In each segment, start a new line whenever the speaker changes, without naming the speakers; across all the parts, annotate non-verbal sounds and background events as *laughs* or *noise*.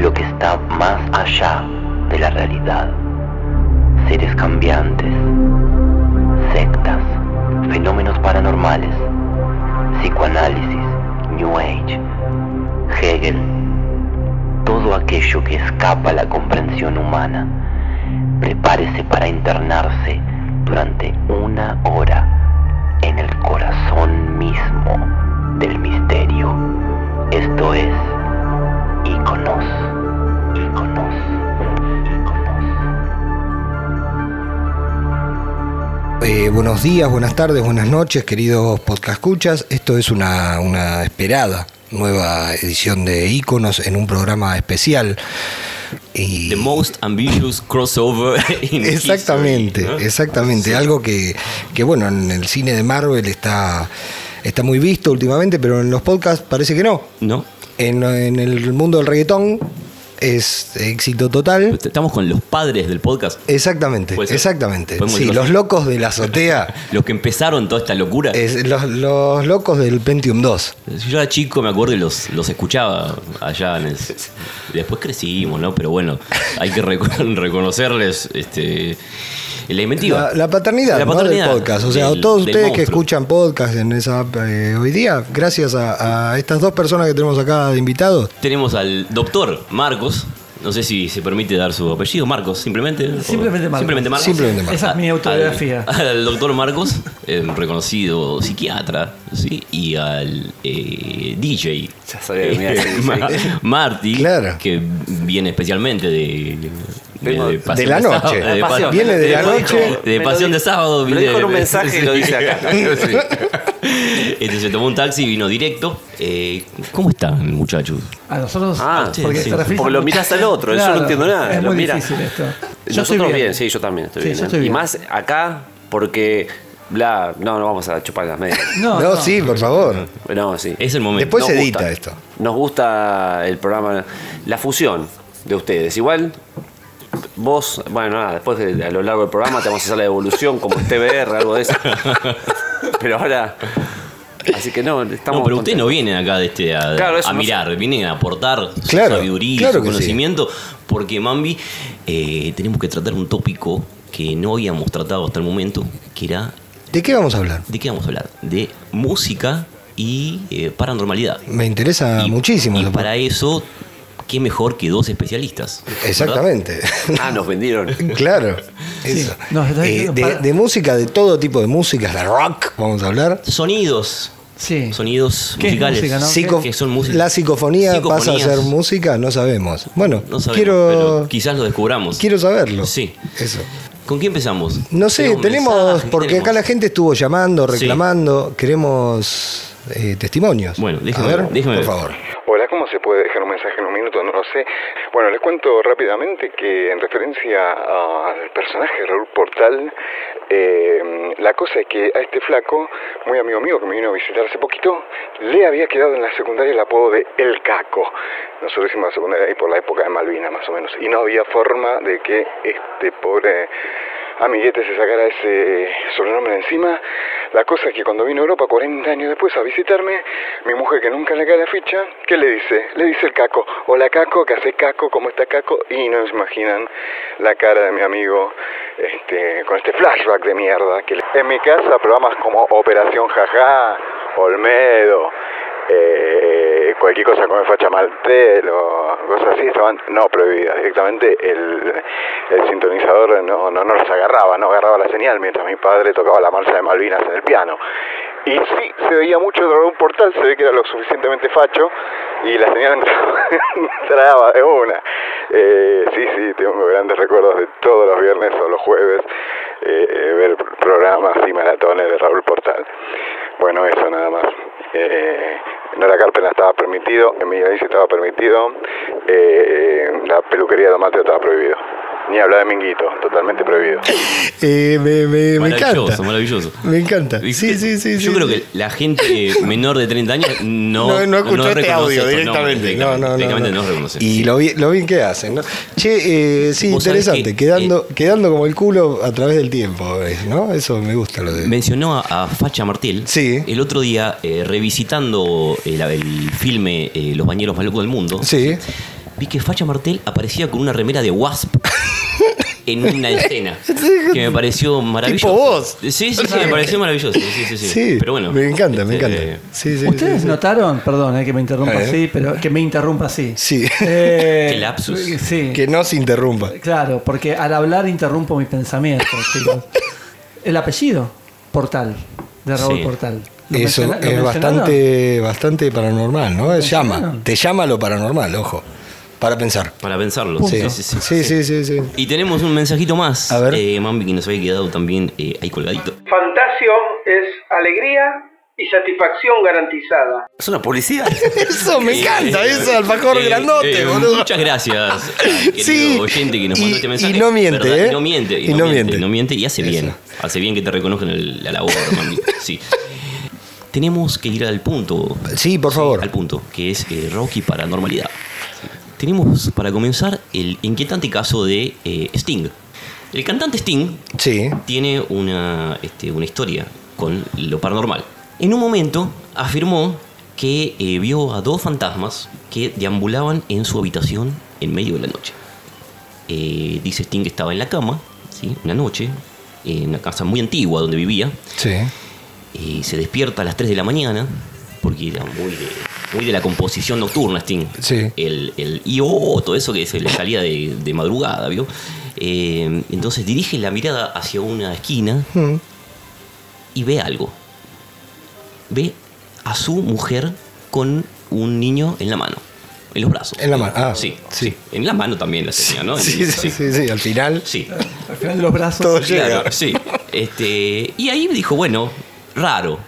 lo que está más allá de la realidad. Seres cambiantes, sectas, fenómenos paranormales, psicoanálisis, New Age, Hegel, todo aquello que escapa a la comprensión humana. Prepárese para internarse durante una hora en el corazón mismo del misterio. Esto es Iconos. Iconos.
Eh, buenos días, buenas tardes, buenas noches, queridos podcastcuchas. Esto es una, una esperada nueva edición de Iconos en un programa especial. Y
The most ambitious crossover *laughs* in
exactamente,
history, ¿no?
exactamente. Algo que, que, bueno, en el cine de Marvel está, está muy visto últimamente, pero en los podcasts parece que no.
No,
En, en el mundo del reggaetón es éxito total.
estamos con los padres del podcast,
Exactamente,
Pues, Puede ser.
exactamente.
Podemos
Sí,
decirlo
los
así.
locos de la azotea,
*laughs* los que empezaron toda esta locura.
es- los, los locos del Pentium 2.
Yo era chico, me acuerdo, y los, los escuchaba allá. En el- Después crecimos, ¿no? Pero bueno, hay que reco- *laughs* reconocerles este, la inventiva.
La, la paternidad,
La
¿no?
paternidad
del podcast. O sea,
del-
todos
del
ustedes que
monstruo.
escuchan podcast en esa eh, hoy día, gracias a, a estas dos personas que tenemos acá de invitados.
Tenemos al doctor Marcos. No sé si se permite dar su apellido, Marcos, simplemente. o-
Simplemente Marcos.
Simplemente Marcos.
Simplemente Marcos.
Esa es mi autobiografía.
Al, al doctor Marcos, eh, reconocido psiquiatra, ¿sí? y al eh, DJ.
Ya sabía que
*laughs*
me iba
*laughs*
a decir Ah,
Ma- Marty,
Claro.
que viene especialmente de.
Vengo de
Pasión
la
sábado,
noche.
de
De
Pasión.
pasión.
Viene de
de
la
Pasión-
noche.
De
Me lo
pasión
di-
de sábado.
me lo
viene
dijo en un
de-
mensaje y lo dice acá.
*laughs*
Sí.
Este se tomó un taxi y vino directo. Eh, ¿Cómo están, muchachos?
A nosotros,
Ah,
ah, porque,
sí,
te refieres-
porque lo mirás al otro, yo no entiendo nada,
Es
lo
muy
mira.
difícil esto.
Nosotros bien. sí, yo también estoy
Sí,
bien.
yo
¿eh?
estoy bien.
Y más acá, porque. Bla, no, no vamos a chupar las medias.
*laughs*
No,
No, no.
sí, por favor.
No, sí.
Es el momento.
Después
Nos
se Pues edita
gusta.
esto.
Nos gusta el programa, la fusión de ustedes. Igual, vos, bueno, nada, después de- a lo largo del programa te vamos a hacer la devolución como en TBR, algo
*laughs*
de eso. Pero ahora. Así que no, estamos.
no, pero ustedes no vienen acá de este a,
Claro, eso
a
no
mirar, vienen a aportar
Claro,
su sabiduría,
claro
su
que sí.
conocimiento, porque Mambi eh, tenemos que tratar un tópico que no habíamos tratado hasta el momento, que era
¿De qué vamos a hablar?
¿de qué vamos a hablar? De música y eh, paranormalidad.
Me interesa
Y-
Ah, muchísimo.
Y
eso.
para eso, qué mejor que dos especialistas. ¿verdad?
Exactamente.
Ah, nos vendieron.
*laughs*
*laughs*
claro.
Sí.
Eso.
No, está-
Eh, de,
para-
de música, de todo tipo de música, de rock, vamos a hablar.
Sonidos.
Sí.
Sonidos
¿Qué es
musicales.
música, no?
Psico-
que son música.
la psicofonía pasa a
Psicofonías.
ser música, no sabemos. Bueno,
No sabemos,
quiero,
pero quizás lo descubramos.
quiero saberlo.
Sí.
Eso.
¿Con qué empezamos?
No sé, tenemos,
mensajes,
porque
tenemos?
acá la gente estuvo llamando, reclamando, queremos eh, testimonios.
Bueno, déjeme
a ver,
ver, déjeme
por
ver.
favor.
Hola, ¿cómo se puede dejar un mensaje en un minuto? No lo sé. Bueno, les cuento rápidamente que en referencia a- al personaje de Raúl Portal, eh, la cosa es que a este flaco, muy amigo mío que me vino a visitar hace poquito, le había quedado en la secundaria el apodo de El Caco. Nosotros hicimos la secundaria ahí por la época de Malvinas, más o menos. Y no había forma de que este pobre amiguete se sacara ese sobrenombre de encima. La cosa es que cuando vino a Europa 40 años después a visitarme, mi mujer que nunca le cae la ficha, ¿qué le dice? Le dice el caco, hola caco, ¿qué hace caco? ¿Cómo está caco? Y no se imaginan la cara de mi amigo este, con este flashback de mierda. Que le- En mi casa programas como Operación Jaja, Olmedo, eh, cualquier cosa con el fachamaltel o cosas así estaban no prohibidas directamente el, el sintonizador no, no no los agarraba no agarraba la señal mientras mi padre tocaba la marcha de Malvinas en el piano y sí se veía mucho de un portal se ve que era lo suficientemente facho y la señal *laughs* entraba, entraba de una Eh, sí sí tengo grandes recuerdos de todos los viernes o los jueves eh, eh, ver programas y maratones de Raúl Portal bueno, eso nada más. Eh, Nora Carpena estaba permitido, Emilio Alice estaba permitido, eh, la peluquería de Don Mateo estaba prohibido. Ni hablar de Minguito, totalmente prohibido.
Eh, me, me- me
Maravilloso,
encanta.
maravilloso.
Me encanta. Sí,
¿Viste?
sí, sí.
Yo
sí,
creo
sí.
que la
*laughs*
gente menor de 30 años no.
No, no escuchó este
reconoce
audio
esto,
directamente. No, no, no.
directamente
no.
no reconoce.
Y
Sí.
lo, bien, lo bien que hacen, ¿no? Che, eh, sí,
Vos sabés
interesante.
que, eh,
quedando, quedando como el culo a través del tiempo, eh, ¿no? Eso me gusta lo de.
Mencionó a, a Facha Martel
Sí.
el otro eh, día eh, revisitando el, el filme eh, Los bañeros más locos del mundo.
Sí.
vi que Facha Martel aparecía con una remera
*laughs*
de Wasp en una escena. Que me pareció maravilloso.
Tipo vos.
Sí, sí, sí, me pareció maravilloso. Sí, sí, sí.
Sí,
Pero bueno.
me encanta, me
este,
encanta. Sí, sí,
¿Ustedes
sí, sí.
notaron? Perdón, eh, que me interrumpa
Eh.
así, pero que me interrumpa así.
Sí.
Eh,
Qué lapsus.
Sí.
Que no se interrumpa.
Claro, porque al hablar interrumpo mi pensamiento, *laughs* chicos. El apellido, Portal, de Raúl
Sí.
Portal. ¿Lo
Eso
menciona- lo
es
mencionaron?
bastante, bastante paranormal, ¿no? Llama, te llama lo paranormal, ojo, para pensar.
Para pensarlo. Sí,
Punto.
Sí,
sí, sí.
sí, sí, sí, sí.
Y tenemos un mensajito más.
A ver.
Eh, Mambi, que nos había quedado también eh, ahí colgadito.
Fantasio es alegría y satisfacción garantizada.
¿Es una publicidad?
Eso me encanta,
Eh,
eso, alfajor
eh,
grandote,
eh,
boludo. *laughs*
Muchas gracias, al querido
Sí,
oyente que nos
y-
mandó este mensaje.
y no miente,
¿Verdad?
¿eh?
Y no miente, y, no, miente, y no miente, y hace bien. Hace bien que te reconozcan el- la labor, mami. Sí. Tenemos que ir al punto,
Sí, por
al
favor.
punto, que es eh, Rocky Paranormalidad. Tenemos para comenzar el inquietante caso de eh, Sting. El cantante Sting
Sí,
tiene una, este, una historia con lo paranormal. En un momento afirmó que eh, vio a dos fantasmas que deambulaban en su habitación en medio de la noche. Eh, dice Sting que estaba en la cama, ¿sí? una noche, en una casa muy antigua donde vivía,
sí.
y se despierta a las 3 de la mañana, porque era muy de, muy de la composición nocturna, Sting.
Sí.
El, el IO, todo eso que se le salía de, de madrugada, ¿vio? Eh, entonces dirige la mirada hacia una esquina
Mm.
y ve algo. Ve a su mujer con un niño en la mano, en los brazos.
En la mano, ah,
sí,
sí.
sí. En la mano también la tenía, ¿no?
Sí,
En-
sí, sí, sí, al final.
sí.
Al final de los brazos.
Todo llega. *laughs*
Claro, sí. Este, y ahí dijo, bueno, raro,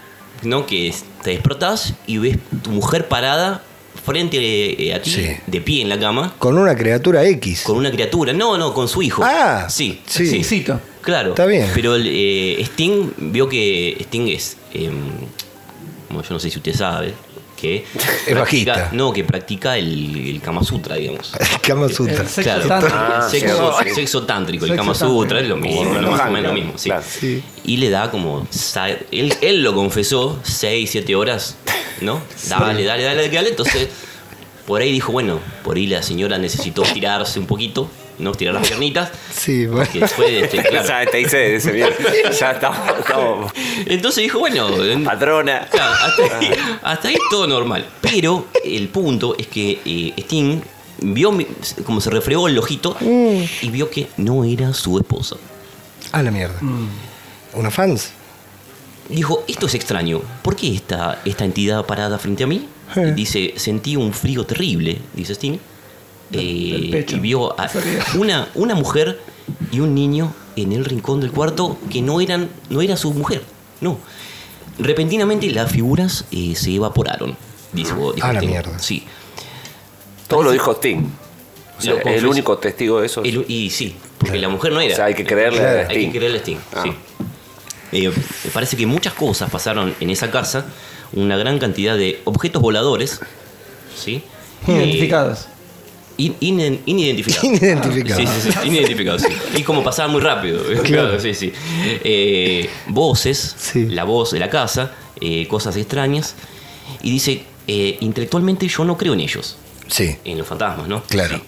¿no? Que es- te despertás y ves tu mujer parada frente eh, a ti,
Sí.
de pie en la cama,
Con una criatura X.
con una criatura. No, no, con su hijo.
Ah,
sí,
sí.
sí.
Cito.
Claro.
Está bien.
Pero el, eh, Sting vio que Sting es. eh, bueno, yo no sé si usted sabe. Que practica-
bajista.
No, que practica el, el Kama Sutra, digamos.
*laughs* Kama
El
Sutra.
Eh,
sexo tántrico.
Ah,
El sexo,
sí.
sexo tántrico, el
Sexo
Kama
tántrico.
Sutra, es lo mismo,
Como
lo más o menos
Relajante,
lo mismo. sí.
claro.
Sí.
Y le da como. sa- Él, él lo confesó, 6, 7 horas, ¿no? Dale, dale, dale, dale. Entonces, por ahí dijo, bueno, por ahí la señora necesitó tirarse un poquito, ¿no? Tirar las piernitas.
Sí, bueno.
Que fue, este, claro.
Ya te hice ese bien. *laughs* Ya estamos, estamos.
Entonces dijo, bueno, en-
Patrona.
claro, hasta, ahí, hasta ahí todo normal. Pero el punto es que eh, Sting vio mi- como se refregó el ojito y vio que no era su esposa.
A la mierda.
Mm.
¿Una fans?
Dijo, esto es extraño. ¿Por qué está esta entidad parada frente a mí?
Eh.
Dice, sentí un frío terrible, dice Sting. Eh,
del pecho.
y vio a *laughs* una, una mujer y un niño en el rincón del cuarto que no eran no era su mujer. No. Repentinamente las figuras eh, se evaporaron. Dijo, dijo
Ah, la
Sting.
mierda.
Sí.
Todo lo dijo Sting. O sea,
Lo
es el
confesó.
único testigo de eso.
El- y sí, porque la mujer no era.
O sea, hay que creerle a
Hay
Sting.
que creerle a Sting,
Ah.
sí. Eh, me parece que muchas cosas pasaron en esa casa. Una gran cantidad de objetos voladores. ¿Sí? Eh,
Identificados.
in- inen- inidentificados.
Inidentificados.
Sí, sí, sí, inidentificados, sí. Y como pasaba muy rápido. Claro, sí, sí. Eh, voces,
Sí.
la voz de la casa, eh, cosas extrañas. Y dice, eh, intelectualmente yo no creo en ellos,
Sí.
en los fantasmas, ¿no?
Claro.
Sí.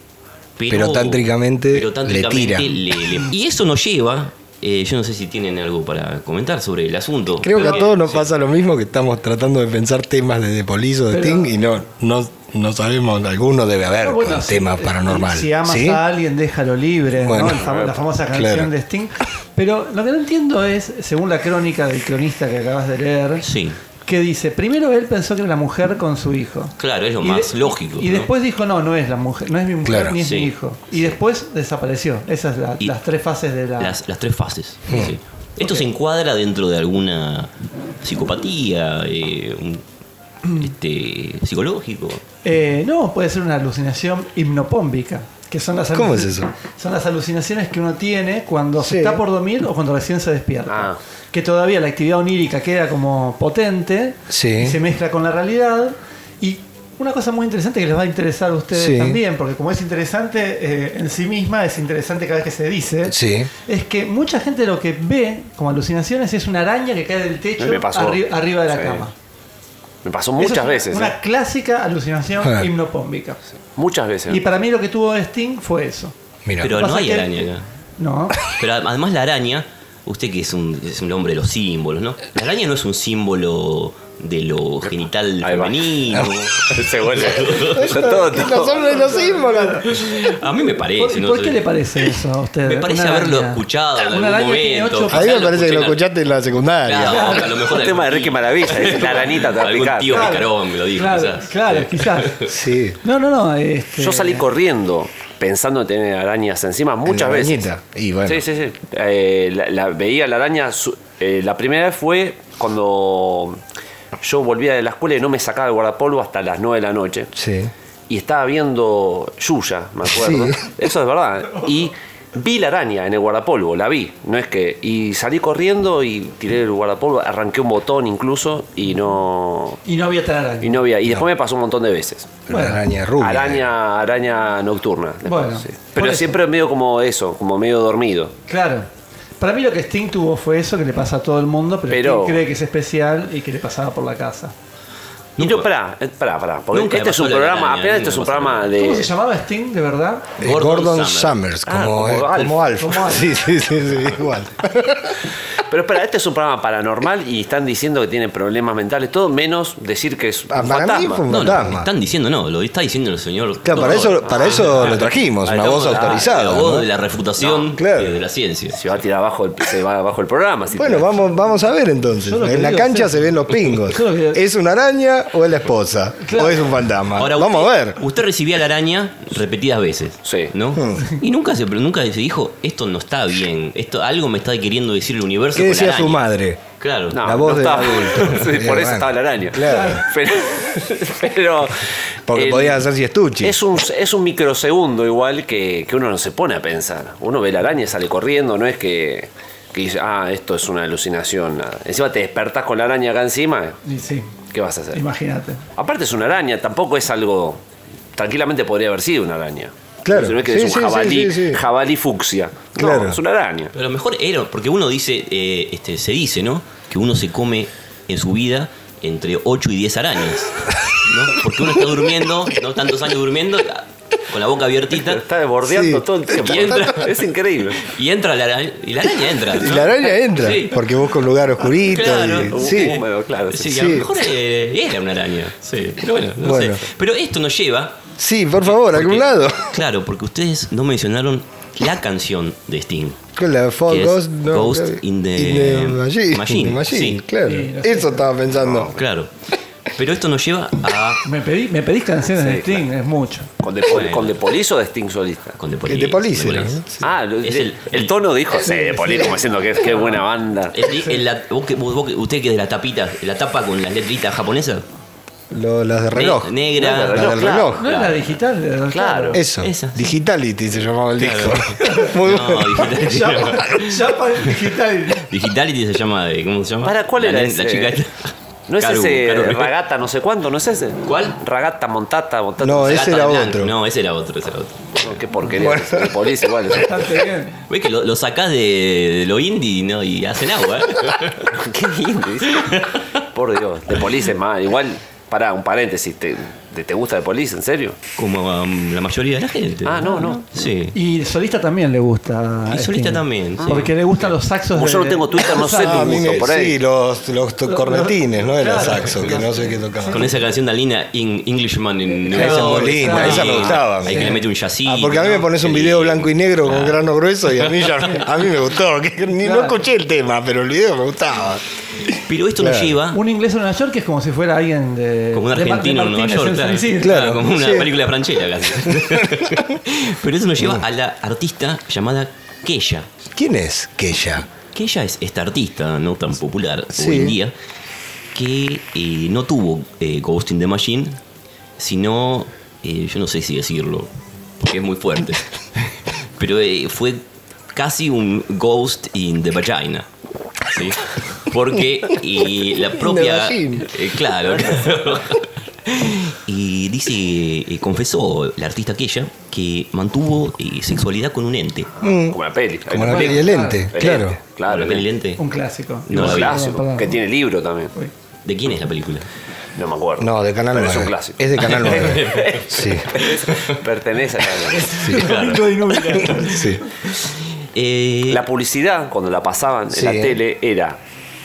Pero tántricamente
pero tántricamente
le
le-
*laughs*
le- y eso nos lleva, eh, yo no sé si tienen algo para comentar sobre el asunto.
Creo que a
Porque-
todos nos
sí.
pasa lo mismo, que estamos tratando de pensar temas de The Police o de
Pero-
Sting y no, no, no sabemos, alguno debe haber
Bueno,
con
sí,
temas
eh,
paranormal.
Si amas
¿Sí?
a alguien, déjalo libre,
Bueno,
¿no? El fam- la famosa
claro.
canción de Sting. Pero lo que no entiendo es, según la crónica del cronista que acabas de leer,
Sí,
que dice, primero él pensó que era la mujer con su hijo.
claro, es lo
Y
más
de-
lógico.
Y
¿no?
después dijo, no, no es la mujer, no es mi mujer
Claro.
ni es
Sí.
mi hijo. Y después desapareció. Esas son
Y-
las tres fases de la...
Las, las tres fases. sí. Esto se encuadra dentro de alguna psicopatía, eh, un- este, psicológico.
Eh, no, puede ser una alucinación hipnopómbica. Que son las
¿Cómo
aluc-
es eso?
Son las alucinaciones que uno tiene cuando
Sí.
se está por dormir o cuando recién se despierta.
Ah.
Que todavía la actividad onírica queda como potente
Sí.
y se mezcla con la realidad. Y una cosa muy interesante que les va a interesar a ustedes
Sí.
también, porque como es interesante eh, en sí misma, es interesante cada vez que se dice,
Sí.
es que mucha gente lo que ve como alucinaciones es una araña que cae del techo
Me pasó.
arri- arriba de la
Sí.
cama.
Me pasó
Esa es
muchas
una-
veces.
Una
¿eh?
clásica alucinación
Ah.
hipnopómbica.
Muchas veces.
Y para mí lo que tuvo Sting fue eso.
Mira,
*laughs*
Pero
Pasa
no hay
que-
araña acá.
No.
Pero ad- además la araña, usted que es un, es un hombre de los símbolos, ¿no? La araña no es un símbolo de lo genital
Ahí va.
femenino.
*laughs* Se vuelve. Yo todo- todo-
los símbolos.
*laughs* A mí me parece.
¿Por,
no
por
sé.
qué le parece eso a usted?
Me parece
Una
haberlo
araña.
escuchado en
Una
algún
araña tiene
momento.
ocho
A mí me
Ojalá lo
parece que lo
escuché
escuchaste en la secundaria.
Claro, a lo
*laughs*
mejor
Un tema de Ricky
*laughs*
Maravilla, dice, la arañita te va a
Algún
picar.
tío
Claro.
picarón me lo dijo,
Claro,
quizás.
claro, quizás.
Sí.
No, no, no. este-
Yo salí corriendo pensando en tener arañas encima muchas
En la
veces.
arañita. Y bueno.
Sí, sí, sí. Eh, la, la- veía la araña. su- eh, la primera vez fue cuando yo volvía de la escuela y no me sacaba el guardapolvo hasta las 9 de la noche.
Sí.
Y estaba viendo Yuya, me acuerdo.
Sí.
Eso es verdad. ¿eh? Y vi la araña en el guardapolvo, la vi. No es que. Y salí corriendo y tiré el guardapolvo, arranqué un botón incluso y no.
Y no había tal
Y
araña.
no había. Y después me pasó un montón de veces.
Pero
Bueno.
la araña rubia. eh.
Araña, araña nocturna. después,
Bueno,
sí.
por
Pero
eso.
siempre medio como eso, como medio dormido.
Claro. Para mí lo que Sting tuvo fue eso que le pasa a todo el mundo, pero,
Pero-
Sting cree que es especial y que le pasaba por la casa.
Y
Nunca-
no, pará, eh, pará, pará. Porque
Nunca
este es
pasó
un
la
programa,
araña, ¿eh?
apenas
nunca
este es un
pasó la
programa
araña.
de.
¿Cómo se llamaba Sting de verdad?
Eh,
Gordon
Gordon,
Summers.
Summers, como,
Ah,
eh,
como
como
Alf.
Alf.
Como
*laughs*
Alf.
Sí, sí, sí, sí,
*laughs*
igual.
Pero espera, este es un programa paranormal y están diciendo que tiene problemas mentales, todo menos decir que es un
Ah, para mí
fantasma.
fue un
No, no,
fantasma.
están diciendo no, lo está diciendo el señor. Ah,
Claro, para
doctor.
eso, para eso lo trajimos,
Ahí
una
estamos,
voz
ah,
autorizada.
La voz
¿no?
de la refutación
No, claro.
eh, de la ciencia.
Se va a tirar abajo el, se va abajo el programa. si
Bueno,
te-
vamos, vamos a ver entonces.
Yo lo que
En la
digo,
cancha
sí.
se ven los pingos.
*laughs* Yo lo que-
¿Es una araña o es la esposa?
Claro.
¿O es un fantasma?
Ahora,
vamos
usted,
a ver.
Usted recibía la araña repetidas veces.
Sí.
¿No?
Hmm.
Y nunca se, pero nunca se dijo, esto no está bien. Esto, algo me está queriendo decir el universo.
¿Qué
con la
decía su
araña".
madre?
Claro.
No,
la voz
no
del
estaba-
*laughs* adulto.
Sí, por
Bien,
eso estaba la araña.
Claro.
Pero. pero,
Porque
el-
podías hacer si
Es un, es un microsegundo igual que, que uno no se pone a pensar. Uno ve la araña y sale corriendo, no es que, que dice, ah, esto es una alucinación. nada. Encima te despertás con la araña acá encima,
Y sí,
¿qué vas a hacer?
imagínate.
Aparte es una araña, tampoco es algo... Tranquilamente podría haber sido una araña.
Claro.
No es que
Sí,
es
sí,
un
sí, sí,
jabalí,
sí.
jabalí fucsia. No,
Claro.
es una araña.
Pero a lo mejor era, porque uno dice, eh, este, se dice, ¿no? Que uno se come en su vida entre 8 y 10 arañas. ¿No? Porque uno está durmiendo, no tantos años durmiendo, con la boca abiertita,
Está desbordeando
Sí.
todo el tiempo.
Y entra-
Es increíble.
y entra la araña. Y la araña entra.
Y
¿no?
la araña entra,
*laughs* Sí.
porque busca un lugar oscurito.
Claro. Uh,
y- sí.
Húmedo, claro.
Sí,
sí.
a lo
Sí.
mejor eh, era una araña. Sí, pero bueno, no
Bueno.
sé. Pero esto nos lleva.
sí, por favor, a algún
*laughs*
lado.
Claro, porque ustedes no mencionaron la canción de Sting.
Con la Fall
Que es
Ghost, no,
Ghost
claro.
in the
Machine. in
Machine,
the machine,
sí.
claro.
Sí, no sé.
Eso estaba pensando.
Claro. Pero esto nos lleva a.
Me, pedí, me pedís canciones
Sí,
de Sting, es mucho.
¿Con, de, Pol- con de Police o de Sting solista?
Con The
Que te police,
The Police.
¿no?
Ah, lo-
Es
el,
el-
el tono dijo, sí, Ah. de Police, como diciendo que qué buena banda.
El- el- la- vos que- vos- vos que- usted que de la tapita, la tapa con las letritas japonesas.
Lo- las de
ne-
reloj.
negra.
No,
las del
claro.
reloj.
No es la
*laughs*
digital, de verdad.
Claro.
Eso.
Esa.
Digitality se llamaba el
Claro. *laughs*
disco. *laughs* Muy bueno.
No, digitality. se llama.
Ya, *laughs* ya para el digital.
*laughs* Digitality se llama. eh, ¿Cómo se llama?
¿Para cuál
La
era
nen-
ese?
La chica esta.
¿No es
Karu,
ese
Karu.
Ragata no sé cuánto? ¿No es ese?
¿Cuál?
Ragata, Montata, Montata.
No,
sé
ese
Gata
era
blanca.
otro.
No, ese era otro, ese era otro.
cuánto. Qué porquería.
Bueno.
De Police igual.
Bastante bien.
Ves que lo, lo sacás de, de lo indie ¿no? y hacen agua.
*laughs*
¿eh?
*laughs* Qué lindo. dice. Por Dios. De Police es más. Igual, pará, un paréntesis. ¿Te, te, te gusta de Police? ¿En serio?
Como um, la mayoría de la gente.
Ah, no, no.
Sí.
Y el solista también le gusta.
Y
a
solista
Sting.
también, sí.
Porque le gustan los saxos
Como
de-
yo no tengo Twitter, no sé
Ah, a
tu
mí
gusto.
me-
Por
sí,
ahí.
los, los to- cornetines, no era saxo, que no sé qué tocaba.
Con esa canción tan linda, In- Englishman in New
Esa es
York.
muy linda,
Ahí-
esa me gustaba.
Ahí que le mete un yacito.
Ah, porque a mí me
¿no?
pones un
Qué
video
lindo.
blanco y negro con
Claro.
grano grueso y a mí,
*laughs*
ya, a mí me gustó. que ni,
Claro.
No escuché el tema, pero el video me gustaba.
Pero esto nos
Claro.
lleva
Un inglés en Nueva York que es como si fuera alguien de.
como un
de Mar- de
argentino en Nueva
Martínez
York.
en
Claro,
San Isidro.
Claro,
Claro,
como una
sí.
película franchera casi.
*laughs*
Pero eso nos lleva a la artista llamada Keya.
¿Quién es Keya?
que ella es esta artista no tan popular
Sí.
hoy en día, que eh, no tuvo eh, Ghost in the Machine, sino, eh, yo no sé si decirlo, porque es muy fuerte, pero eh, fue casi un Ghost in the Vagina. ¿sí? Porque y la propia...
vagina.
eh, claro. *laughs* Y dice, eh, confesó la artista aquella que mantuvo eh, sexualidad con un ente.
mm. Como la peli.
Como la
Ahí
peli El Ente,
El
claro.
Ente, Claro.
Con el
el Ente.
ente.
Un clásico.
No,
Un
la vi.
clásico,
Perdón, perdón.
Que tiene libro también.
Uy.
¿De quién es la película?
No me acuerdo.
No, de Canal
Pero
9.
Es un clásico.
Es de Canal
*laughs*
9. sí.
*laughs* Pertenece a Canal 9.
Sí.
Domingo de Noble.
sí.
Eh,
La publicidad, cuando la pasaban
Sí,
en la
eh.
tele, era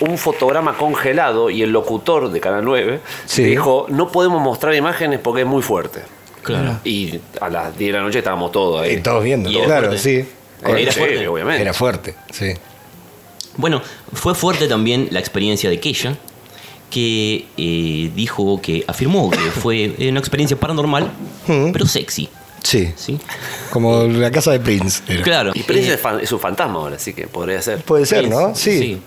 un fotograma congelado y el locutor de Canal 9
Sí.
dijo, no podemos mostrar imágenes porque es muy fuerte.
claro.
Y a las 10 de la noche estábamos todos ahí.
Y todos viendo,
Y era
claro,
fuerte.
sí.
Eh,
Era
sí,
fuerte.
obviamente.
Era fuerte, sí.
Bueno, fue fuerte también la experiencia de Keisha, que eh, dijo que afirmó que fue eh, una experiencia paranormal,
Mm.
pero sexy.
Sí.
¿sí?
Como la casa de Prince. era.
Claro.
Y Prince
eh,
es, fan- es un fantasma ahora, así que podría ser.
Puede ser, ¿no? Sí.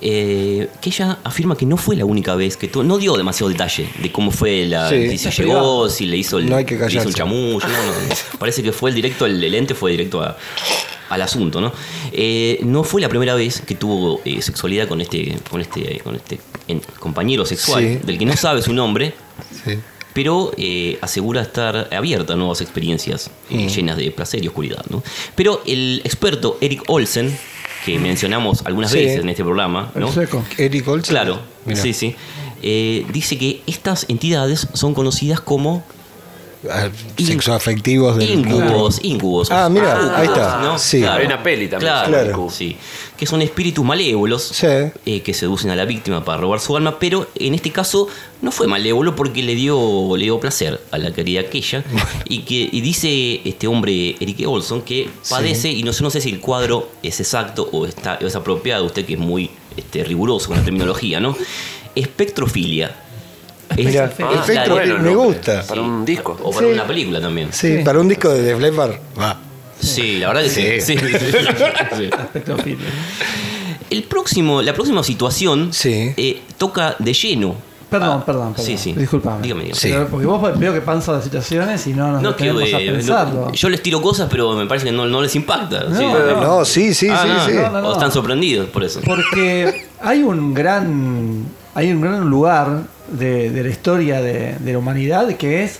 Eh, que ella afirma que no fue la única vez que tu- no dio demasiado detalle de cómo fue la
Sí.
si se
Es
llegó, si le hizo el,
No hay que
le hizo el
callarse.
chamullo, no, no. *laughs* parece que fue el directo el, el ente fue directo a- al asunto, ¿no? Eh, no fue la primera vez que tuvo eh, sexualidad con este con este con este en- compañero sexual
Sí.
del que no sabe su nombre,
Sí.
pero eh, asegura estar abierta a nuevas experiencias eh, llenas de placer y oscuridad. ¿no? Pero el experto Eric Olsen, que mencionamos algunas
Sí.
veces en este programa,
El
¿no?
sueco.
Eric Olsen.
claro,
Mirá.
sí, sí, eh, dice que estas entidades son conocidas como
Ah, Sexoafectivos del
Incubos, incubos.
Ah, mira,
Incubos,
ahí está. Sí.
Hay una peli también,
Claro,
Claro.
sí. Que son espíritus malévolos
Sí.
eh, que seducen a la víctima para robar su alma, pero en este caso no fue malévolo porque le dio, le dio placer a la querida aquella. y que y dice este hombre, Eric Olson, que padece, y no sé, no sé si el cuadro es exacto o, está, o es apropiado, usted que es muy este, riguroso con la terminología, ¿no? Espectrofilia. Es-
Mira,
es la
espectro-
de-
bueno, me
el nombre.
gusta.
Para un disco.
O para
Sí.
una película también.
Sí, para un disco de Def Leppard, va.
Sí, la verdad que sí.
Sí.
Sí, sí,
*laughs*
sí.
Aspecto fino.
El próximo, la próxima situación
Sí.
eh, toca de lleno.
Perdón,
Ah,
perdón, perdón.
Sí, sí.
Disculpame.
Dígame, dígame.
Sí.
Pero porque vos veo que panza las situaciones y no nos
No, que,
detenemos
eh, no-
a pensarlo.
yo les tiro cosas, pero me parece que no, no les impacta.
No,
Sí.
no,
No, sí, sí,
Ah,
sí,
no,
sí.
no, no.
O están sorprendidos por eso.
Porque hay un gran hay un gran lugar de, de la historia de, de la humanidad que es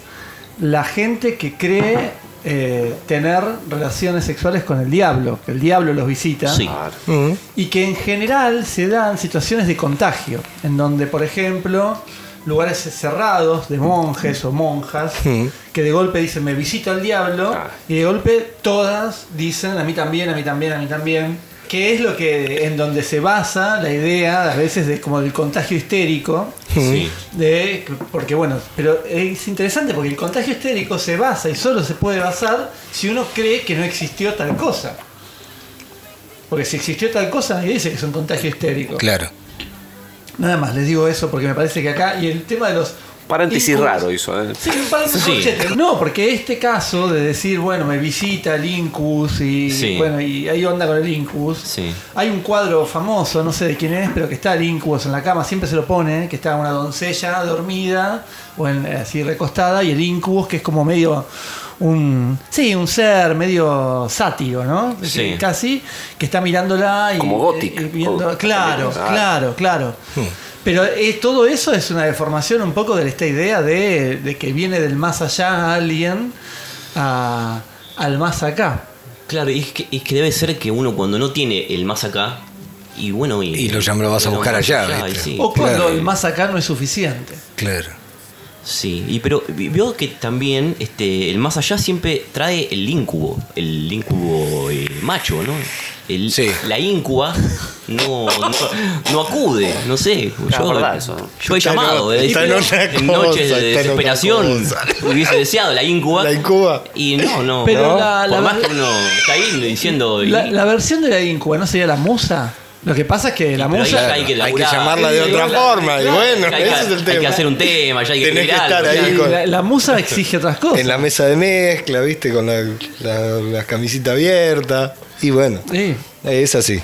la gente que cree eh, tener relaciones sexuales con el diablo, que el diablo los visita
Sí.
Claro.
Mm,
y que en general se dan situaciones de contagio, en donde, por ejemplo, lugares cerrados de monjes o monjas
Mm.
que de golpe dicen me visita el diablo
Ah.
y de golpe todas dicen a mí también, a mí también, a mí también, que es lo que en donde se basa la idea a veces de como del contagio histérico.
Sí.
De, porque bueno, pero es interesante porque el contagio histérico se basa y solo se puede basar si uno cree que no existió tal cosa. Porque si existió tal cosa, nadie dice que es un contagio histérico.
Claro.
Nada más, les digo eso porque me parece que acá, y el tema de los...
Paréntesis
incubos-
raro hizo, ¿eh?
Sí, un paréntesis
Sí.
corchete. No, porque este caso de decir, bueno, me visita el Incus y,
Sí.
bueno, y hay onda con el Incus.
Sí.
Hay un cuadro famoso, no sé de quién es, pero que está el Incubus en la cama, siempre se lo pone, que está una doncella dormida o en- así recostada y el Incubus que es como medio un sí, un ser medio sátiro, ¿no?
Sí.
Casi que está mirándola y eh,
Como Gothic.
y viendo-
Oh,
claro,
ah.
claro, claro. Pero eh, todo eso es una deformación un poco de esta idea de, de que viene del más allá alguien a- al más acá.
Claro, y es, que, y es que debe ser que uno cuando no tiene el más acá, y bueno, y,
Y lo ya me lo vas a
y
buscar
vas
allá,
y
¿viste?
sí.
O cuando
claro.
el más acá no es suficiente.
Claro.
Sí, y pero vi- veo que también este, el más allá siempre trae el incubo, el incubo eh, macho, ¿no? El-
Sí.
La incuba no, no, no acude, no sé.
Claro,
yo,
verdad eso.
yo he
Está en
llamado,
otra-
he
está en
dicho,
otra
en
cosa,
noches de
está en otra
desesperación
cosa.
hubiese deseado la incuba.
La incuba.
Y no, no.
Pero
no.
la-
Por
la
más
verdad-
que uno está ahí diciendo... y-
La, la versión de la Incuba no sería la musa. Lo que pasa es que la
pero ahí
musa.
ya hay que,
Hay que
laburar.
llamarla de otra forma, y bueno,
hay que,
ese es el
Hay que
tema.
hacer un tema, ya hay que
Tenés que
generar
estar ahí. con-
la, la musa exige otras cosas.
En la mesa de mezcla, viste, con la, la- la camisita abierta. Y bueno,
Sí.
eh, es así.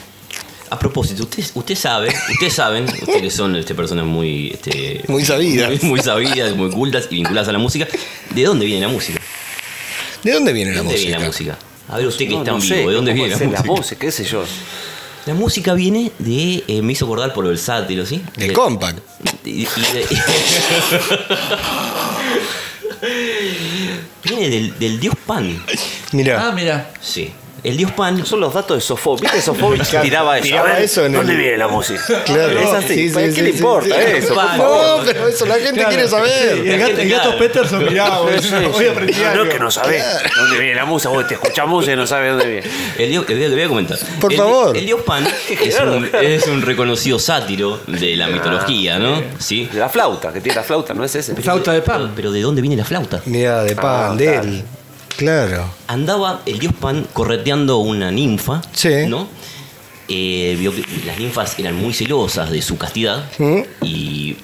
A propósito, usted, usted sabe, ustedes saben, ustedes que son este, personas muy, este,
Muy
*laughs*
sabidas.
muy, muy sabidas, muy cultas y vinculadas a la música, ¿de dónde viene la música?
¿De dónde viene
¿De
la
dónde viene
música?
la música? A ver, usted que
No,
está
no
en
sé,
vivo, ¿de dónde
¿cómo
viene la
puede ser?
música?
Las voces, qué sé yo.
La música viene de, eh, me hizo acordar por lo del sátiro, ¿sí?
Del
De-
compact.
y- y- y- *laughs* viene del, del dios Pan,
Mirá,
Ah, mira.
sí. El dios Pan
Son los datos de Sofovich. ¿Viste Sofovich *laughs*
Claro,
tiraba eso?
tiraba
A ver,
eso en
¿Dónde
el-
viene la música?
Claro.
Es así.
Sí, sí,
¿Para ¿Qué
sí,
le
sí,
importa
sí. *laughs*
eso?
Pan.
Por
No,
favor.
pero eso la gente quiere
El,
saber.
Sí.
gato, el gato Peterson, mirá, boludo, voy a aprender
No,
algo.
es que no sabés dónde viene la música. Vos te escuchás música y no sabes dónde viene.
El dios, el dios- le voy a comentar.
Por
El-
favor.
El dios
*laughs*
Pan es un, es un reconocido sátiro de la mitología, ¿no? Sí.
La flauta, que tiene la flauta, ¿no es ese?
Flauta de
Pero,
pan.
pero ¿de dónde viene la flauta?
Mira, de pan,
Ah,
de
claro.
él. Claro.
Andaba el dios Pan correteando una ninfa,
Sí.
¿no? Eh, vio que las ninfas eran muy celosas de su castidad
Mm.
y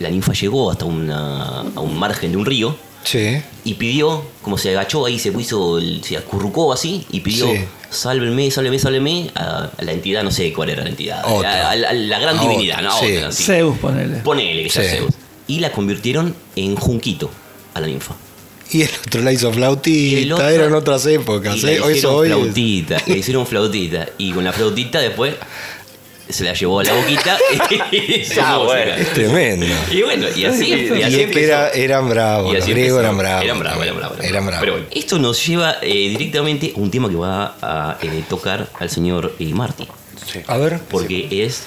la ninfa llegó hasta una, a un margen de un río
Sí.
y pidió, como se agachó ahí, se puso, el- se acurrucó así y pidió,
Sí.
sálvenme, sálvenme, sálvenme a, a la entidad, no sé cuál era la entidad,
Otra.
a, a la- a la gran
A
divinidad,
otra,
¿no? A
sí.
otra, sí.
Zeus, ponele.
Ponele que sea
Sí.
Zeus. Y la convirtieron en junquito a la ninfa.
Y el otro la hizo
Y el otro-
flautita, eran otras
y
épocas.
la
¿eh? Hoy
hicieron
eso hoy. es-
flautita, le hicieron flautita. Y con la flautita después se la llevó a la boquita *laughs* y hizo
Ah,
música.
bueno.
Es tremendo.
Y bueno, y así, y
Este *laughs* Y
así
es que
empezó.
era- eran bravos,
Y
los
así
griegos
empezó.
eran bravos.
Eran bravos, eran bravos.
Eran bravos.
Pero bueno, esto nos lleva eh, directamente a un tema que va a eh, tocar al señor eh, Marty.
A ver.
Porque es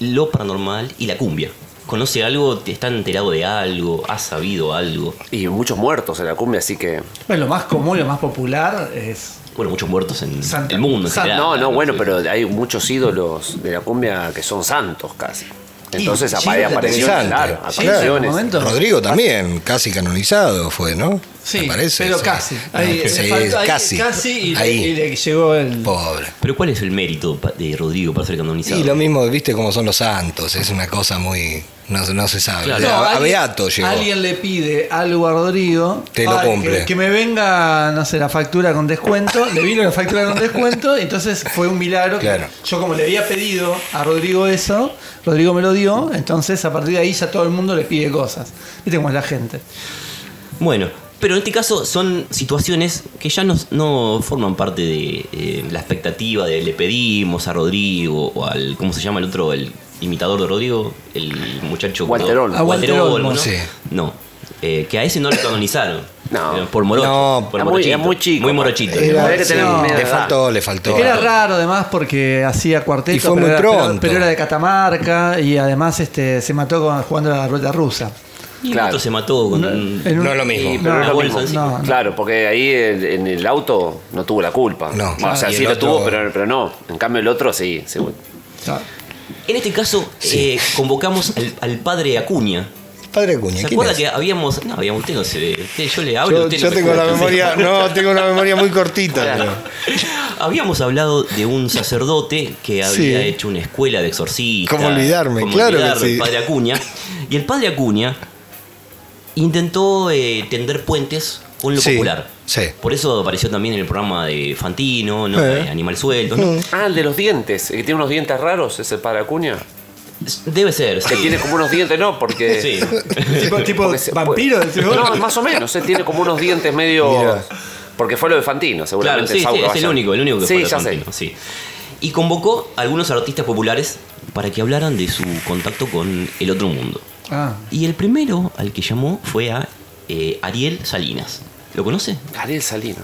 lo paranormal y la cumbia. ¿Conoce algo? ¿Te está enterado de algo? ¿Has sabido algo?
Y muchos muertos en la cumbia, así que.
Bueno, lo más común, lo más popular es.
Bueno, muchos muertos en
Santa-
el mundo. en
Santa-
general.
No, no, bueno, pero hay muchos ídolos de la cumbia que son santos casi. Entonces
sí,
apare- apareció,
interesante.
claro,
Sí,
apariciones.
en un momento.
Rodrigo también, casi canonizado fue, ¿no? Me parece
pero
eso.
casi.
Ah,
Ahí,
sí,
le faltó- ahí
casi.
casi y, le-
Ahí.
y le llegó el.
Pobre.
Pero ¿cuál es el mérito pa- de Rodrigo para ser canonizado?
Y lo mismo, viste cómo son los santos, es una cosa muy. No, no se sabe.
Claro.
O sea,
No,
a- a
alguien-
Beato llegó.
Alguien le pide algo a Rodrigo.
Te lo
Ay,
cumple.
Que, que me venga, no sé, la factura con descuento. le vino la factura con descuento. Entonces fue un milagro. que
Claro.
Yo, como le había pedido a Rodrigo eso, Rodrigo me lo dio. Entonces, a partir de ahí, ya todo el mundo le pide cosas. Viste cómo es la gente.
Bueno, pero en este caso son situaciones que ya nos- no forman parte de eh, la expectativa de le pedimos a Rodrigo o al, ¿cómo se llama el otro? El imitador de Rodrigo, el muchacho...
Walter Olmo.
A Walter
Walter Olmo,
Olmo,
¿no?
sí.
No, eh, que a ese no lo canonizaron.
*laughs* No.
Eh, Por morocho.
No, Eh,
por
era muy-
morochito,
era muy chico.
Muy morochito.
Era-
Habría que tener
sí,
media
le
edad.
faltó, le faltó.
Era raro además porque hacía cuarteto,
Y fue
pero,
muy
era,
pronto.
pero- pero era de Catamarca y además este se mató con- jugando a la rueda rusa.
Y el
Claro.
otro se mató con... un-
En un-
Mm. No eh, es lo mismo.
Y-
No,
pero no
una
es lo
bolsa
mismo.
encima.
No, no.
Claro, porque ahí el- en el auto no tuvo la culpa.
No.
o sea,
Ah, Y
sí
el
lo
otro-
tuvo, pero, pero no. En cambio el otro sí. seguro.
En este caso, eh, convocamos al, al padre Acuña.
Padre Acuña,
¿Se
¿quién
acuerda
es?
que habíamos.? No, habíamos. Usted no se ve. Usted- yo le hablo.
Yo,
usted no
yo
se
tengo la
acuerda.
memoria, no, tengo una memoria muy cortita.
Habíamos hablado de un sacerdote que había
Sí.
hecho una escuela de exorcistas.
Cómo olvidarme, claro que
olvidarlo,
sí.
El padre Acuña. Y el padre Acuña intentó eh, tender puentes con lo
Sí,
popular.
sí.
Por eso apareció también en el programa de Fantino, ¿no?
Eh.
De Animal Suelto. ¿no?
Ah, el de los dientes. El que tiene unos dientes raros, es el padre Acuña.
Debe ser.
Que
sí.
tiene como unos dientes, no, porque...
Sí.
Tipo, tipo
Porque se-
vampiro,
pues-
decís vos.
No, más o menos. eh, Tiene como unos dientes medio.
Mirá.
Porque fue lo de Fantino,
Claro,
seguramente.
sí, sí,
Sauro
es el
Bayan.
único, el único que
Sí,
fue
ya
argentino, sí. Y convocó a algunos artistas populares para que hablaran de su contacto con el otro mundo.
Ah,
Y el primero al que llamó fue a eh, Ariel Salinas. ¿Lo conoce?
sé. Ariel Salino.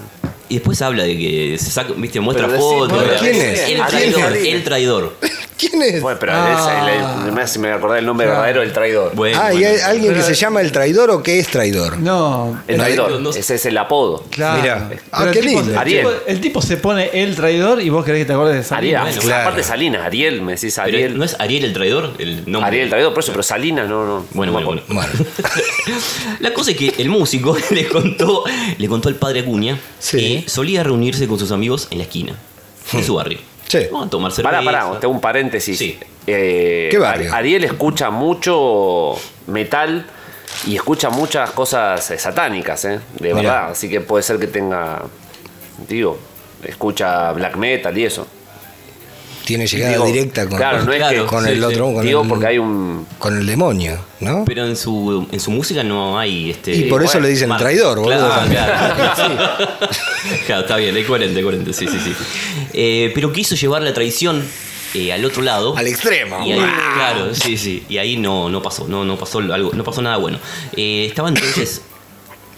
Y después habla de que se saca, viste, muestra
Pero decí-
fotos.
pero
¿quién es?
El
¿Quién
traidor,
es?
el traidor.
¿Quién es?
Bueno, pero
Ah.
el- el- el- me hace- me acordé el nombre
Claro.
verdadero del traidor.
Bueno,
ah, ¿y
bueno.
hay alguien que
Pero-
se llama el traidor o que es traidor?
no.
el traidor.
no-
Ese es el apodo.
Claro.
Mirá.
Pero
Ah,
el
qué
tipo-
lindo.
el
Ariel.
tipo- El tipo se pone el traidor y vos querés que te acuerdes de esa
Ariel.
bueno,
claro.
Aparte Salinas, Ariel, me decís
Pero
Ariel.
¿No es Ariel el traidor? El nombre.
Ariel el traidor, por eso, pero Salinas no, no.
Bueno,
no me
bueno, bueno.
Bueno,
*laughs* La cosa es que el músico *laughs* le contó, le contó al padre Acuña
Sí.
que solía reunirse con sus amigos en la esquina, en su barrio.
Sí.
Vamos a tomar cerveza.
Pará, pará, tengo un paréntesis.
Sí.
Eh,
¿Qué barrio?
Ari- Ariel escucha mucho metal y escucha muchas cosas eh, satánicas, ¿eh? De
Mirá.
verdad. Así que puede ser que tenga. Digo, escucha black metal y eso.
tiene llegada
Digo,
directa con,
claro, no es que-
con el
sí,
otro,
sí.
con,
Digo,
el,
porque hay un.
con el demonio, ¿no?
Pero en su, en su música no hay este.
y por eso
bueno,
le dicen el
Marco.
traidor, boludo. Ah,
Claro,
también.
claro. *laughs* Claro, está bien, es coherente, coherente, sí, sí, sí. Eh, pero quiso llevar la traición eh, al otro lado.
Al Ah. extremo.
Y ahí, claro, sí, sí. Y ahí no, no pasó, no, no pasó algo, no pasó nada bueno. Eh, estaba entonces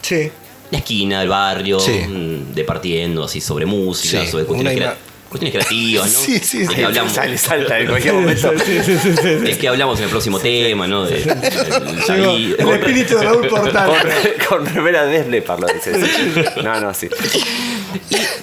Sí.
la esquina, del barrio,
Sí.
mm, departiendo así sobre música,
Sí,
sobre cuestiones,
una
crea- cuestiones creativas,
*laughs*
¿no?
Sí, sí,
De
sí.
que hablamos,
Sale, salta en cualquier
*laughs*
momento.
de que hablamos en el próximo tema, ¿no? De-
Llegó
de-
el espíritu de Raúl Portal.
Con, con remera de Def
*laughs*
lo dice. No, no, sí.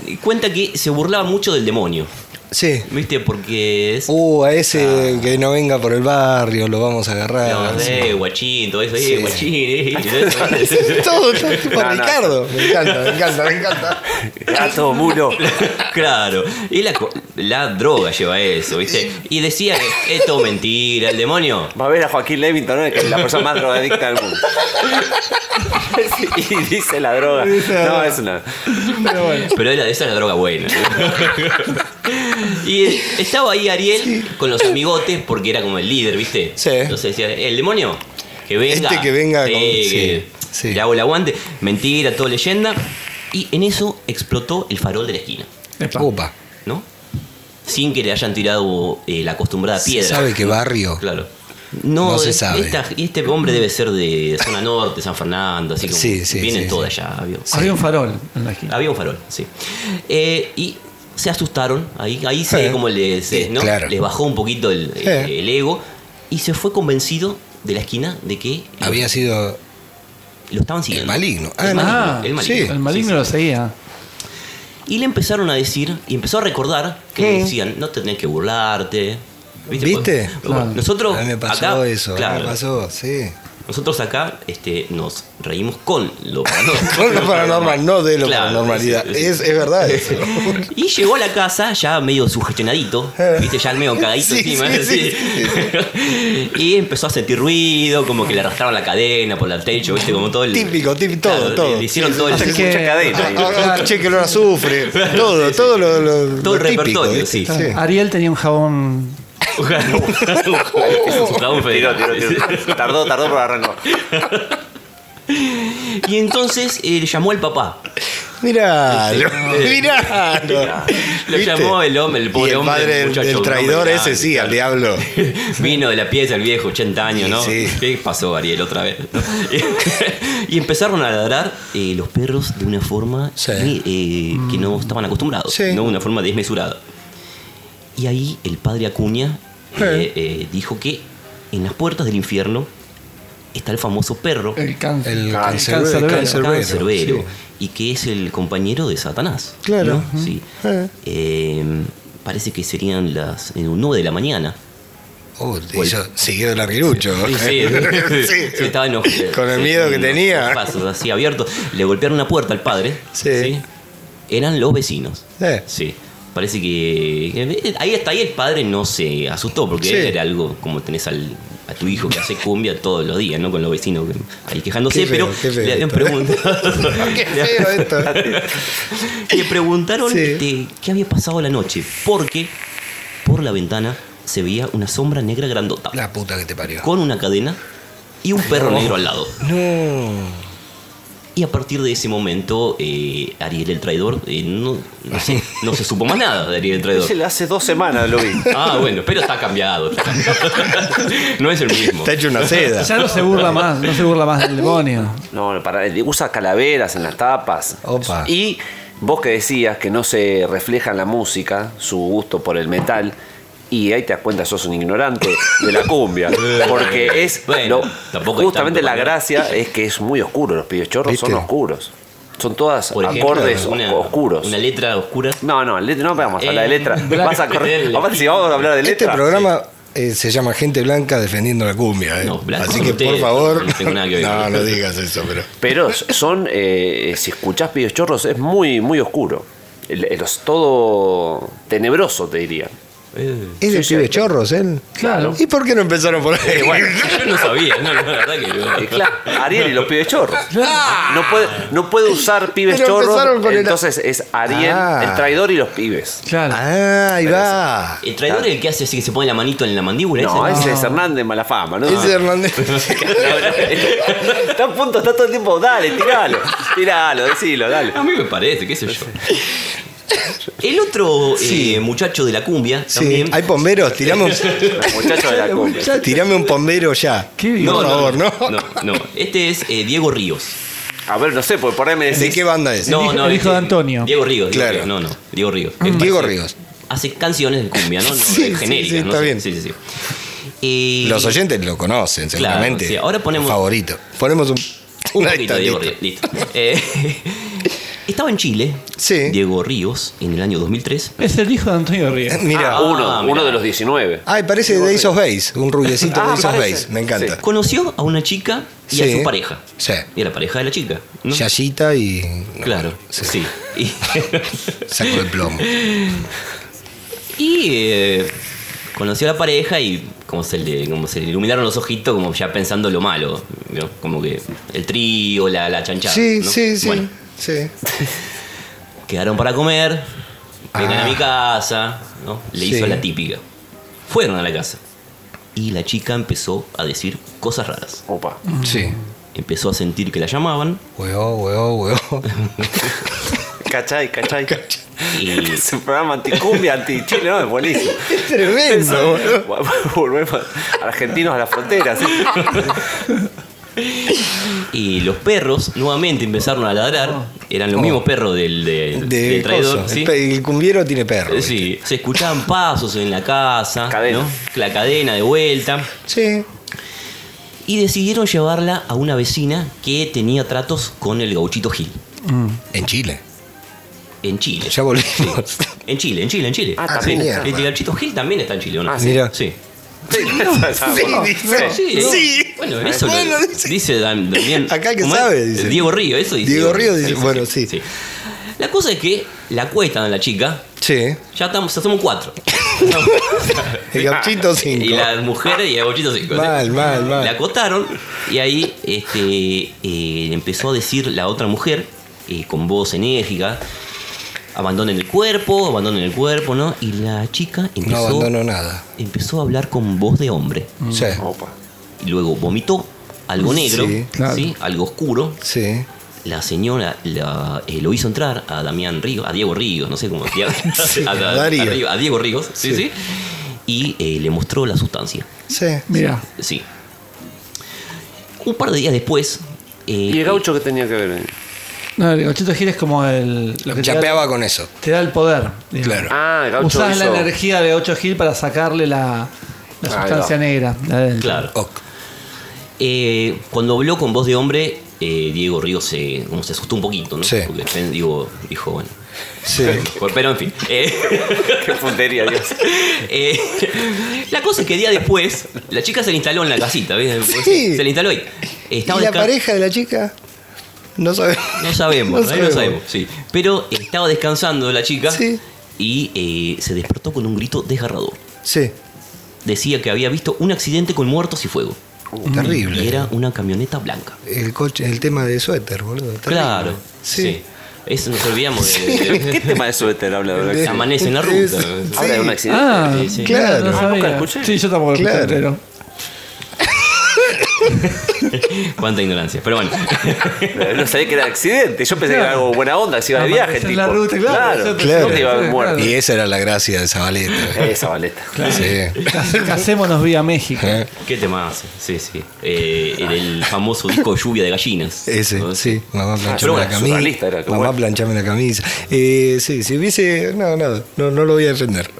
y cuenta que se burlaba mucho del demonio,
Sí.
¿viste? Porque es...
Uh, a ese que no venga por el barrio, lo vamos a agarrar.
Ah. no, eh, guachín, todo eso, eh,
Ah, Sí.
guachín, eh, y todo eso.
*laughs* Todo, todo tipo
No, no.
Ricardo. Me encanta, me encanta, me encanta.
Gato, mulo.
*laughs* Claro, y la, co- la droga lleva eso, ¿viste? Y decía que es todo mentira, el demonio.
Va a ver a Joaquín Levington, ¿no? que es la persona más drogadicta *laughs* del mundo. Y dice la droga. No, es una.
Pero bueno.
Pero era, esa es la droga buena. *laughs* Y estaba ahí Ariel con los amigotes porque era como el líder, ¿viste?
Sí.
Entonces decía, el demonio, que venga.
Este que venga
sí,
con-
que
sí, sí.
Le hago el aguante. Mentira, todo leyenda. Y en eso explotó el farol de la esquina,
Epa.
Opa.
¿no? Sin que le hayan tirado eh, la acostumbrada
Se
piedra.
sabe qué barrio.
Claro. No,
No se
es-
sabe.
esta- y este hombre debe ser de zona norte, San Fernando, así como
Sí, sí,
vienen
sí,
todas
sí.
allá. Había,
Había un farol en la esquina.
había un farol, sí. Eh, y se asustaron, ahí, ahí se
Eh.
como les, eh,
Sí,
¿no?
claro.
les bajó un poquito el,
Eh.
el ego y se fue convencido de la esquina de que lo-
Había sido
lo estaban siguiendo.
el maligno.
El
Ah, no.
maligno,
Ah,
el maligno.
sí.
El maligno
Sí,
lo seguía.
sí. Y le empezaron a decir, y empezó a recordar que le
Eh.
decían, no te tenés que burlarte. ¿Viste?
¿Viste?
Porque- bueno,
Claro.
Nosotros
A mí me pasó
acá-
eso. a mí
claro,
Me pasó, sí.
Nosotros acá este, nos reímos con lo paranormal.
Con *laughs* lo paranormal, no de lo
Claro,
paranormalidad.
sí, sí.
Es, es verdad eso.
*laughs* Y llegó a la casa ya medio sugestionadito, viste, ya medio cagadito
Sí,
encima.
sí, sí,
así. y empezó a sentir ruido, como que le arrastraron la cadena por el techo, viste, como todo el.
Típico, típico, todo,
Claro,
todo.
Le, le hicieron todo el,
Hace
que-
mucha *laughs* cadena.
Ah, ah, ah, che, que lo
*laughs*
sufre. Todo, todo lo, lo-
Todo
lo
el
típico,
repertorio,
¿viste?
sí. Ah.
Sí.
Ariel tenía un jabón.
Jabón
Tiró,
federal.
tiró, tiró. Tardó, tardó, pero arrancó.
Y entonces eh, le llamó
*laughs*
al papá.
Miralo,
Sí.
miralo.
Lo
¿Viste?
llamó el hombre, el
Y
pobre
el
hombre,
padre
el
del,
muchacho,
del
un hombre
traidor
grande,
ese sí, al diablo.
Vino de la pieza el viejo, 80 años, ¿no?
Sí.
¿Qué pasó, Ariel, otra vez? ¿no? *laughs* y empezaron a ladrar eh, los perros de una forma
Sí. Mm.
eh, que no estaban acostumbrados,
Sí.
¿no? Una forma desmesurada. Y ahí el padre Acuña eh, eh, dijo que en las puertas del infierno está el famoso perro,
El cáncer.
El
Ah,
cancerbero.
cancerbero.
cancerbero,
cancerbero,
sí.
y que es el compañero de Satanás.
Claro.
¿no? Sí.
Eh.
Eh, parece que serían las eh, 9 de la mañana.
Oh, te hizo seguido el larguirucho. ¿eh?
Sí, sí.
*laughs* Sí.
*laughs* Sí, estaba enojado.
Con el
Sí,
miedo que
unos
tenía.
Pasos así abiertos. Le golpearon una puerta al padre.
Sí.
Eran los vecinos.
Eh,
Sí. Parece que. que- Ahí hasta ahí el padre no se asustó, porque
Sí.
era algo como tenés al- a tu hijo que hace cumbia todos los días, ¿no? Con los vecinos que- ahí quejándose,
Qué feo, qué
pero
feo
le habían
esto. ¿eh?
preguntado.
*laughs* Qué feo esto. ¿eh?
*laughs* le preguntaron
Sí.
este, qué había pasado la noche, porque por la ventana se veía una sombra negra grandota
La puta que te parió.
con una cadena y un perro negro al lado.
No.
Y a partir de ese momento, eh, Ariel el traidor, eh, no, no sé, no se supo más nada de Ariel el traidor.
Dice, Hace dos semanas lo vi.
Ah, bueno, pero está cambiado. está cambiado. No es el mismo.
Está hecho una seda.
Ya no se burla más, no se burla más del demonio.
No, para, eh, usa calaveras en las tapas.
Opa.
Y vos que decías que no se refleja en la música su gusto por el metal. Y ahí te das cuenta, sos un ignorante de la
*laughs*
cumbia. Porque es.
Bueno,
lo-
tampoco hay
justamente
tanto
la
para-
gracia es que es muy oscuro. Los pibes chorros son
¿Viste?
oscuros. Son todas
Por ejemplo,
acordes
una-
oscuros.
Una letra oscura.
No, no, letra, no vamos a hablar de
Eh, *laughs*
letra.
Black
Vas a correr.
Metal.
Aparte, si vamos a hablar de
Este
letra.
programa eh, se llama Gente Blanca defendiendo la cumbia. eh.
No, blanco
Así
no
que por
ustedes,
favor,
no tengo nada que
*laughs*
ver.
no, no digas eso, pero
Pero son, eh, si escuchás Pibes Chorros, es muy, muy oscuro. El- el- los- todo tenebroso,
*laughs*
te diría.
Eh,
es de
Sí, sí,
pibes
hay-
chorros, él.
Claro.
¿Y por qué no empezaron por
*laughs*
ahí?
yo no sabía, no, no, la verdad que
Eh,
no.
Claro, Ariel y los
*laughs*
Pibes Chorros. No puede, no puede usar Pibes
Pero empezaron
Chorros.
con el-
entonces es Ariel,
Ah.
el traidor y los pibes.
Claro.
Ah, ahí va.
El traidor es el que hace así que se pone la manito en la mandíbula.
No,
ese,
ese es Hernández Malafama, ¿no? *laughs*
Ese
*laughs*
Hernández.
está a punto, está todo el tiempo, dale, tiralo, tiralo, decilo,
*laughs*
dale.
A mí me parece, qué sé yo. El otro eh, muchacho de la cumbia
Sí,
también.
hay pomberos,
*laughs*
tiramos,
Muchachos de la cumbia.
tirame un pombero ya.
Qué bien.
por favor, ¿no?
No, no. Este es eh, Diego Ríos. este
A ver, no sé, porque por ahí me decís.
¿De qué banda es?
hijo- el hijo de Antonio.
Diego Ríos. Diego
Claro. Mm.
Ríos, no, no. Diego Ríos. Él
Diego
hace-
Ríos.
Hace canciones de cumbia, ¿no? no
Sí,
de
sí,
genéricas,
sí,
¿no?
está bien.
Sí, sí, sí. Y-
Los oyentes lo conocen,
Claro,
seguramente.
sí, ahora ponemos-
Favorito. Ponemos un.
*laughs* Un
Ahí está,
poquito de Diego
listo.
Ríos. Listo. Eh, estaba en Chile.
Sí.
Diego Ríos en el año 2003.
Es el hijo de Antonio Ríos.
Mira.
Ah,
uno,
mirá.
uno de los 19.
Ay, parece Days of Base, un rubiecito
*laughs*
Ah,
de Days of
parece.
Base, me encanta.
Sí.
Conoció a una chica y a
Sí.
su pareja.
Sí.
Y a la pareja de la chica. ¿no?
Yayita y. no,
Claro,
se
sí. Y, *laughs*
Sacó el plomo.
y, eh, conoció a la pareja y como se, le, como se le iluminaron los ojitos, como ya pensando lo malo. ¿no? Como que el trío, la, la chanchada.
Sí,
¿no?
sí, sí.
Bueno,
sí.
Quedaron para comer, vengan
Ah.
a mi casa, ¿no? Le
Sí.
hizo la típica. Fueron a la casa. Y la chica empezó a decir cosas raras.
*laughs*
Opa.
Sí.
Empezó a sentir que la llamaban
Hueó, hueó,
*laughs*
hueó.
Cachai, cachai.
y
*laughs* Es un programa anticumbia, anti-chile, ¿no? Es buenísimo.
Tremendo, boludo.
Volvemos argentinos a la frontera, ¿sí?
Y los perros nuevamente empezaron a ladrar. Eran los
Oh.
mismos perros del, del-
De
del traidor.
coso.
¿sí? Eh,
El pe- El cumbiero tiene perro. ¿viste?
Sí, se escuchaban pasos en la casa.
Cadena.
¿no? La cadena de vuelta.
Sí.
Y decidieron llevarla a una vecina que tenía tratos con el gauchito Gil.
En Chile.
En Chile.
Ya volvimos.
*laughs* En Chile, en Chile, en Chile.
Ah,
Sí.
también
está.
El gauchito Gil también está en Chile, ¿o no?
Ah,
sí. Mira.
Sí.
dice.
Sí, ¿no?
Sí.
Bueno, eso lo-
Bueno,
dice, Dan- Damián.
*laughs* Acá que
¿cómo es?
sabe, dice.
Diego Río, eso dice.
Diego Río dice,
Eso
bueno, sí.
La cosa es que la cuestan a la chica.
Sí.
Ya estamos, ya somos cuatro.
El gauchito 5.
Ah, Y las mujeres y el bochito cinco. ¿sí?
Mal, mal, mal.
La acotaron y ahí este, eh, empezó a decir la otra mujer eh, con voz enérgica. Abandonen el cuerpo, abandonen el cuerpo, ¿no? Y la chica
No
empezó,
abandono nada.
empezó a hablar con voz de hombre.
Sí.
Opa.
Y luego vomitó algo negro,
Sí,
sí,
claro.
algo oscuro.
Sí.
La señora la- eh, lo hizo entrar a Damián Ríos, a Diego Ríos, no sé cómo. a- a, a-
Darío.
a Río- a Diego Ríos, sí, sí. Y eh, le mostró la sustancia.
Sí.
Mira,
Sí. Un par de días después. eh,
¿Y el gaucho qué tenía que ver?
no, el gauchito Gil es como el, lo que te da,
Chapeaba con eso.
te da el poder. digamos.
Claro.
Ah, el gaucho
Usás
hizo-
la energía de 8 Gil para sacarle la, la
Ahí
sustancia
va.
negra. la del-
Claro.
Ok.
Eh, cuando habló con voz de hombre, eh, Diego Ríos se, como se asustó un poquito, ¿no?
Sí.
Porque pen- digo, dijo, bueno.
Sí.
Pero en fin. eh,
*laughs*
*laughs*
Qué puntería, Dios.
Eh, la cosa es que día después, la chica se le instaló en la casita, ¿ves?
Sí.
Se le instaló ahí. Estaba
¿Y la
desca-
pareja de la chica? No sabemos.
No sabemos,
*laughs* No
¿eh? no sabemos.
sabemos.
sí. Pero estaba descansando la chica
Sí.
y eh, se despertó con un grito desgarrador.
Sí.
Decía que había visto un accidente con muertos y fuego.
terrible.
Y era una camioneta blanca.
El coche, el tema de suéter, boludo. terrible.
Claro. Sí.
Sí.
Eso nos olvidamos de.
¿Qué tema de suéter habla de
De-
Amanece en la ruta.
Es-
Habla de un
Sí.
accidente.
Ah,
Sí, sí.
Claro.
no
Ah,
¿nunca
sabía.
escuché?
Sí, yo tampoco lo escuché
Claro.
entero.
Cuánta ignorancia. Pero bueno. *laughs*
No sabía que era accidente. Yo pensé que era
Claro.
algo buena onda, si iba de
Amanece
viaje,
en
tipo.
la ruta, claro, eso te-
Claro.
¿Dónde iba a haber
Sí,
muerto?
Y esa era la gracia de Zabaleta.
Esa baleta.
Sí.
*laughs*
Cas- Casémonos vía México.
¿Eh?
¿Qué tema hace? Sí, sí. Eh, en el famoso disco Lluvia de
*laughs*
Gallinas.
Ese,
¿no?
sí.
Ah,
Mamá planchame
pero bueno,
la camisa.
surrealista era, qué
Mamá
bueno.
planchame la camisa. Eh, sí, si hubiese. No, nada. No, no lo voy a defender.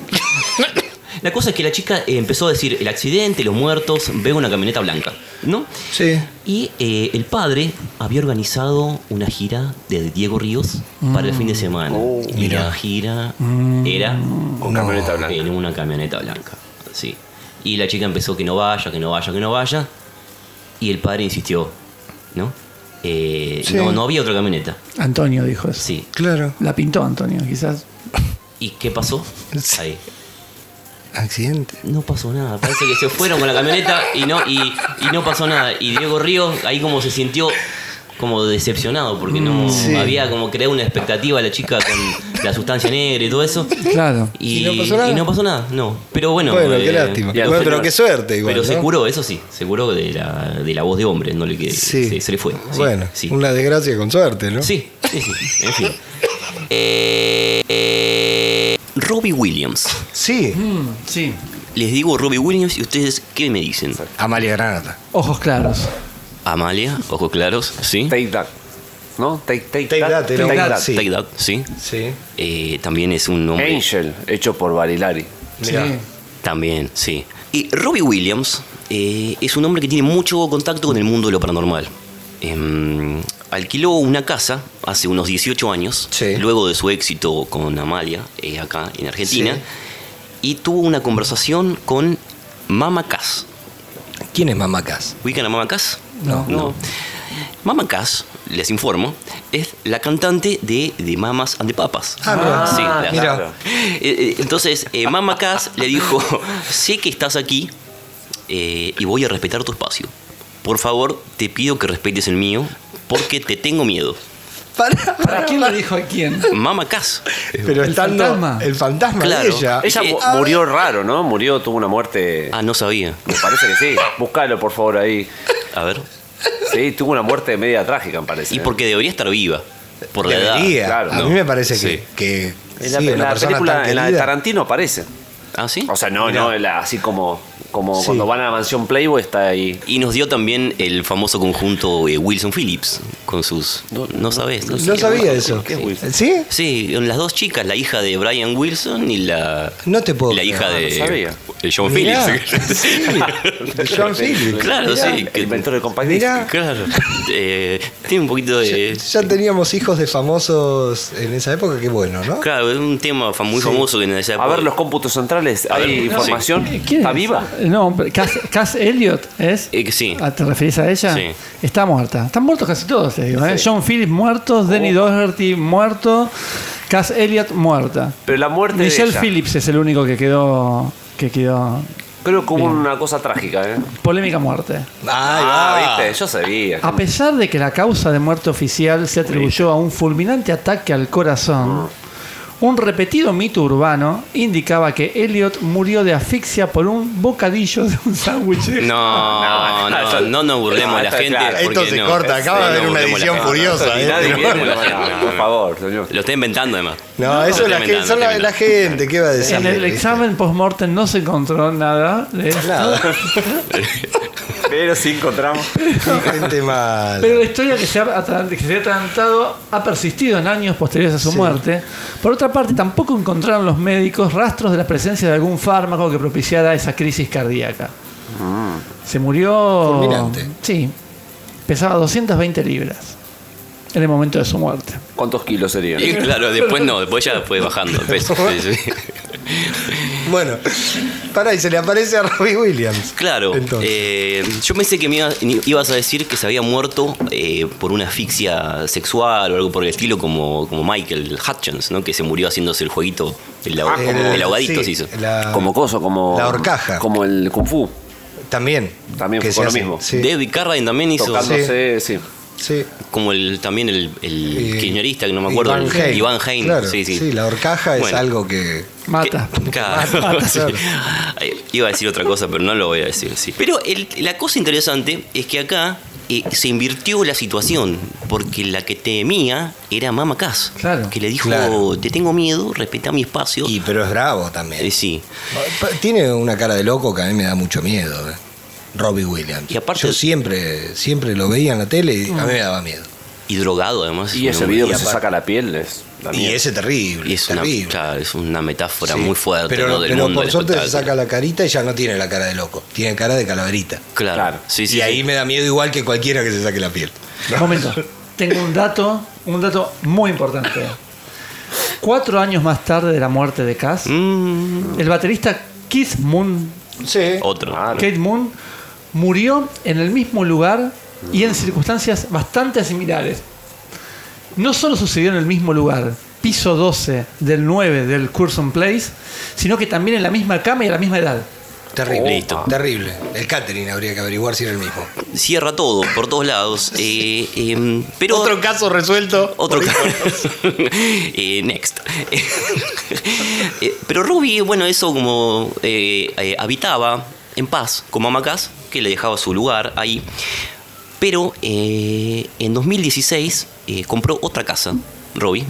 La cosa es que la chica eh, empezó a decir el accidente, los muertos, veo una camioneta blanca, ¿no?
Sí.
Y eh, el padre había organizado una gira de Diego Ríos para el
Mm.
fin de semana.
Oh.
y la gira era
Con camioneta blanca.
en una camioneta blanca. Sí. Y la chica empezó que no vaya, que no vaya, que no vaya. Y el padre insistió, ¿no? Eh,
Sí.
No, no había otra camioneta.
Antonio dijo eso.
Sí.
Claro.
La pintó Antonio, quizás.
¿Y qué pasó?
Sí.
Ahí.
Accidente.
No pasó nada, parece que se fueron con la camioneta y no, y, y no pasó nada. Y Diego Ríos ahí como se sintió como decepcionado porque no
Mm, sí.
había como creado una expectativa a la chica con la sustancia negra y todo eso.
Claro.
Y,
¿Y no pasó nada?
y no pasó nada, no. Pero bueno.
Bueno, qué lástima.
y al
Bueno,
final-
pero qué suerte igual,
Pero se
¿no?
curó, eso sí, se curó de la, de la voz de hombre, no le que
Sí.
se, se le fue. sí,
bueno,
sí.
una desgracia con suerte, ¿no?
Sí, sí, sí, en fin. Eh, eh, Robbie Williams.
Sí.
Mm. Sí.
Les digo Robbie Williams y ustedes, ¿qué me dicen?
Amalia Granata.
Ojos claros.
Amalia, ojos claros, sí.
Take that. ¿no? Take, take,
Take
that,
That, era
Take
un-
That.
sí.
Take That, sí.
Sí.
Eh, también es un nombre.
Angel, hecho por Barilari.
Mirá.
Sí.
También, sí. Y Robbie Williams eh, es un hombre que tiene mucho contacto con el mundo de lo paranormal. Em, alquiló una casa hace unos 18 años,
Sí.
luego de su éxito con Amalia, eh, acá en Argentina, y tuvo una conversación con Mama Cass.
¿Quién es Mamacas?
¿Ubican a Mama Cass?
No.
no. Mama Cass, les informo, es la cantante de, de Mamas and the Papas.
Ah, mirá.
Sí, la-
mirá.
claro.
eh, eh, Entonces, eh, Mama Cass le dijo, sé que estás aquí eh, y voy a respetar tu espacio. Por favor, te pido que respetes el mío porque te tengo miedo.
Pará,
¿Para quién le dijo a quién?
Mama Cass.
Pero
El
estando
fantasma.
el fantasma de
Claro.
ella.
Ella
Eh,
mu-
ah.
murió raro, ¿no? Murió, tuvo una muerte.
Ah, no sabía.
Me parece que sí. Búscalo, por favor, ahí.
A ver.
Sí, tuvo una muerte media trágica, me parece.
Y
¿eh?
porque debería estar viva. Por la edad.
Debería.
claro,
a
¿no?
mí me parece que,
Sí.
que
En la,
sí,
en
una
la
persona tan
película, en la de
querida.
Tarantino aparece.
¿Ah, sí?
O sea, no,
Mirá.
no, en la- así como, como
Sí.
cuando van a la mansión Playboy está ahí.
Y nos dio también el famoso conjunto eh, Wilson Phillips con sus... No, sabes.
No sabía eso.
¿Qué es Wilson?
¿Sí?
Sí, con las dos chicas, la hija de Brian Wilson y la,
No te puedo
la
creer.
hija
Ah, no
de
sabía.
de John
Mirá,
*laughs* Phillips.
sí, de John Phillips.
Claro,
Mirá.
sí.
El inventor del compact disc.
Mirá,
Claro. Eh, tiene un poquito de.
ya teníamos hijos de famosos en esa época, qué bueno, ¿no?
Claro, es un tema fa- muy famoso que en esa
A
época.
ver los cómputos centrales,
A
¿hay
ver, sí.
información?
Eh, ¿Quién
¿Está
es?
viva?
No, pero Cass, Cass Elliot es.
Eh, que sí.
Ah, ¿Te referís a ella?
Sí.
Está muerta. Están muertos casi todos, te digo. ¿eh? John Phillips muerto, Denny
Oh.
Doherty muerto, Cass Elliot muerta.
Pero la muerte de
Michelle
ella,
Phillips es el único que quedó. que quedó.
creo que hubo una cosa trágica, ¿eh?
Polémica muerte.
Ah, viste, yo sabía.
A pesar de que la causa de muerte oficial se atribuyó a un fulminante ataque al corazón, un repetido mito urbano indicaba que Elliot murió de asfixia por un bocadillo de un sándwich.
No, no, no, no nos burlemos
No,
de la
está
gente.
claro.
porque
Esto se
no.
corta, acaba
Sí,
de haber
no
una
burlemos de la
edición
gente.
furiosa,
Y
¿eh?
nadie
Pero-
no,
viene,
no, no.
por favor, señor.
Lo está inventando además.
No, eso es la, gente, son la, la gente, ¿qué va a decir? Este,
En el
¿Viste?
examen postmortem no se encontró nada de esto,
Nada,
Pero sí encontramos.
*laughs* hay gente mal.
Pero la historia que se, ha atran- que se ha atragantado ha persistido en años posteriores a su muerte. Por otra parte, tampoco encontraron los médicos rastros de la presencia de algún fármaco que propiciara esa crisis cardíaca. Se murió...
Fulminante.
Sí. Pesaba 220 libras en el momento de su muerte.
¿Cuántos kilos serían?
Y claro, después no, después ya fue bajando
*laughs*
el peso. Sí, sí.
Bueno, pará, y se le aparece a Robbie Williams.
Claro,
Entonces.
eh, yo pensé que me iba- ni- ibas a decir que se había muerto eh, por una asfixia sexual o algo por el estilo, como, como Michael Hutchins, ¿no? que se murió haciéndose el jueguito, el, ahogadito
Ah, como-
el ahogadito
eh, sí,
se hizo.
la-
Como coso, como.
La horcaja.
Como el Kung Fu.
También.
También
que
fue
se
lo
hace-
mismo.
Sí,
David Carradine también hizo,
Tocándose, sí.
sí.
como el también el, el
Eh,
kirchnerista, que no me acuerdo,
Iván
el-
Hein.
Iván Hein.
Claro,
sí, sí.
la horcaja es
Bueno.
algo que.
Mata.
Que- claro,
Mata,
sí.
claro.
Ay, Iba a decir otra cosa, pero no lo voy a decir. sí. Pero el- la cosa interesante es que acá eh, se invirtió la situación, porque la que temía era Mama Cass,
Claro.
que le dijo,
Claro.
te tengo miedo, respeta mi espacio.
Y pero es bravo
Eh,
también.
sí,
Pa- Tiene una cara de loco que a mí me da mucho miedo. eh. Robbie Williams.
Y aparte-
Yo siempre, siempre lo veía en la tele y a mí me daba miedo.
y drogado además.
Y ese
Bueno,
video
y
que se
aparte-
saca la piel es. la
Y
mierda.
ese terrible.
y es, una,
terrible.
claro, es una metáfora
Sí.
muy fuerte
Pero,
¿no? del
pero
mundo
por
del
suerte se
espectáculo.
saca la carita y ya no tiene la cara de loco. Tiene cara de calaverita.
Claro,
Claro.
Sí, sí,
y ahí
sí.
me da miedo igual que cualquiera que se saque la piel.
Momento. Tengo un dato, un dato muy importante. Cuatro años más tarde de la muerte de Cass,
Mm,
el baterista Keith Moon
Sí.
otro.
Claro.
Kate Moon murió en el mismo lugar y en circunstancias bastante similares. No solo sucedió en el mismo lugar, piso 12 del 9 del Curson Place, sino que también en la misma cama y a la misma edad.
Terrible.
Listo.
Terrible. El catering habría que averiguar si era el mismo.
Cierra todo, por todos lados. Eh, em, pero
Otro caso resuelto.
Otro
Por-
caso. *laughs* Eh, next. *laughs* Eh, pero Ruby, bueno, eso como eh, eh, habitaba en paz con Mama Cass, que le dejaba su lugar ahí. Pero eh, en 2016 eh, compró otra casa, Robbie.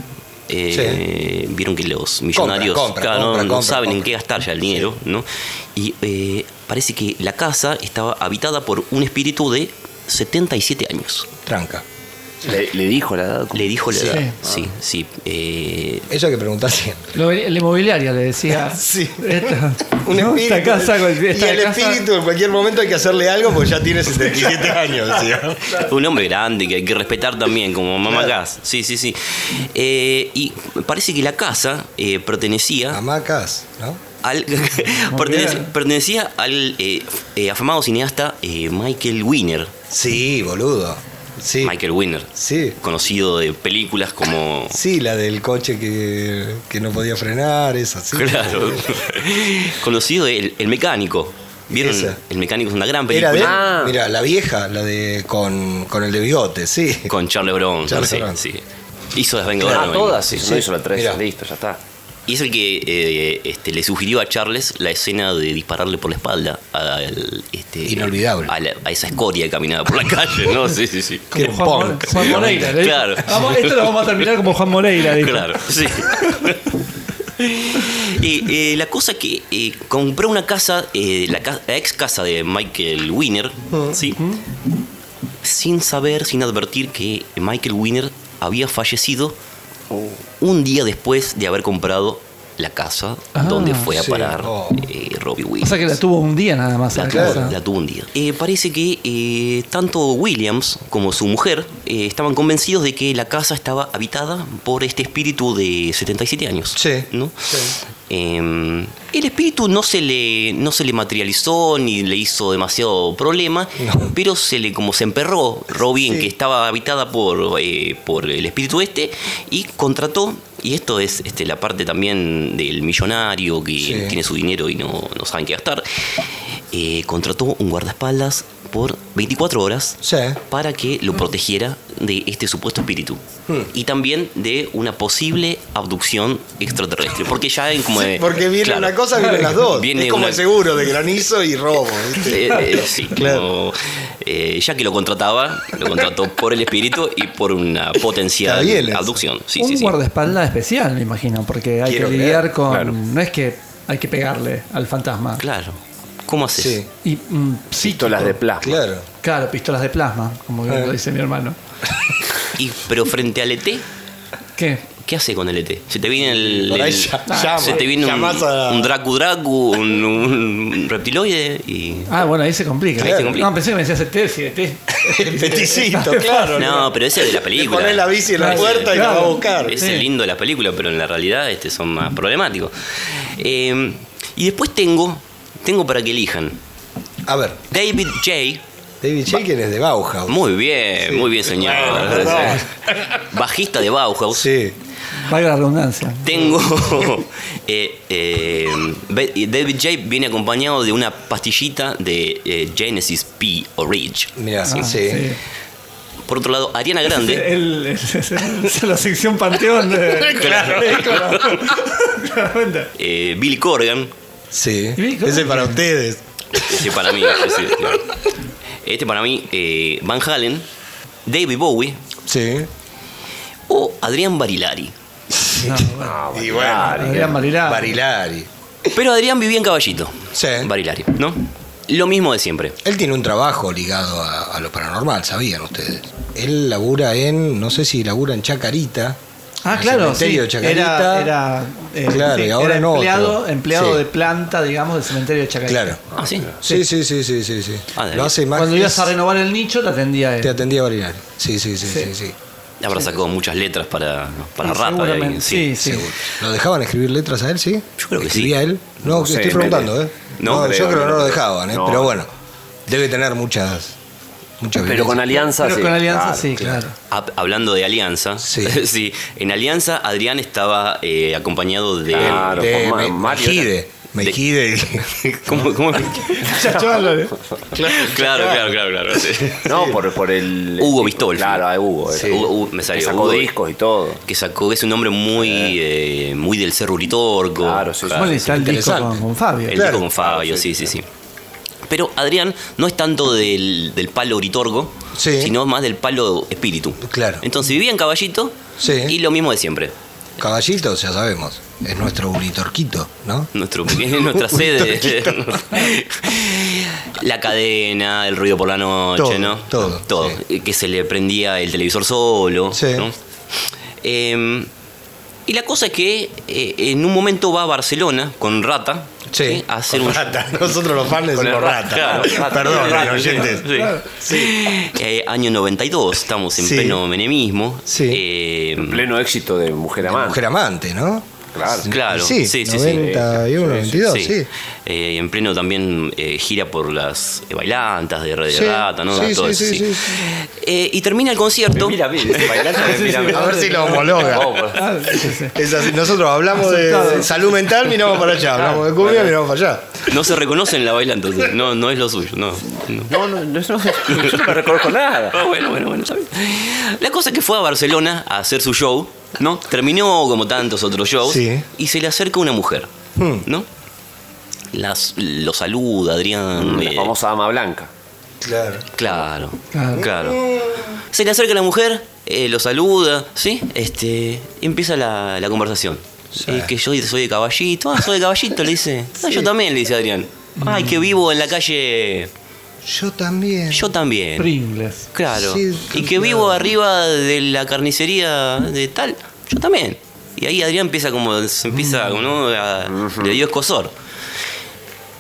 Eh, Vieron que los millonarios
compra,
claro, no-
compra,
no,
compra,
saben en
compra.
qué gastar ya el dinero, ¿no? Y eh, parece que la casa estaba habitada por un espíritu de 77 años.
Tranca.
Le, le dijo la edad.
Le dijo la
Sí.
edad. Sí, sí. eh,
Eso hay que preguntar siempre.
Lo- la inmobiliaria le decía.
*laughs* Sí.
Esto,
*laughs* Un
¿no?
espíritu.
Esta casa con-
y
esta
el
casa-
espíritu en cualquier momento hay que hacerle algo porque ya tiene 77 años. ¿sí?
un hombre grande que hay que respetar también, como Mamá Gas. Sí, sí, sí. Eh, y parece que la casa eh,
Ah.
pertenecía
Hamacas, ¿no? *laughs*
al, *laughs* pertenece- pertenecía al eh, eh, afamado cineasta eh, Michael Wiener.
Sí, boludo. Sí.
Michael Wiener,
Sí.
conocido de películas como.
Sí, la del coche que, que no podía frenar, esa, sí. *laughs*
Claro. conocido de El, El Mecánico. ¿Vieron?
Esa.
El Mecánico es una gran
Era
película.
de.
Ah.
Mira, la vieja, la de. con, con el de bigote, sí.
Con Charles Bronson.
Charles
sí,
Bronson.
sí. Hizo las
Ah,
Vengadoras.
todas. Sí,
sí.
No hizo la 3,
Mirá.
listo, ya está.
Y es el que eh, este, le sugirió a Charles la escena de dispararle por la espalda al, este,
Inolvidable.
A, la- a esa escoria que caminaba por la *laughs* calle, ¿no? Sí, sí, sí.
Qué
Como Juan,
punk.
Mo- Juan Moreira. le dijo.
Claro.
Vamos, esto lo vamos a terminar como Juan Moreira. dijo.
Claro, *laughs* sí. Eh, eh, la cosa que eh, compró una casa, eh, la, ca- la ex casa de Michael Wiener,
Ah,
¿sí? sin saber, sin advertir que Michael Wiener había fallecido un día después de haber comprado la casa
Ah,
donde fue a
sí.
parar
Oh.
eh, Robbie
O
Williams.
sea que la tuvo un día nada más. a
La
la
tuvo,
casa.
la tuvo un día. Eh, parece que eh, tanto Williams como su mujer eh, estaban convencidos de que la casa estaba habitada por este espíritu de 77 años.
Sí,
¿no? Eh, el espíritu no se le no se le materializó ni le hizo demasiado problema,
No.
pero se le como se emperró Robin
Sí.
que estaba habitada por eh, por el espíritu este y contrató y esto es este, la parte también del millonario que
Sí.
tiene su dinero y no, no saben qué gastar. eh, contrató un guardaespaldas por 24 horas
Sí.
para que
Mm.
lo protegiera de este supuesto espíritu
Hmm.
y también de una posible abducción extraterrestre. Porque ya en como.
Sí,
de-
porque viene
claro.
una cosa, vienen las dos.
Viene
es como
una-
el seguro de granizo y robo. ¿viste?
Eh, eh, sí,
*laughs* Claro.
como, eh, ya que lo contrataba, lo contrató por el espíritu y por una potencial
Está bien eso.
abducción. Sí,
un
sí, sí.
guardaespaldas especial, me imagino, porque hay
Quiero
que lidiar
creer,
con.
claro.
No es que hay que pegarle al fantasma.
Claro. ¿Cómo haces?
Sí,
Y mm, psíquico.
Pistolas de plasma.
claro.
Claro, pistolas de plasma, como
Eh.
lo dice mi hermano.
Y, pero frente al ET,
¿Qué?
¿qué hace con el ET? Se te viene el.
Por ahí
el- Ah,
ya- llama.
se te viene un,
Llamás a-
un Dracu Dracu, un, un reptiloide y.
Ah, bueno, ahí se complica.
Ahí se complica.
No, pensé que me decías este, el test y el test.
Peticito, claro.
No, pero ese es de la
Le
película.
pones la bici en la
Claro,
puerta y la va a
claro.
buscar.
Es
Sí.
el lindo de la película, pero en la realidad este, son más problemáticos. Eh, y después tengo, tengo para que elijan.
A ver,
David J.
David Jenkins es de Bauhaus.
Muy bien, muy bien señor.
Bueno, perdón.
Bajista de Bauhaus.
Sí.
Valga la redundancia.
Tengo. *laughs* eh, eh, Be- David J. viene acompañado de una pastillita de eh, Genesis P. o Ridge.
Mirá, sí.
Ah, sí.
Por otro lado, Ariana
*laughs*
Grande.
El- el- es la sección Panteón de.
*laughs* Claro.
de- claro. *laughs* Claramente.
eh, Bill Corgan.
Sí.
¿Y cómo?
Ese es para ustedes.
Este para mí. sí, sí, claro. Este para mí, eh, Van Halen, David Bowie
Sí.
o Adrián Barilari.
No, bueno.
Y Ah, bueno.
Adrián Barilari.
Barilari.
Pero Adrián vivía en Caballito.
Sí.
Barilari, ¿no? Lo mismo de siempre.
Él tiene un trabajo ligado a, a lo paranormal, sabían ustedes. Él labura en, no sé si labura en Chacarita. en
Ah,
el
claro, sí.
cementerio de Chacarita.
Era, era, eh,
Claro,
sí,
y ahora
era
no otro.
empleado, empleado
Sí.
de planta, digamos, del cementerio de Chacarita.
Claro.
Ah, sí.
Sí, sí, sí, sí, sí. sí.
Ah, de
lo
ahí.
hace más.
Cuando ibas a renovar el nicho, te atendía él.
Te atendía Barilari. Sí, sí, sí, sí, sí.
Habrá sacado muchas letras para, para
Y
rap. ahí,
seguramente-
sí.
Sí, sí.
Seguro. ¿Lo dejaban escribir letras a él, sí?
Yo creo que
¿Escribía
sí.
él? No,
No
que
sé,
estoy preguntando,
creo.
¿eh?
No
No, yo
creo,
creo que no
no
lo
creo.
dejaban, ¿eh?
No.
Pero bueno, debe tener muchas. muchas
Pero con
vivencias.
alianza,
Pero
Ah, sí.
con Alianza,
Claro.
sí, claro.
Hab- Hablando de Alianza,
Sí.
*laughs* en Alianza Adrián estaba eh, acompañado de...
Claro.
De
con Ma-
Me-
Mario
Mejide. Mejide.
*laughs*
*laughs*
¿Cómo, cómo?
¿eh?
claro, claro, claro, claro. sí.
No, por, por el.
Hugo Bistolfi.
Claro, ah, Hugo.
Sí.
era.
Hugo- Hugo- me salió
Que sacó
Hugo.
discos y todo.
Que sacó, es un hombre muy, eh, muy del Cerro Uritorco.
Claro, sí, sí.
Bueno, está el disco
interesante.
con, con Fabio.
El
Claro.
disco con Fabio, sí, sí, sí. Pero Adrián no es tanto del, del palo Uritorco,
Sí.
sino más del palo espíritu.
Claro.
Entonces vivía en Caballito
Sí.
y lo mismo de siempre.
Caballito, ya sabemos, es nuestro unitorquito, ¿no? *laughs*
Nuestro, nuestra sede. *laughs* la cadena, el ruido por la noche,
Todo,
¿no?
todo,
Eh, Que se le prendía el televisor solo.
Sí.
¿no? Eh, y la cosa es que eh, en un momento va a Barcelona con Rata ¿sí? a hacer un
*laughs* Nosotros los fans
Con el decimos rata. rata.
*laughs*
Claro, rata.
Perdón, los oyentes.
Sí. Eh, año 92, estamos en
Sí.
pleno menemismo.
Sí.
Eh,
Pleno éxito de Mujer Amante.
Mujer amante, ¿no?
Claro.
Claro,
Sí,
sí, sí, sí.
91, 92, sí.
Eh, en pleno también eh, gira por las eh, bailantas de Red
Sí,
Rata, ¿no?
sí,
Todo
sí,
eso,
sí,
sí.
sí,
Eh, y termina el concierto.
Me mira a mí, dice, bailando, me mira a mí.
A ver
*laughs*
si lo homologa.
Vamos, pues.
Ah, sí, sí.
Es así, nosotros hablamos de de salud mental, miramos para allá. Hablamos de cumbia, miramos para allá.
*laughs* No se reconocen la bailanta, sí. no, no es lo suyo, no. no.
No, no, no, eso no- yo no me reconozco nada.
Ah, bueno, bueno, bueno, está bien. La cosa es que fue a Barcelona a hacer su show, ¿no? Terminó como tantos otros shows
Sí.
y se le acerca una mujer,
Hmm.
¿no? Las, lo saluda Adrián.
La
eh,
famosa Ama Blanca.
Claro.
Claro,
Claro.
claro. Se le acerca la mujer, eh, lo saluda, ¿sí? Este, y empieza la, la conversación. Eh, que yo soy de caballito, ah, soy de caballito,
*laughs*
le dice. Ah, yo también, le dice Adrián.
Mm.
Ay, que vivo en la calle.
Yo también.
Yo también.
Pringles.
Claro.
Sí,
y que
claro.
vivo arriba de la carnicería de tal. Yo también. Y ahí Adrián empieza como. Se empieza,
Mm.
¿no? A- Le dio escosor.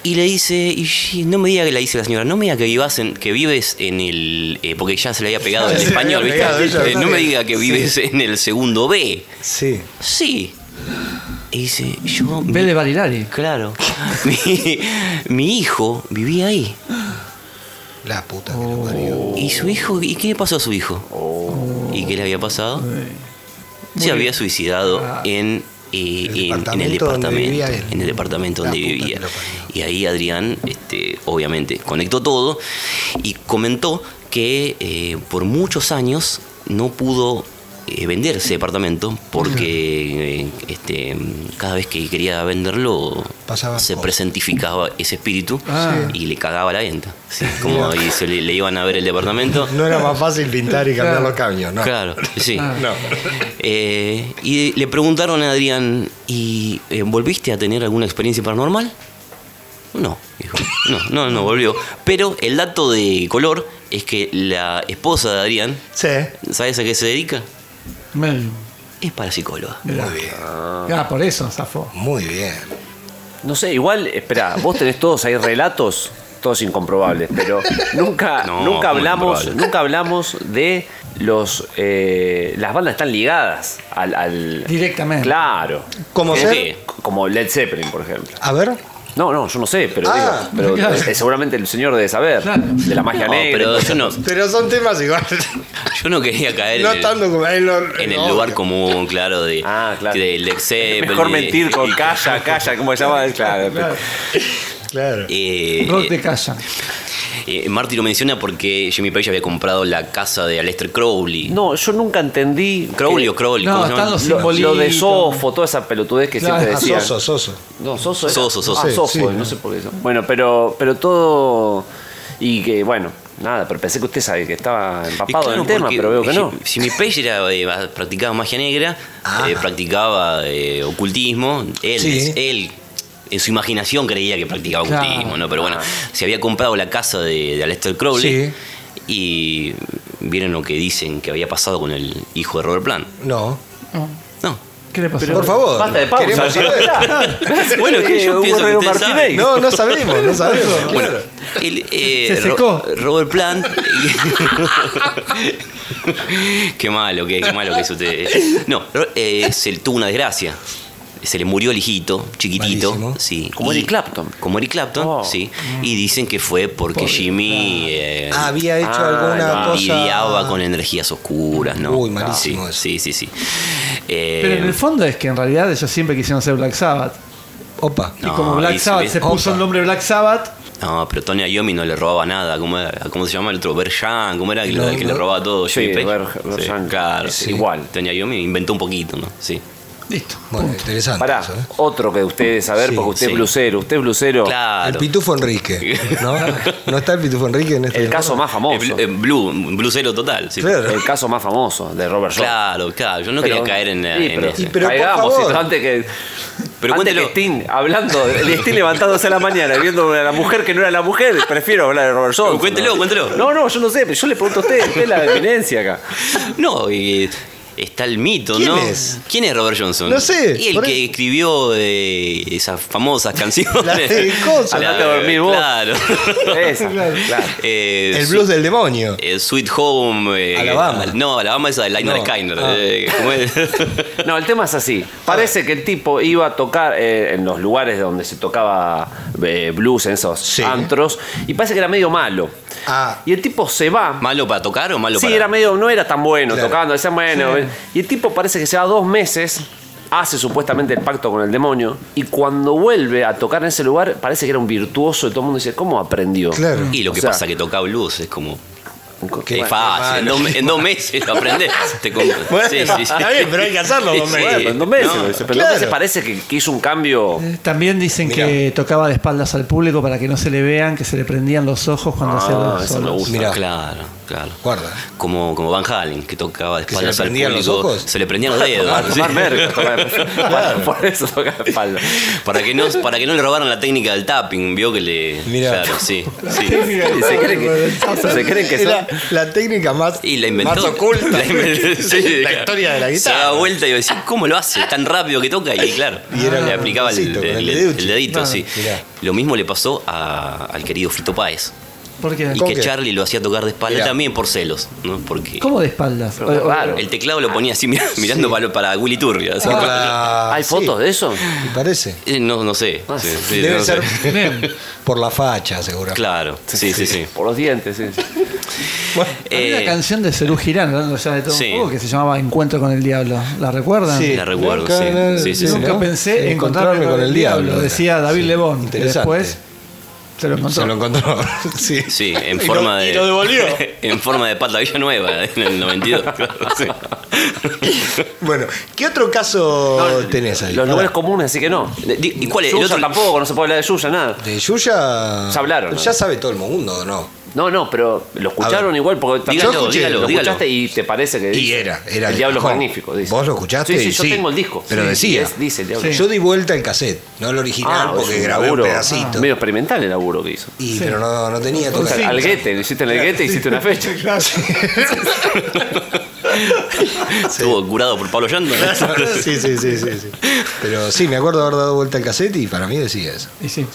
Y le dice, y sí, no me diga que le dice la señora, no me diga que vivas en, que vives en el. eh, porque ya se le había
*laughs*
pegado el
Se le había
español, ¿viste?
pegado, ella,
Eh, no me
sí.
diga que vives en el segundo B.
Sí.
Sí. Y dice, yo.
Ve de Barilari.
Claro. *laughs* mi, mi hijo vivía ahí.
La puta que
Oh.
lo parió.
¿Y su hijo? ¿Y qué le pasó a su hijo?
Oh.
¿Y qué le había pasado? Se había suicidado en, eh,
Ah. El
en- en, el
departamento donde
departamento.
vivía él.
En el departamento donde
La puta
vivía.
que lo parió.
Y ahí Adrián, este, obviamente, conectó todo y comentó que eh, por muchos años no pudo eh, vender ese departamento porque eh, este, cada vez que quería venderlo
Pasaba
se
cosas.
presentificaba ese espíritu
Ah.
y le cagaba la venta. Sí, como y se le, le iban a ver el departamento.
No era más fácil pintar y cambiar
Claro.
los cambios, ¿no?
Claro, sí.
Ah.
No.
Eh, y le preguntaron a Adrián, ¿y eh, volviste a tener alguna experiencia paranormal? No, dijo. No, no, no volvió. Pero el dato de color es que la esposa de Adrián,
Sí.
¿sabes a qué se dedica?
Me-
Es parapsicóloga.
Muy bien.
Ah, por eso zafó.
Muy bien.
No sé, igual, espera, vos tenés todos ahí relatos, todos incomprobables, pero nunca,
*laughs* No,
nunca
muy
hablamos,
improbable.
nunca hablamos de los eh, las bandas están ligadas al, al-
Directamente.
Claro.
¿Cómo
Es
ser?
que- Como Led Zeppelin, por ejemplo.
A ver.
No, no, yo no sé, pero,
Ah,
digo, pero
claro.
eh, seguramente el señor debe saber
Claro.
de la magia
No,
negra.
pero yo no,
Pero son temas igual.
yo no quería caer
*laughs* no
en el-
tanto como en, lo-
en el
lo-
lugar común, claro, de,
Ah, claro.
del Led Zeppelin,
Mejor mentir con
y-
calla, calla, ¿cómo se
*laughs*
llama? Claro.
Claro.
Eh,
Rock de Calla.
eh, Marty lo menciona porque Jimmy Page había comprado la casa de Aleister Crowley.
No, eh, yo nunca entendí.
Crowley
que-
o Crowley.
No,
¿cómo se
están
llama?
los
lo, lo de
simbolitos.
Sofo, toda esa pelotudez que
Claro,
siempre
Ah,
decían.
soso, soso.
No, Soso. era-
Soso, Soso.
Ah,
Sí,
Sofo,
sí.
no sé por qué. Sofo. Bueno, pero, pero todo. Y que, bueno, nada, pero pensé que usted sabe que estaba
Y
empapado
claro,
en el tema,
porque
pero veo que no.
Jim- Jimmy Page era, eh, practicaba magia negra, eh, practicaba eh, ocultismo. Él,
Sí.
él, en su imaginación, creía que practicaba
Claro.
ocultismo, ¿no? Pero
Ah.
bueno, se había comprado la casa de, de Aleister Crowley.
Sí.
Y vieron lo que dicen que había pasado con el hijo de Robert Plant.
No.
No,
¿Qué le pasó?
Por favor.
Basta de pausa. Eh,
Queremos saber.
*laughs* Bueno, que yo
Hugo
pienso que
Rego
ustedes
Martínez.
saben.
No, no *laughs* sabemos, no sabemos. claro.
El, eh,
Se secó.
Ro- Robert Plant. *laughs* qué malo, qué, qué malo que es usted. No, Ro- eh, se le- tuvo una desgracia. Se le murió el hijito, chiquitito.
Malísimo.
Sí.
Como
y-
Eric Clapton.
Como Eric Clapton,
Oh.
sí. Y dicen que fue porque Jimmy eh,
Había hecho
Ah,
alguna
no.
cosa.
lidiaba con energías oscuras, ¿no?
Uy, malísimo eso.
Sí, sí, sí. sí. Eh,
Pero en el fondo es que en realidad ellos siempre quisieron ser Black Sabbath.
Opa.
Y
No,
como Black
y se
Sabbath
ve-
se puso
Opa.
el nombre Black Sabbath,
No, pero Tony Iommi no le robaba nada. ¿Cómo, era? ¿Cómo se llama el otro? Berjan, ¿cómo era el
No,
que le
no.
robaba todo?
Sí,
Jimmy Page.
Ber- Berjan.
claro.
Sí. Igual.
Tony Iommi inventó un poquito, ¿no? Sí.
Listo.
Bueno, interesante.
Pará,
eso, ¿eh?
otro que usted debe saber,
Sí,
porque usted
sí.
es blusero, usted es blusero.
Claro.
Oh, El Pitufo Enrique.
*laughs*
¿no? ¿No está el Pitufo Enrique en este
El caso más
Eh,
famoso.
blu- eh, blue, un bluesero total. sí.
Claro.
El caso más famoso de Robert Shaw.
Claro, claro, yo no
Pero-
quería caer en,
sí,
en
pero,
ese.
pero por
caigamos,
favor.
esto, antes que
Pero
antes que
cuéntelo.
Sting hablando de Sting levantándose a la mañana y viendo a la mujer que no era la mujer prefiero hablar de Robert Johnson
Pero cuéntelo,
¿no?
cuéntelo.
no, no yo no sé pero yo le pregunto a usted usted es la eminencia acá
No, eh, está el mito,
¿Quién
¿no?
es?
¿Quién es Robert Johnson?
No sé,
Y el
por
que
ahí-
escribió eh, esas famosas
*laughs*
canciones.
La de cosas.
Andate a dormir
*laughs*
vos.
Claro. *laughs*
esa *laughs* claro.
Eh,
El blues del demonio.
su- eh, Sweet Home. eh,
Alabama.
al- no, Alabama esa de Liner
No.
Skyner.
Ah.
eh,
*laughs*
¿cómo es?
no el tema es así parece que el tipo iba a tocar eh, en los lugares donde se tocaba eh, blues en esos
Sí.
antros y parece que era medio malo
Ah,
y el tipo se va
¿Malo para tocar o malo
Sí,
para.?
era medio, no era tan bueno
Claro.
tocando, decía bueno. eh".
Sí.
Y el tipo parece que se va dos meses, hace supuestamente el pacto con el demonio, y cuando vuelve a tocar en ese lugar, parece que era un virtuoso y todo el mundo dice, ¿cómo aprendió?
claro.
Y lo
O
que
sea-
pasa es que toca blues es como.
Qué
es
mal,
fácil,
qué
en dos, me- en dos meses lo aprendes. Te com-
*laughs* Bueno, está bien, pero hay que hacerlo dos
Sí,
meses.
Bueno, en dos meses, lo dice, pero en dos
claro.
meses parece que, que hizo un cambio.
Eh, También dicen
Mirá.
que tocaba de espaldas al público para que no se le vean, que se le prendían los ojos cuando
Ah,
hacía los
eso me
solos.
gusta.
Mirá.
Claro, claro.
Guarda.
Como, como Van Halen, que tocaba de
Que se le
espaldas al
prendían los
público,
ojos.
Se le prendían
*laughs*
los dedos.
Para
sí.
tomar merca, para- para- por eso toca la espalda.
Para que, no, para que no le robaran la técnica del tapping, vio que le.
Mirá.
Claro, sí.
*laughs*
sí.
*laughs* ¿Se
*laughs*
creen que, se creen que son-
Era la técnica más,
Y la inventó.
más oculta.
*laughs* La,
*laughs*
inventó, sí,
la
claro.
historia de la
Se daba
guitarra.
vuelta y decía, ¿cómo lo hace? Tan rápido que toca. Y claro,
Y era
le aplicaba el,
con el
el- el
deducho.
dedito,
Ah,
sí.
mirá.
Lo mismo le pasó a- al querido Fito Páez.
¿Por qué?
Y
¿Con
que
qué?
Charlie lo hacía tocar de espalda
Mirá.
también por celos, ¿no? Porque
¿Cómo de espaldas?
Pero qué
O- o-
raro.
el teclado lo ponía así mira- mirando para, para Willy Turria. así.
Ah. Para-
¿Hay
sí,
fotos de eso?
me parece.
Eh, No, no sé.
Ah,
Sí, sí,
Debe
no
ser *laughs*
sé. *laughs*
Bien.
por la facha, seguro.
Claro, sí, sí, sí.
Por los dientes, sí. sí.
Había
Eh,
una canción de Cerú Girán, hablando ya de todo
sí.
un poco, que se llamaba Encuentro con el Diablo. ¿La recuerdan?
La recuerdo, sí. Sí, sí, sí.
Nunca
¿no?
pensé en
encontrarme con el diablo.
decía David
Sí,
Lebón. que
Interesante.
Después se lo encontró.
Se lo encontró.
*laughs*
sí. *laughs*
Sí, en forma de.
devolvió.
*laughs* en forma de pata Villanueva, en el 92.
*laughs*
Sí.
Bueno, ¿qué otro caso tenés ahí?
Los
Pará.
lugares comunes, así que no.
Di- ¿Y cuál es? El
Yuya
otro
tampoco, no se puede hablar de Yuya, nada.
De Yuya.
Se hablaron,
Ya
¿no?
sabe todo el mundo, ¿o no?
No, no, pero lo
A
escucharon
ver.
igual porque también
Dígalo,
lo escuché,
dígalo,
lo
dígalo.
escuchaste y te parece que
Y
dice,
era, era
el
el
diablo es
mejor.
magnífico. Dice.
¿Vos lo escuchaste?
Sí, sí, yo
Sí.
tengo el disco.
Pero
Sí,
decía.
y es- dice el diablo.
Sí.
Yo di vuelta el cassette, no el original,
Ah,
porque
es un
grabé un
laburo
pedacito.
Medio experimental el laburo que hizo.
Y, Pero no, no tenía todo.
O sea, al guete, lo hiciste en el guete y hiciste
*laughs*
una fecha.
Estuvo curado por Pablo Yando.
*laughs* *laughs* sí, sí, sí, sí, sí. Pero sí, me acuerdo haber dado vuelta el cassette y para mí decía eso.
Y sí.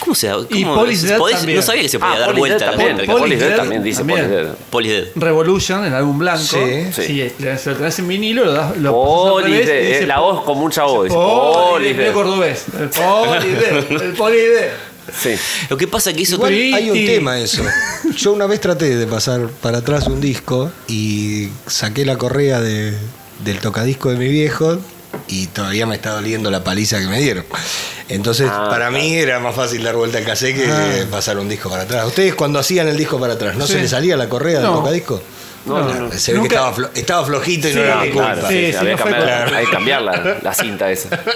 ¿Cómo se da?
Y
cómo-
Police Dead
podés-
también.
No sabía que se podía
Ah,
dar
Police
vuelta
Dead
a la
también.
vuelta.
Police
Police Dead
Dead
también dice
también.
Police Dead.
Police Dead.
Revolution, el álbum blanco.
Sí,
sí.
Si le- se lo tenés en vinilo, lo, das, lo pasas al
Police
revés y
Dead,
dice
eh, la voz con mucha voz. Oh,
Police
dice,
Dead.
Police Dead.
cordobés. El Police Dead, El Police Dead.
Sí.
Lo que pasa es que hizo.
Igual
Pretty.
hay un tema eso. Yo una vez traté de pasar para atrás un disco y saqué la correa de- del tocadisco de mi viejo y todavía me está doliendo la paliza que me dieron. Entonces,
Ah,
para mí era más fácil dar vuelta al cassette que eh, pasar un disco para atrás. ¿Ustedes cuando hacían el disco para atrás, no
Ah. Sí.
se les salía la correa del
No.
tocadisco?
No, no, no.
Se ve
Nunca-
que estaba, flo- estaba flojito y no
Sí,
era mi culpa.
ah, Claro,
Sí,
sí,
sí,
había
no
que
fue
cambiarla,
culpa.
hay que cambiar la, la cinta esa.
Lo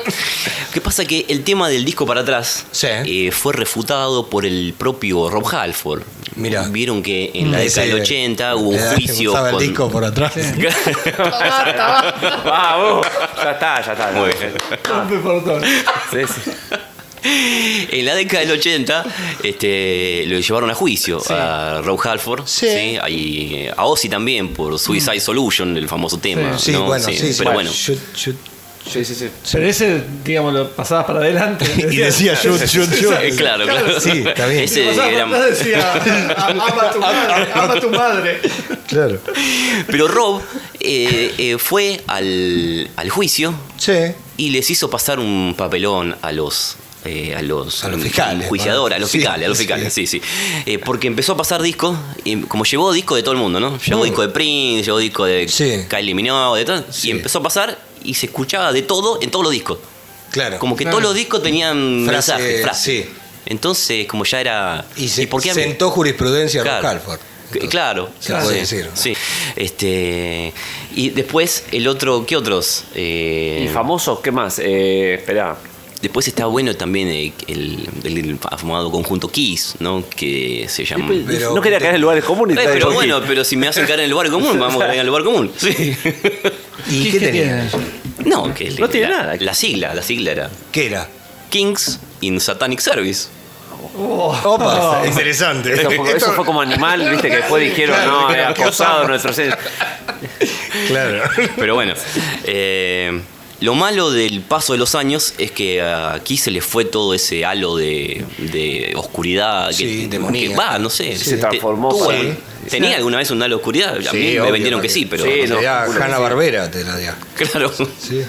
que pasa es que el tema del disco para atrás
Sí.
eh, fue refutado por el propio Rob Halford.
Mirá. Mm.
Vieron que en la década del
Ese-
80 hubo un
le da-
juicio.
usaba
con-
el disco por atrás.
Vamos, ya está, ya está.
Muy bien.
Rompe por todo.
Sí, sí.
*laughs* En la década del 80 este, lo llevaron a juicio a Rob Halford
Sí. Mm.
¿sí? y a Ozzy también por Suicide Solution, el famoso tema.
Sí,
¿no?
bueno, sí, sí.
pero bueno.
Yo- yo-
Sí, sí, sí.
Pero ese, digamos, lo pasabas para adelante.
*laughs* y decía yo,
*laughs*
yo, yo.
Claro, claro.
Sí, está bien.
Ese
Pasabas para
era-
atrás, decía, ama
*laughs*
a tu madre, ama a tu madre.
Claro.
pero Rob eh, eh, fue al, al juicio
Sí.
y les hizo pasar un papelón a los eh, a los,
A los fiscales, ¿no?
juiciadores, a los
Sí,
fiscales, a los
sí.
fiscales, sí, sí. Eh, porque empezó a pasar discos, y como llevó disco de todo el mundo, ¿no? Llevó disco de Prince, llevó disco de
Sí.
Kylie Minogue, de todo,
Sí.
y empezó a pasar y se escuchaba de todo en todos los discos.
Claro.
Como que todos los discos tenían
Frase,
mensajes, frases.
sí.
Entonces, como ya era
y se
por qué a mí?
sentó jurisprudencia a
Claro.
Rob Halford.
C- Claro,
Se puede
sí,
decir.
sí. Este, y después el otro, ¿qué otros? Eh,
Em,
¿Y famosos? ¿Qué más? Eh, esperá.
Después está bueno también eh, el, el, afamado conjunto Kiss, ¿no? Que se llama.
Pero-
no quería caer en lugares comunes.
Eh,
está
pero
de Joaquín.
bueno, pero si me hacen caer en el lugar común, vamos a caer en el lugar común. Sí.
¿Y qué,
¿Qué- qué
tenía?
tiene?
No, que el-
No tiene
la-
nada.
La sigla, la sigla era
¿Qué era?
Kings in Satanic Service.
Oh. Opa, interesante.
Eso fue, eso fue
*laughs*
como animal, viste, que después dijeron,
Claro,
no,
claro,
era
claro.
acosado nuestro ser.
Claro.
*laughs* Pero bueno, eh, lo malo del paso de los años es que aquí se le fue todo ese halo de, de oscuridad. Que,
Sí,
que
demoníaca.
va, no sé.
Se transformó
tuvo
para-
algún- ¿Tenía alguna vez un halo de oscuridad? A
Sí,
mí me
obvio,
vendieron que
porque-
sí, pero
Sí,
no sé.
no.
Era
seguro que
Hanna
sí.
Barbera, te la dio.
*laughs* claro.
Sí.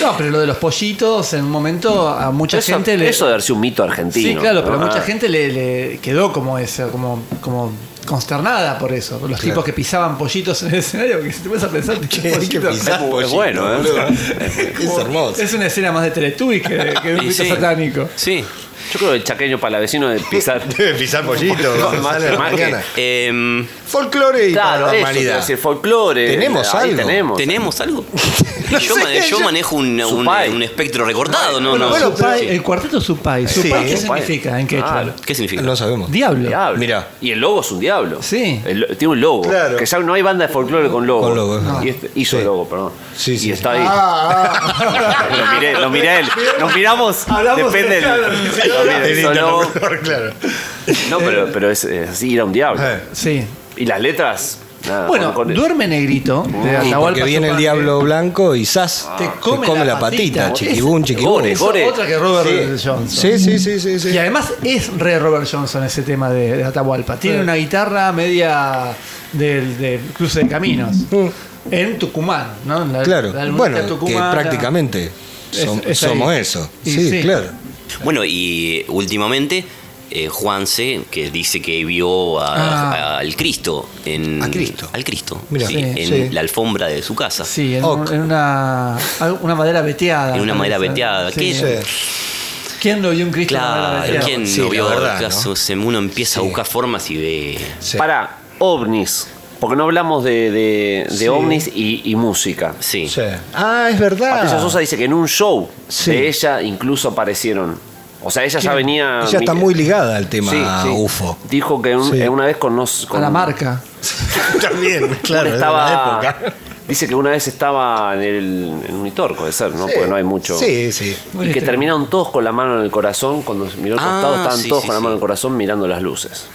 No, pero lo de los pollitos en un momento a mucha
Eso,
gente le.
eso de darse un mito argentino.
Sí, claro, pero
¿no?
mucha
Ah.
gente le, le quedó como eso, como, como consternada por eso. Los tipos que pisaban pollitos en el escenario, porque si te vas
*laughs*
a pensar,
Hay que
pollito.
pisar
es
pollito,
bueno, ¿eh?
boludo. *laughs* Es hermoso.
Es una escena más de Teletubbies que, que de un
Y
mito
sí.
satánico.
Sí.
Yo creo que el chaqueño palavecino de
*laughs*
pisar.
Debe pisar pollito.
No,
cuando
más-
sale a la
más que-
mañana.
Em,
Folclore y
Claro, eso, quiero
normalidad.
decir, folclore.
Tenemos
Ahí
algo.
Tenemos.
*laughs*
¿Tenemos algo? yo,
sé,
mane- yo
yo-
manejo un,
Su
un-
pai.
un espectro recortado, ¿no?
Bueno,
no.
bueno,
Supai,
sí.
El cuarteto Supai.
Sí.
¿Supai qué
Supai.
significa? ¿En qué
Claro.
¿Qué significa?
No sabemos.
Diablo.
Diablo.
Mirá.
Y el logo es un diablo.
Sí.
El lo- tiene un logo.
Claro.
Que ya no hay banda de folclore con logo.
Con logo, es verdad.
Y este- hizo
Sí.
el logo, perdón.
Sí, sí.
Y está ahí.
Ah, *laughs* ah.
Lo miré, lo miré a él. Nos miramos.
Hablamos de-
depende del-
claro, sí,
lo miré,
Del
hizo el logo.
interlocutor, claro.
No, pero, pero es, es así, era un diablo.
Eh.
Sí.
Y las letras. nada,
Bueno,
con- con-
duerme negrito. de
Y
Atahualpa
porque viene el
Yupanqui.
diablo blanco y zas,
Te come,
Ah, la patita, chiquibum,
chiquibún,
chiquibum.
Gore, gore.
Otra que Robert Johnson.
Sí, sí, sí, sí, sí.
Y además es re Robert Johnson ese tema de, de Atahualpa. Tiene una guitarra media del de cruce de caminos. En Tucumán, ¿no? En la-
Mm, Claro.
la lunita
Bueno, que
tucumana.
prácticamente
Es-
som-
es ahí.
somos eso.
Y
Sí,
sí.
claro.
Bueno, y últimamente eh, Juanse, que dice que vio a-
Ah.
a- al Cristo en
A Cristo.
al Cristo,
Mirá.
sí,
Sí,
en
sí.
la alfombra de su casa,
Sí, en,
Oc.
en una, una madera veteada.
en una madera
parece.
veteada.
Sí.
¿Qué-
Sí.
¿Quién no vio un Cristo en una madera
Claro,
veteada?
¿quién
Sí,
no
la
vio?
verdad, ¿no?
Caso, se- Uno empieza a buscar formas y ve.
Sí.
Para ovnis. Porque no hablamos de, de- de ovnis y, y música.
Sí.
Sí. Ah, es verdad.
Patricia Sosa dice que en un show
Sí.
de ella incluso aparecieron. O sea, ella ya venía.
Ella está muy ligada al tema
Sí, sí.
UFO.
Dijo que un-
Sí.
eh, una vez con, nos,
Con
con
la marca.
*laughs* También, claro,
una
es
estaba-
de la época.
Dice que una vez estaba en el en Unitor, puede ser, ¿no?
pues
Porque no hay mucho.
Sí, sí.
Y que terminaron todos con la mano en el corazón, cuando se miró al
Ah,
costado, estaban
sí,
todos
sí,
con la
sí.
mano en el corazón mirando las luces.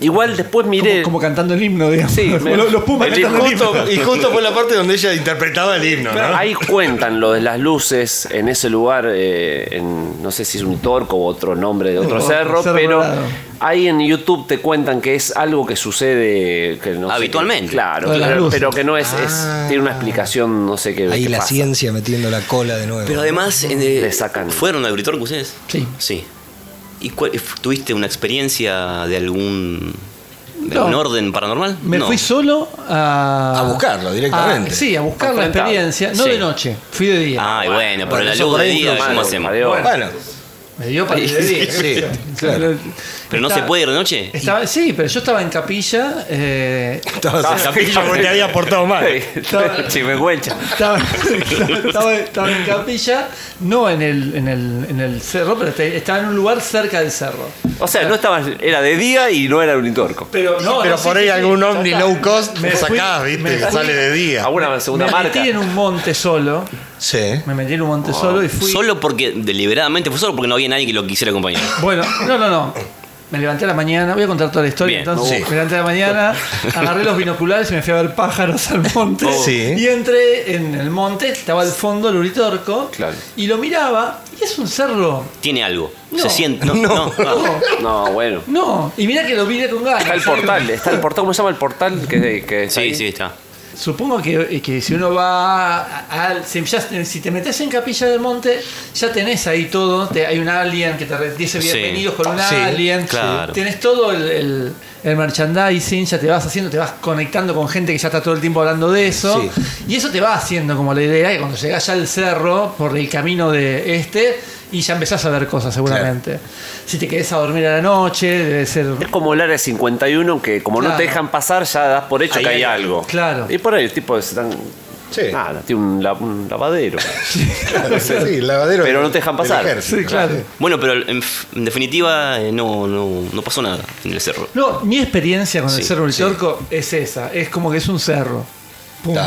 Igual después
como,
miré.
como cantando el himno, digamos.
Sí,
Como *laughs*
me-
los, los Pumas
el
cantando el himno.
injusto-
Y justo fue la parte donde ella interpretaba el himno, ¿no?
Ahí cuentan lo de las luces en ese lugar, eh, en, no sé si es un torco o otro nombre de otro
Otro
cerro,
cerro
pero
dorado.
ahí en YouTube te cuentan que es algo que sucede que no sé
Habitualmente.
qué- claro,
Lo de las
pero,
luces.
pero que no es, es-
Ah.
tiene una explicación, no sé qué.
Ahí
qué
la
pasa.
ciencia metiendo la cola de nuevo.
Pero además, eh,
Le sacan.
¿fueron al Britorco ustedes?
Sí.
Sí. ¿Y cuál- eh, tuviste una experiencia de algún, de
No.
algún orden paranormal?
Me
No.
fui solo a.
A buscarlo directamente. Ah.
a- sí, a buscar la
Enfrentado.
experiencia. No
Sí.
de noche, fui de día.
Ay, Ah, bueno, pero
Bueno,
la
eso
luz
por
de
ahí
día,
influye.
¿cómo hacemos?
Adiós.
Bueno,
Me dio para ir de
Sí,
día.
sí, claro.
Pero no
Está-
se puede ir de noche.
Estaba, sí, pero yo estaba en capilla. eh, *laughs*
Ah,
entonces
capilla porque te había
portado mal.
Chimenguencha.
estaba, estaba- estaba en capilla, no en el, en el, en el cerro, pero te- estaba en un lugar cerca del cerro.
O sea, no estaba, era de día y no era unitorco.
Pero, no,
Pero
no,
por
sí,
ahí
sí, sí,
algún
ya
ovni
está.
low cost
Me
me
fui-
sacás,
me
viste, que
fui-
sale de día.
Alguna Ah, segunda
Me
marca.
metí en un monte solo.
Sí.
Me metí en un monte solo y fui.
Solo porque, deliberadamente, fue solo porque no había nadie que lo quisiera acompañar.
Bueno, no, no, no. Me levanté a la mañana, voy a contar toda la historia.
Bien,
entonces,
Oh.
sí.
me levanté a la mañana, agarré los binoculares y me fui a ver pájaros al monte.
Oh.
Sí.
Y entré en el monte, estaba al fondo el Uritorco.
Claro.
Y lo miraba, y es un cerro.
Tiene algo.
No.
Se siente. No, no. Ah,
No,
No, bueno.
no. Y mira que lo miré con ganas.
Está el portal, está el portal, ¿cómo se llama el portal? Que, que está
Sí,
ahí?
sí, está.
Supongo que, eh, que si uno va a- al. Si, ya- si te metes en Capilla del Monte, ya tenés ahí todo. te- hay un alien que te re- dice
Sí.
bienvenidos con un
Sí,
alien.
claro.
Tenés todo el, el- el merchandising, ya te vas haciendo, te vas conectando con gente que ya está todo el tiempo hablando de eso.
Sí.
Y eso te va haciendo como la idea que cuando llegás ya al cerro, por el camino de este. y ya empezás a ver cosas seguramente. Si te quedés a dormir a la noche, debe ser...
Es como el área 51 que como no
Claro.
te dejan pasar ya das por hecho
Ahí
que hay,
hay algo.
algo.
Claro.
Y por ahí el tipo es tan...
Sí.
Nada, tiene un, la- un
*laughs*
lavadero.
Claro, sí, el lavadero
Pero
del-
no te dejan
del
pasar.
ejército.
*laughs* Sí, claro.
Bueno, pero en, f- en definitiva eh, no, no, no pasó nada en el cerro.
No, mi experiencia con
Sí,
el Cerro del Torco es esa, es como que es un cerro. Punto.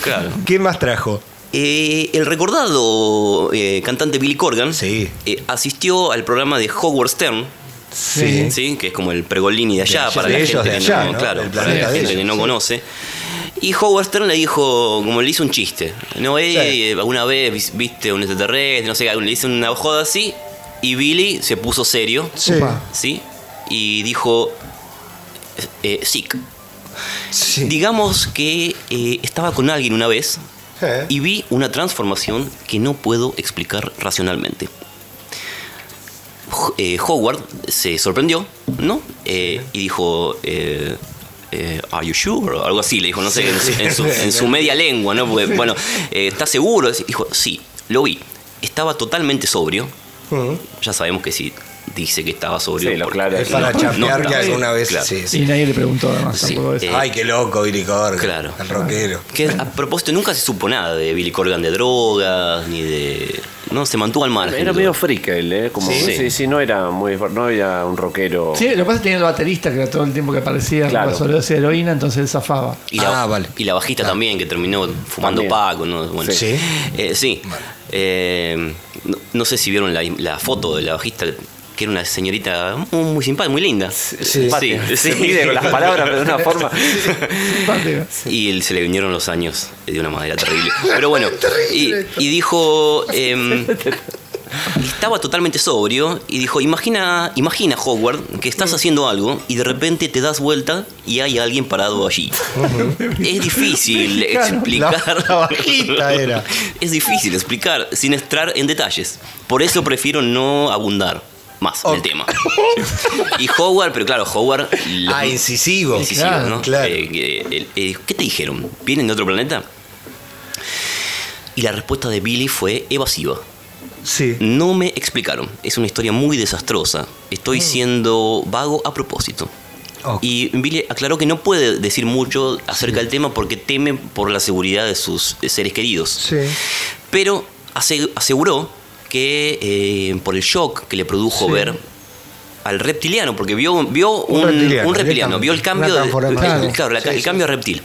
Claro.
¿Quién más trajo?
Eh, el recordado eh, cantante Billy Corgan
Sí.
eh, asistió al programa de Howard Stern,
Sí.
¿sí? que es como el pregolini de allá,
allá,
para
de
la
ellos
gente
de
que
allá,
no,
¿no?
claro,
Del
para la
planeta de
gente que
ellos,
no
sí.
conoce. Y Howard Stern le dijo, como le hizo un chiste, ¿no? "Ey,
Sí.
eh, alguna vez vis- viste un extraterrestre, no sé, algo", le hizo una joda así, y Billy se puso serio,
Sí.
Upa.
¿sí? Y dijo, eh, sick.
Sí.
Digamos que eh, estaba con alguien una vez
Eh.
y vi una transformación que no puedo explicar racionalmente. Jo- eh, Howard se sorprendió, ¿no? Eh, y dijo, eh, eh, ¿Are you sure? O algo así, le dijo, no sé, en su, en su- en su media lengua, ¿no? Porque, bueno, eh, ¿estás seguro? Dijo, sí, lo vi. Estaba totalmente sobrio.
Mm.
Ya sabemos que si dice que estaba sobrio.
Sí, lo
porque-
claro.
Es para
No,
champear
no,
que
no,
alguna vez.
claro.
Sí, sí.
Y nadie le preguntó además
Sí,
tampoco eso.
eh,
Ay, qué loco, Billy Corgan.
Claro.
El rockero.
Que a propósito nunca se supo nada de Billy Corgan de drogas, ni de. No, se mantuvo al margen.
Era
todo.
medio freak él, ¿eh? Como,
Sí.
sí. sí, no era muy... No era un rockero.
Sí, lo que pasa es que tenía el baterista que era todo el tiempo que aparecía
Claro.
con la sobredosis de heroína, entonces él zafaba.
Y la,
Ah, vale.
y la bajista también, que terminó fumando
También.
Paco. ¿no? Bueno,
Sí.
Eh, sí. Eh, no, no sé si vieron la, la foto de la bajista, que era una señorita muy, muy simpática, muy linda. Sí,
Simpática. *laughs* Se mide con las palabras, pero de una forma.
Simpático.
*laughs* Y él- se le vinieron los años de una manera terrible. Pero
*laughs*
bueno, y, y dijo. em, estaba totalmente sobrio y dijo: Imagina, imagina, Howard, que estás haciendo algo y de repente te das vuelta y hay alguien parado allí. Es difícil
*laughs*
Claro,
explicar.
la- la bajita era.
*laughs* Es difícil explicar sin entrar en detalles. Por eso prefiero no abundar más en
*laughs*
el tema. Y Howard, pero claro, Howard. lo-
Ah, incisivo.
Incisivo,
Claro,
¿no?
claro.
Eh, eh, el- eh, ¿Qué te dijeron? ¿Vienen de otro planeta? Y la respuesta de Billy fue evasiva.
Sí.
No me explicaron. Es una historia muy desastrosa. Estoy siendo vago a propósito.
Mm. Ok.
Y Billy aclaró que no puede decir mucho acerca del tema porque teme por la seguridad de sus eh, seres queridos. Pero ase- aseguró que eh, por el shock que le produjo ver al reptiliano, porque vio, vio un, un reptiliano,
reptiliano,
vio el cambio, de,
directamente. Una
el-
transformación.
claro, la-
Sí,
el
sí.
cambio a reptil.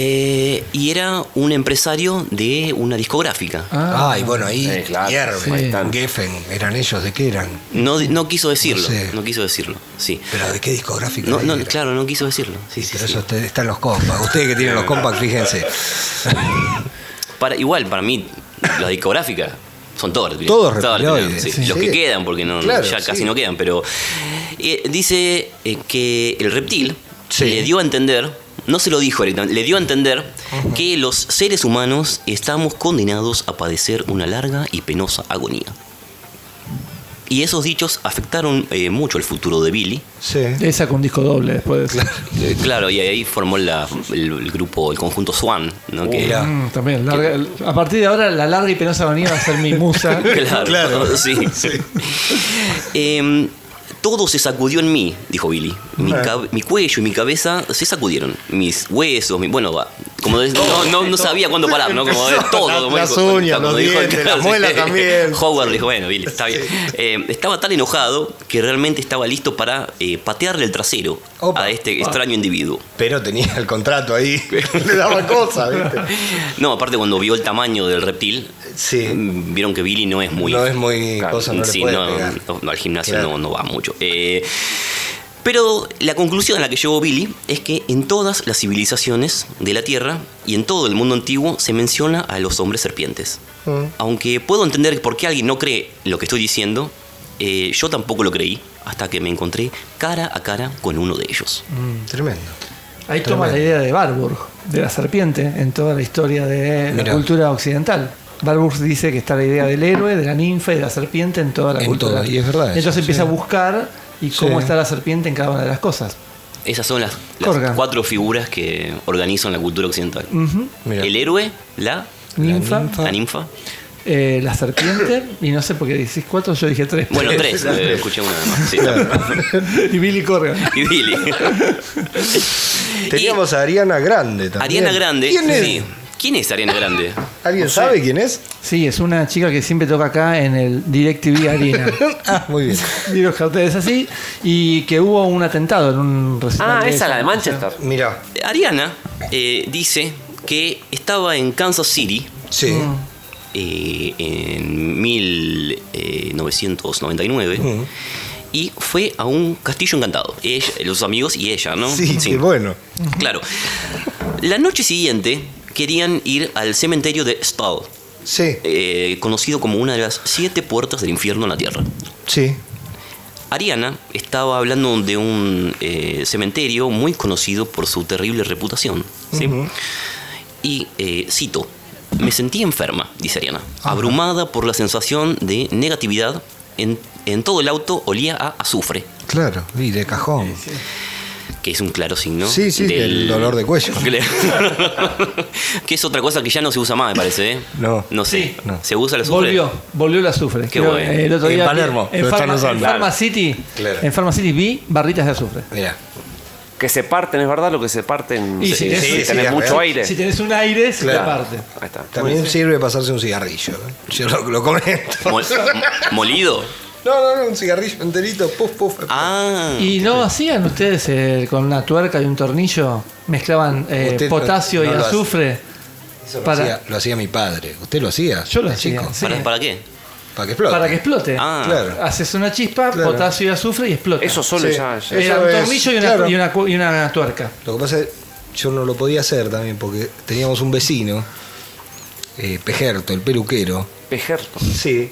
Eh, y era un empresario de una discográfica.
Ah,
Ay, bueno, ahí
Eh, claro,
hierve.
sí. Ahí están.
Geffen, eran ellos, ¿de qué eran?
No, di- no quiso decirlo,
No sé.
no quiso decirlo, sí.
Pero ¿de qué discográfico?
No, no,
eran?
claro, no quiso decirlo. sí, sí,
Pero
sí.
eso te- están los compas. Ustedes que tienen los compas, fíjense.
Para, igual, para mí, las discográficas son todos reptilianos.
Todos reptiloides,
sí.
sí.
Los
Sí.
que quedan, porque no,
Claro,
ya casi
sí.
no quedan, pero eh, dice eh, que el reptil
Sí.
le dio a entender, no se lo dijo directamente, le dio a entender que los seres humanos estamos condenados a padecer una larga y penosa agonía. Y esos dichos afectaron eh, mucho el futuro de Billy.
Sí.
él sacó un disco doble después. de eso.
Eh, Claro, y ahí formó la- el, el grupo, el conjunto Swan, ¿no? que,
mirá.
Mm, también, larga- a partir de ahora la larga y penosa agonía va a ser mi musa.
Claro, *laughs* sí. Em, todo se sacudió en mí, dijo Billy. Mi, cab- mi cuello y mi cabeza se sacudieron. Mis huesos, mi, bueno, va. Como de- no, no, no sabía cuándo parar, ¿no?
*laughs*
Como de todo.
Las-
como
las
dijo-
uñas,
como
los
dijo-
dientes, las
*laughs* sí.
muelas también.
Howard le dijo, bueno, Billy, está bien. Em, estaba tan enojado que realmente estaba listo para eh, patearle el trasero
Opa.
a este extraño individuo.
Pero tenía el contrato ahí. *laughs* Le daba cosas, ¿viste?
No, aparte cuando vio el tamaño del reptil,
Sí.
mm, vieron que Billy no es muy...
no es muy
Claro,
cosa, no le
Sí,
puede
no,
pegar.
no, no, al gimnasio
Claro.
no, no va mucho. Eh, pero la conclusión a la que llegó Billy es que en todas las civilizaciones de la Tierra y en todo el mundo antiguo se menciona a los hombres serpientes. Aunque puedo entender por qué alguien no cree lo que estoy diciendo, eh, yo tampoco lo creí hasta que me encontré cara a cara con uno de ellos.
Mm, Tremendo.
Ahí toma la idea de Barburg, de la serpiente, en toda la historia de la
Mirá.
cultura occidental. Barburg dice que está la idea del héroe, de la ninfa y de la serpiente en toda la
En
cultura.
todo, y es verdad eso,
Entonces empieza
sí.
a buscar y cómo
Sí.
está la serpiente en cada una de las cosas.
Esas son las, las
Corgan.
cuatro figuras que organizan la cultura occidental.
Ujú.
Mirá.
El héroe, la,
La
Ninfa,
ninfa.
la ninfa,
eh, la serpiente, y no sé por qué decís cuatro, yo dije tres.
*laughs*
Bueno, tres. eh, escuché una más. Sí, está bien.
*laughs* y Billy Corgan.
y
*laughs*
Billy.
Teníamos a Ariana Grande
Y
también.
Ariana Grande.
¿Quién es?
sí. ¿Quién es Ariana Grande?
¿Alguien sabe quién es?
Sí, es una chica que siempre toca acá en el DirecTV
*laughs*
Arena.
Ah, muy bien.
Little Cartel es así. Y que hubo un atentado en un recital.
Ah, esa
ella.
la de Manchester.
Mirá.
Ariana eh, dice que estaba en Kansas City
Sí.
eh, en eh, 1999 y fue a un castillo encantado. Ella, los amigos y ella, ¿no?
Sí, qué bueno.
Claro. La noche siguiente querían ir al cementerio de Stahl,
Sí,
eh, conocido como una de las siete puertas del infierno en la Tierra.
sí.
Ariana estaba hablando de un eh, cementerio muy conocido por su terrible reputación. ¿sí? Y eh, cito, me sentí enferma, dice Ariana, abrumada por la sensación de negatividad. En, en todo el auto olía a azufre,
Claro, y de cajón.
que es un claro signo.
Sí, sí, del dolor de cuello.
*laughs* que es otra cosa que ya no se usa más, me parece. ¿eh?
No.
No sé.
Sí.
No.
¿Se usa el azufre?
Volvió, volvió el azufre.
Qué
Creo,
bueno.
eh, El otro
En
día vi-
Palermo,
en
lo están
Pharma- en
usando.
Pharma City,
Claro.
en Pharma City vi barritas de azufre.
Mirá.
Que se parten, es verdad lo que se parten.
Y si
Sí,
tenés-
sí,
sí,
tenés
sí,
mucho
real.
aire.
Si tenés un aire, se
Claro.
parte.
Ahí está.
También sirve pasarse un cigarrillo. ¿eh? Yo lo, lo comento.
Mol- ¿Molido?
*laughs* No, no, no, un cigarrillo enterito, puf, puf.
Ah.
¿Y no hacían ustedes eh, con una tuerca y un tornillo? Mezclaban eh,
Usted no-
potasio
no
y
lo hace.
azufre.
Eso lo,
para-
hacía, lo hacía mi padre. ¿Usted lo hacía?
Yo lo
de
hacía,
chico?
sí.
¿Para, para qué?
Para que explote.
Para que explote.
Ah,
Claro.
Haces una chispa,
Claro.
potasio y azufre y explota.
Eso solo
Sí.
ya. ya-
Era
Eso
un
es,
tornillo y una,
claro.
y una cu- y una tuerca.
Lo que pasa es que yo no lo podía hacer también porque teníamos un vecino, eh, Pejerto, el peluquero.
Pejerto.
Sí.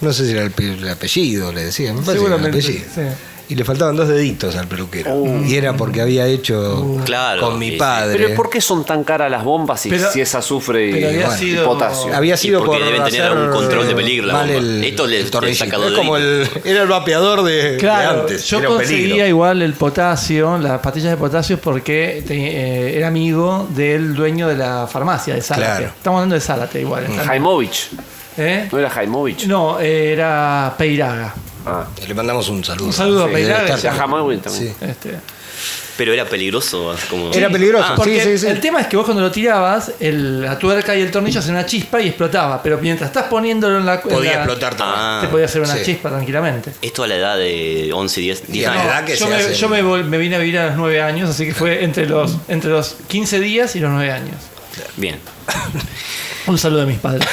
No sé si era el, pe- el apellido, le decían. Me parece que era el
Seguramente.
apellido.
sí. Oh.
Y le faltaban dos deditos al peluquero. Y era porque había hecho
Claro,
con
sí,
mi
sí.
padre.
Pero ¿por qué son tan caras las bombas si,
Pero-
si es azufre y,
pero había
y
sido-
potasio?
Había sido
Y porque
por
deben tener
hacer
algún control de peligro, la
mal
bomba.
el,
Esto le-
el
le
tornillito.
saca dos
Es como el, era el vapeador de, de
Claro,
antes.
yo
era un peligro.
conseguía igual el potasio, las pastillas de potasio, porque te- eh, era amigo del dueño de la farmacia de Zárate.
Claro. Mm.
Estamos hablando de Zárate igual.
Jaimovich.
¿Eh?
¿No era Jaimovich?
No, eh, era Peiraga.
Ah.
Le mandamos un saludo.
Un saludo a
Sí, debe
Peiraga.
estar-
Ya Jaimovich también.
Sí.
Este.
Pero era peligroso. Como...
Era peligroso,
Ah,
sí,
Porque
sí, sí.
el tema es que vos cuando lo tirabas, el- la tuerca y el tornillo hacían una chispa y explotaba. Pero mientras estás poniéndolo en la en
Podía
la-
explotar también.
Ah.
Te podía hacer una
Sí.
chispa tranquilamente.
Esto a la edad de 11, 10, 10
Y a la
años.
edad que
yo
se
me,
hace-
yo me vol- me vine a vivir a los 9 años, así que fue entre los, entre los 15 días y los 9 años.
Bien.
Un saludo de mis padres.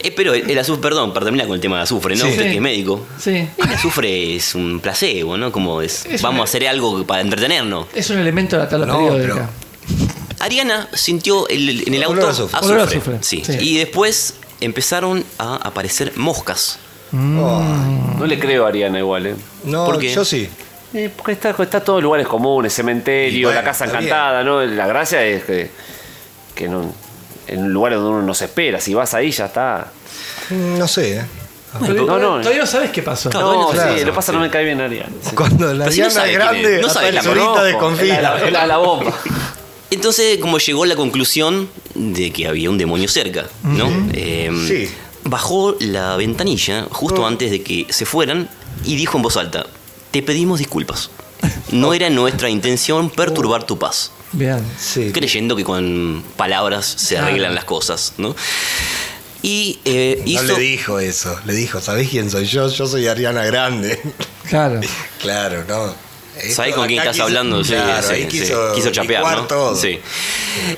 Eh, pero el, el azufre, perdón, para terminar con el tema del azufre, ¿no?
Sí.
Usted que
Sí.
es médico.
Sí.
El azufre es un placebo, ¿no? Como es,
Es
vamos
una-
a hacer algo para entretenernos.
Es un elemento de la tabla
No,
periódica.
Ariana sintió el- en el
Olor
auto
a azufre.
Olor a azufre,
Sí.
sí.
Y después empezaron a aparecer moscas.
Mm.
Oh,
No le creo a Ariana igual, ¿eh?
no,
¿Por qué?
yo sí.
Eh, porque está, está todo en lugares comunes,
Y
cementerio,
bueno,
la casa
está
encantada, ¿no? La gracia es que, que no, en un lugar donde uno no se espera, si vas ahí ya está.
Mm, No sé. ¿eh?
Pero
no, no.
Todavía no sabes qué pasó.
No, todavía
No,
claro.
sí, lo que pasa no me cae bien Ariana. sí.
Cuando la
Pero si no
Diana
sabe quién es,
grande,
no sabe,
aparece
la
ahorita
conozco.
desconfía.
La, *laughs* la- la- la bomba.
Entonces, como llegó a la conclusión de que había un demonio cerca, ¿no? Eh,
Sí.
Bajó la ventanilla justo antes de que se fueran y dijo en voz alta: Te pedimos disculpas. No era nuestra intención perturbar tu paz.
Bien.
Sí.
Creyendo que con palabras se
Claro.
arreglan las cosas, ¿no? Y eh,
No
hizo.
le dijo eso. Le dijo, ¿sabés quién soy yo? Yo soy Ariana Grande. *laughs*
Claro.
claro, ¿no? Esto
¿Sabés con
acá
quién estás
quiso-
hablando? Sí,
Claro,
sí,
ahí
sí.
quiso,
chapear,
licuar
¿no?
todo.
Sí.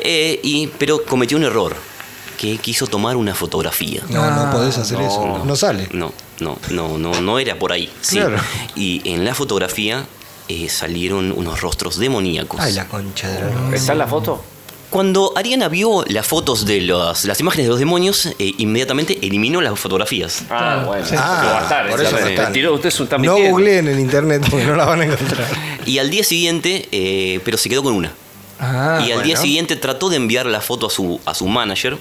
Eh, y, pero cometió un error, que quiso tomar una fotografía.
No, no podés hacer eso. No, sale.
No, no, no, no, no era por ahí. Sí.
Claro.
Y en la fotografía eh, salieron unos rostros demoníacos.
Ay, la concha de la lora.
¿Está en la foto?
Cuando Ariana vio las fotos de los- las imágenes de los demonios, eh, inmediatamente eliminó las fotografías.
Ah,
Claro,
bueno.
sí.
Ah,
Ah,
va a estar,
por
esa
eso
vez.
no está.
Mentiroso, usted es un tan
No
metido.
googleen en internet porque no la van a encontrar.
*laughs* Y al día siguiente, eh, pero se quedó con una.
Ah,
y al día
bueno.
siguiente trató de enviar la foto a su, a su manager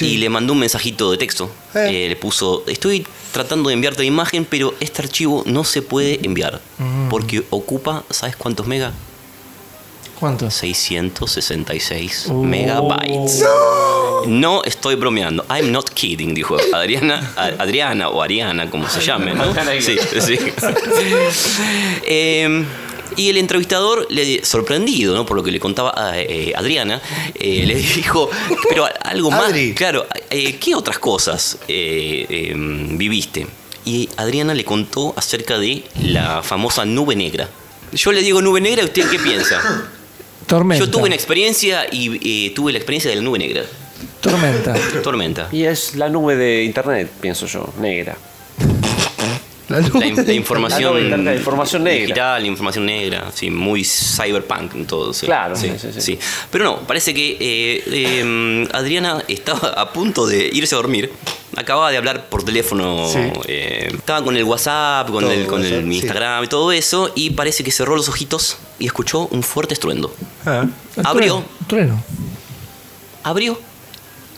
y le mandó un mensajito de texto.
Eh.
Eh, le puso, estoy tratando de enviarte la imagen, pero este archivo no se puede enviar.
Mm.
Porque ocupa, ¿sabes cuántos megas?
¿Cuántos?
666
Uh.
megabytes. Oh. No estoy bromeando. I'm not kidding, dijo Adriana, a- Adriana o Ariana, como se llame, ¿no? Sí, sí. *laughs* Eh, y el entrevistador, le, sorprendido ¿no? por lo que le contaba a, eh, Adriana, eh, le dijo, pero algo más,
Adri.
claro, eh, ¿qué otras cosas eh, eh, viviste? Y Adriana le contó acerca de la famosa nube negra. Yo le digo nube negra, ¿usted qué piensa?
Tormenta.
Yo tuve una experiencia y eh, tuve la experiencia de la nube negra.
Tormenta.
*laughs* Tormenta.
Y es la nube de internet, pienso yo, negra.
La
La, in-
nube.
la información.
La nube interna, la información negra.
Digital, la información negra, sí, muy cyberpunk en todo. sí.
Claro,
sí, sí, sí. Pero no, parece que eh, eh, Adriana estaba a punto de irse a dormir. Acababa de hablar por teléfono. eh, estaba con el WhatsApp, con
Todo
el, con el
WhatsApp, sí.
Instagram y todo eso. Y parece que cerró los ojitos y escuchó un fuerte estruendo.
Ah.
Abrió,
Trueno.
abrió.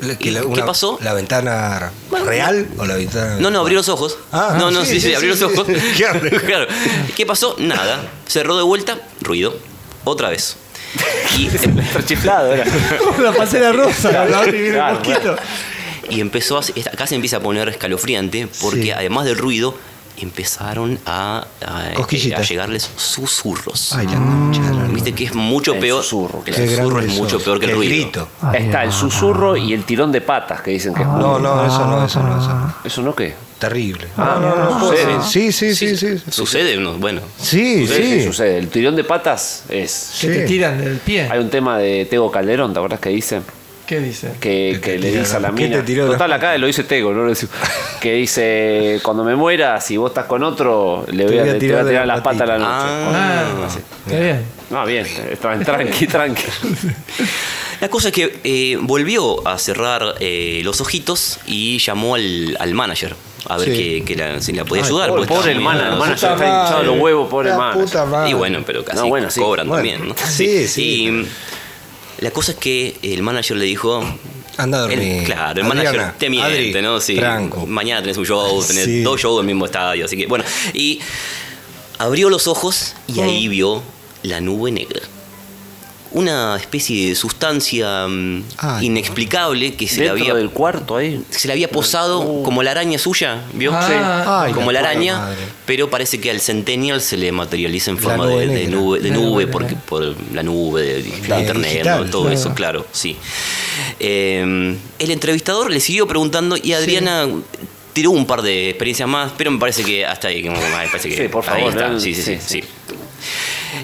La- que la-
¿Qué
una-
pasó?
¿La ventana real o la ventana.?
No, no, abrió los ojos.
Ah,
no, no,
sí,
sí, sí,
sí,
abrió
sí,
los
sí. *laughs*
ojos.
Claro.
claro. ¿Qué pasó? Nada. Cerró de vuelta, ruido. Otra vez.
*laughs*
Y, em-
Chiflado era.
la pasera rosa. La abrí, viene
Claro,
un mosquito.
y empezó a. Acá se empieza a poner escalofriante porque
Sí.
además del ruido empezaron a, a- este,
Cosquillitas.
a llegarles susurros.
Ay, la concha de la lora.
Viste que es mucho
El
peor.
susurro,
el
Qué
susurro
grande
es mucho
sos.
peor que el
Qué
ruido.
grito.
Está el susurro y el tirón de patas que dicen que es
Ah, No, no, eso no, eso no, eso no.
¿Eso no qué?
Terrible.
Ah,
sucede.
Sí, sí, sí, sí. Sí,
Sucede, no, bueno.
sí.
Sucede, sí, sucede. El tirón de patas es.
Que te tiran del pie.
Hay un tema de Tego Calderón, ¿te acuerdas que dice?
¿Qué dice?
Que,
Que
que
te
le
tira
dice a
la-
la
¿Qué
mina.
te tiró la-
Total, acá lo dice Tego, no lo dice- Que dice: Cuando me muera, si vos estás con otro, le voy a, te voy a tirar,
de la
las patas a la noche.
Ah.
Está bien.
No, bien, tran- tranqui, *laughs* tranqui.
La cosa es que eh, volvió a cerrar eh, los ojitos y llamó al, al manager a ver
Sí.
que, que la- si la podía
Ay,
ayudar.
Pobre,
porque
pobre el
estaba muy
manager, el
enojado.
manager está hinchado los huevos, pobre
La
manager.
puta madre.
Y bueno, pero casi
No, bueno, sí.
cobran
Bueno.
también, ¿no?
Sí, sí.
Y mm, la cosa es que el manager le dijo...
Anda a
el-
dormir.
claro, el
Adriana,
manager te miente,
Adri,
¿no? Sí.
tranco.
Mañana tenés un show, tenés
Sí.
dos shows del mismo estadio, así que bueno. Y abrió los ojos y ahí
Mm.
vio la nube negra. Una especie de sustancia mm,
Ay,
inexplicable que se le
Dentro
había
del Uh. cuarto ahí.
se le había posado como la araña suya, ¿vio?
Ah.
Sí.
Ay,
como
la
la
puta
araña,
madre.
pero parece que al Centennial se le materializa en
La
forma
nube
de, de
negra.
nube, de
La nube
nube,
negra.
porque por la nube, de, de
Claro,
internet,
digital,
¿no? todo
claro.
eso, claro, sí. Eh, el entrevistador le siguió preguntando y Adriana tiró un par de experiencias más, pero me parece que hasta ahí, como, ay, parece que
Sí, por
ahí
favor,
está.
¿no?
Sí, sí, sí.
Sí,
sí.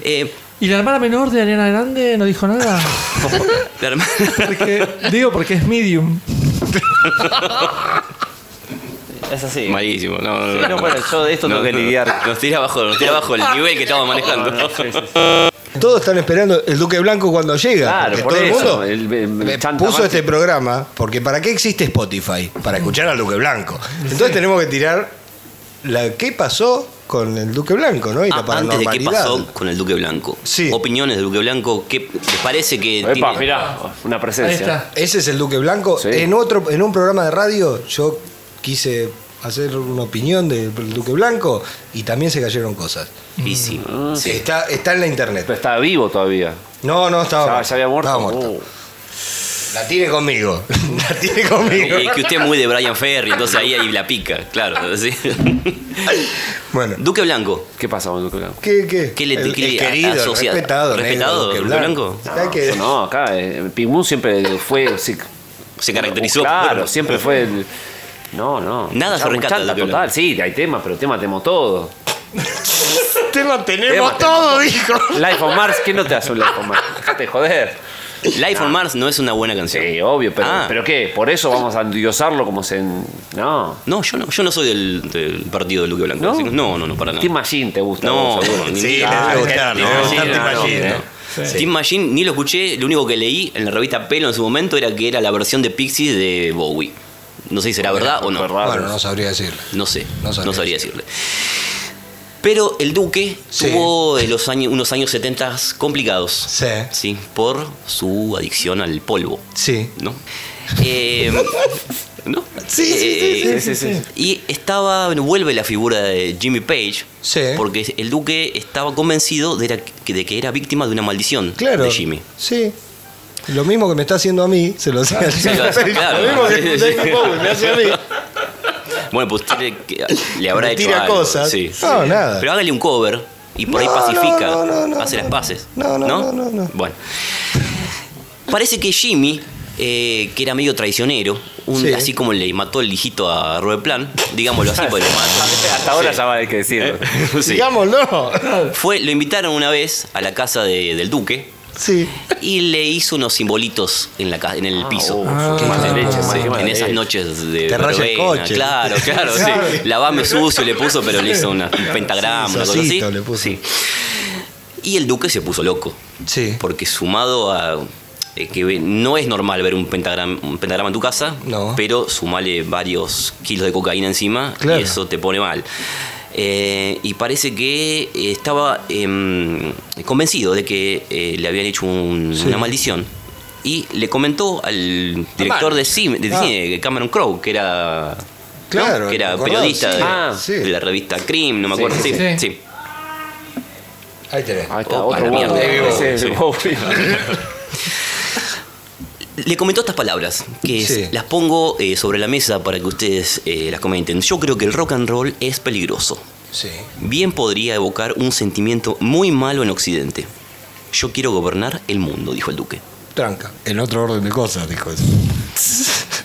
Eh,
¿Y la hermana menor de Ariana Grande no dijo nada?
la
*laughs*
hermana- *laughs*
Porque, digo porque es medium.
Es así.
Malísimo, no, no,
no, bueno, yo de esto tengo que lidiar.
Nos tira abajo, nos tira abajo el nivel que estamos manejando.
Todos están esperando el Duque Blanco cuando llega.
Claro,
porque
por
todo
eso,
el
el-
mundo
el-
me
Chanta
puso
Mansi.
este programa, porque ¿para qué existe Spotify? Para escuchar al Duque Blanco. Entonces tenemos que tirar la qué pasó con el Duque Blanco, ¿no? Y
Ah,
la
antes de
paranormalidad.
qué pasó con el Duque Blanco.
Sí.
Opiniones del Duque Blanco, ¿qué les parece que
Epa,
tiene?
mirá, una
Ahí
presencia.
está.
Ese es el Duque Blanco.
Sí.
En otro, en un programa de radio, yo quise hacer una opinión del Duque Blanco y también se cayeron cosas.
Y sí, sí.
Está, está en la
Pero
internet.
está vivo todavía.
No, no, estaba.
Ya, ya había muerto. Uh,
Estaba Ah, muerto. La tiene conmigo. *laughs* La tiene conmigo.
Eh, que usted es muy de Brian Ferry, entonces ahí, ahí la pica, claro. sí.
Bueno.
Duque Blanco.
Uh, ¿Qué pasa con Duque Blanco?
¿Qué, qué?
¿Qué le-
el,
qué le
el querido, el
asocia-
respetado, negro,
respetado,
Duque
Duque Blanco?
Hay
No,
que-
no, acá eh, Pigmund siempre fue. sí,
Se caracterizó
Claro,
por-
siempre fue. el- no, no.
Nada se
Chanta,
rescata de
chanta
Duque
total.
Blanco.
Sí, hay temas, pero tema
*laughs*
temo todo.
Tema tenemos
Tema
todo, dijo.
Life on Mars, ¿quién no te hace un Life on Mars? Dejate de joder.
Life on Mars no es una buena canción.
Sí, obvio, pero,
Ah.
¿pero qué? ¿Por eso vamos a endiosarlo como se. en- No.
No, yo no, yo no soy del, del partido de Duque Blanco.
¿No?
así que- no, no, no, para nada.
Team Machine te gusta.
No,
vos, seguro.
no, ni-
Sí, le
Ah,
debe
no,
gustar, le
no,
debe gustar
no,
Team
no,
Machine,
no.
¿no?
Sí.
Tim Machine ni lo escuché, lo único que leí en la revista Pelo en su momento era que era la versión de Pixies de Bowie. No sé si será verdad o no.
Fue raro.
Bueno, no sabría decirle.
No sé,
No
no
sabría
sabría, decirle. Pero el Duque
Sí.
tuvo eh, los años, unos años 70 complicados.
Sí.
Sí, por su adicción al polvo,
Sí. *laughs*
¿no? Eh, ¿no?
Sí, sí, sí,
Eh,
sí, sí, sí.
Y estaba, bueno, vuelve la figura de Jimmy Page,
Sí.
porque el Duque estaba convencido de, era- de que era víctima de una maldición
Claro.
de Jimmy.
Sí. Lo mismo que me está haciendo a mí, se lo hace a
*laughs* se
*laughs*
lo hace, claro.
Lo mismo que
Sí, sí,
David
sí.
Bowie me hace a mí.
Bueno, pues usted le, que- le habrá
Me
hecho
tira
algo.
cosas.
Sí.
No, nada.
Pero hágale un cover y por ahí
No, no,
pacifica,
no, no, no,
hace
no.
las paces.
No, no, no, no, no.
Bueno. Parece que Jimmy, eh, que era medio traicionero, un-
Sí.
así como le mató el hijito a Robert Plan, digámoslo así, porque lo mató.
*laughs*
Hasta ahora ya vale que decirlo.
Sí.
Digámoslo.
Fue, lo invitaron una vez a la casa de- del duque
Sí.
y le hizo unos simbolitos en, la, ca- en el
oh,
piso.
Ah, qué mala leche,
Sí,
qué mala
en esas
leche.
noches de
Te raya el
verbena,
coche.
Claro, claro, sí.
Claro.
Lavame sucio le puso, pero le hizo una- un pentagrama,
Sí,
una cosa así.
sosito le puso.
Sí. Y el duque se puso loco,
Sí.
porque sumado a eh, que ve- no es normal ver un pentagrama, un pentagrama en tu casa,
No.
pero sumale varios kilos de cocaína encima
Claro.
y eso te pone mal. Eh, y parece que eh, estaba em, convencido de que eh, le habían hecho un- una maldición. Y le comentó al director de cine, de
Ah.
cine, Cameron Crowe, que era,
Claro,
que era
me acordaba,
periodista
sí.
de,
Ah,
sí.
de la revista Cream, no me acuerdo. Sí,
sí.
sí.
Ahí tenés.
Ahí está,
Oh,
otro
para
Bowie.
mierda.
Ese es
Sí.
Bowie.
Le comentó estas palabras, que es-
Sí.
las pongo eh, sobre la mesa para que ustedes eh, las comenten. Yo creo que el rock and roll es peligroso.
Sí.
Bien podría evocar un sentimiento muy malo en Occidente. Yo quiero gobernar el mundo, dijo el duque.
Tranca. En otro orden de cosas, dijo eso.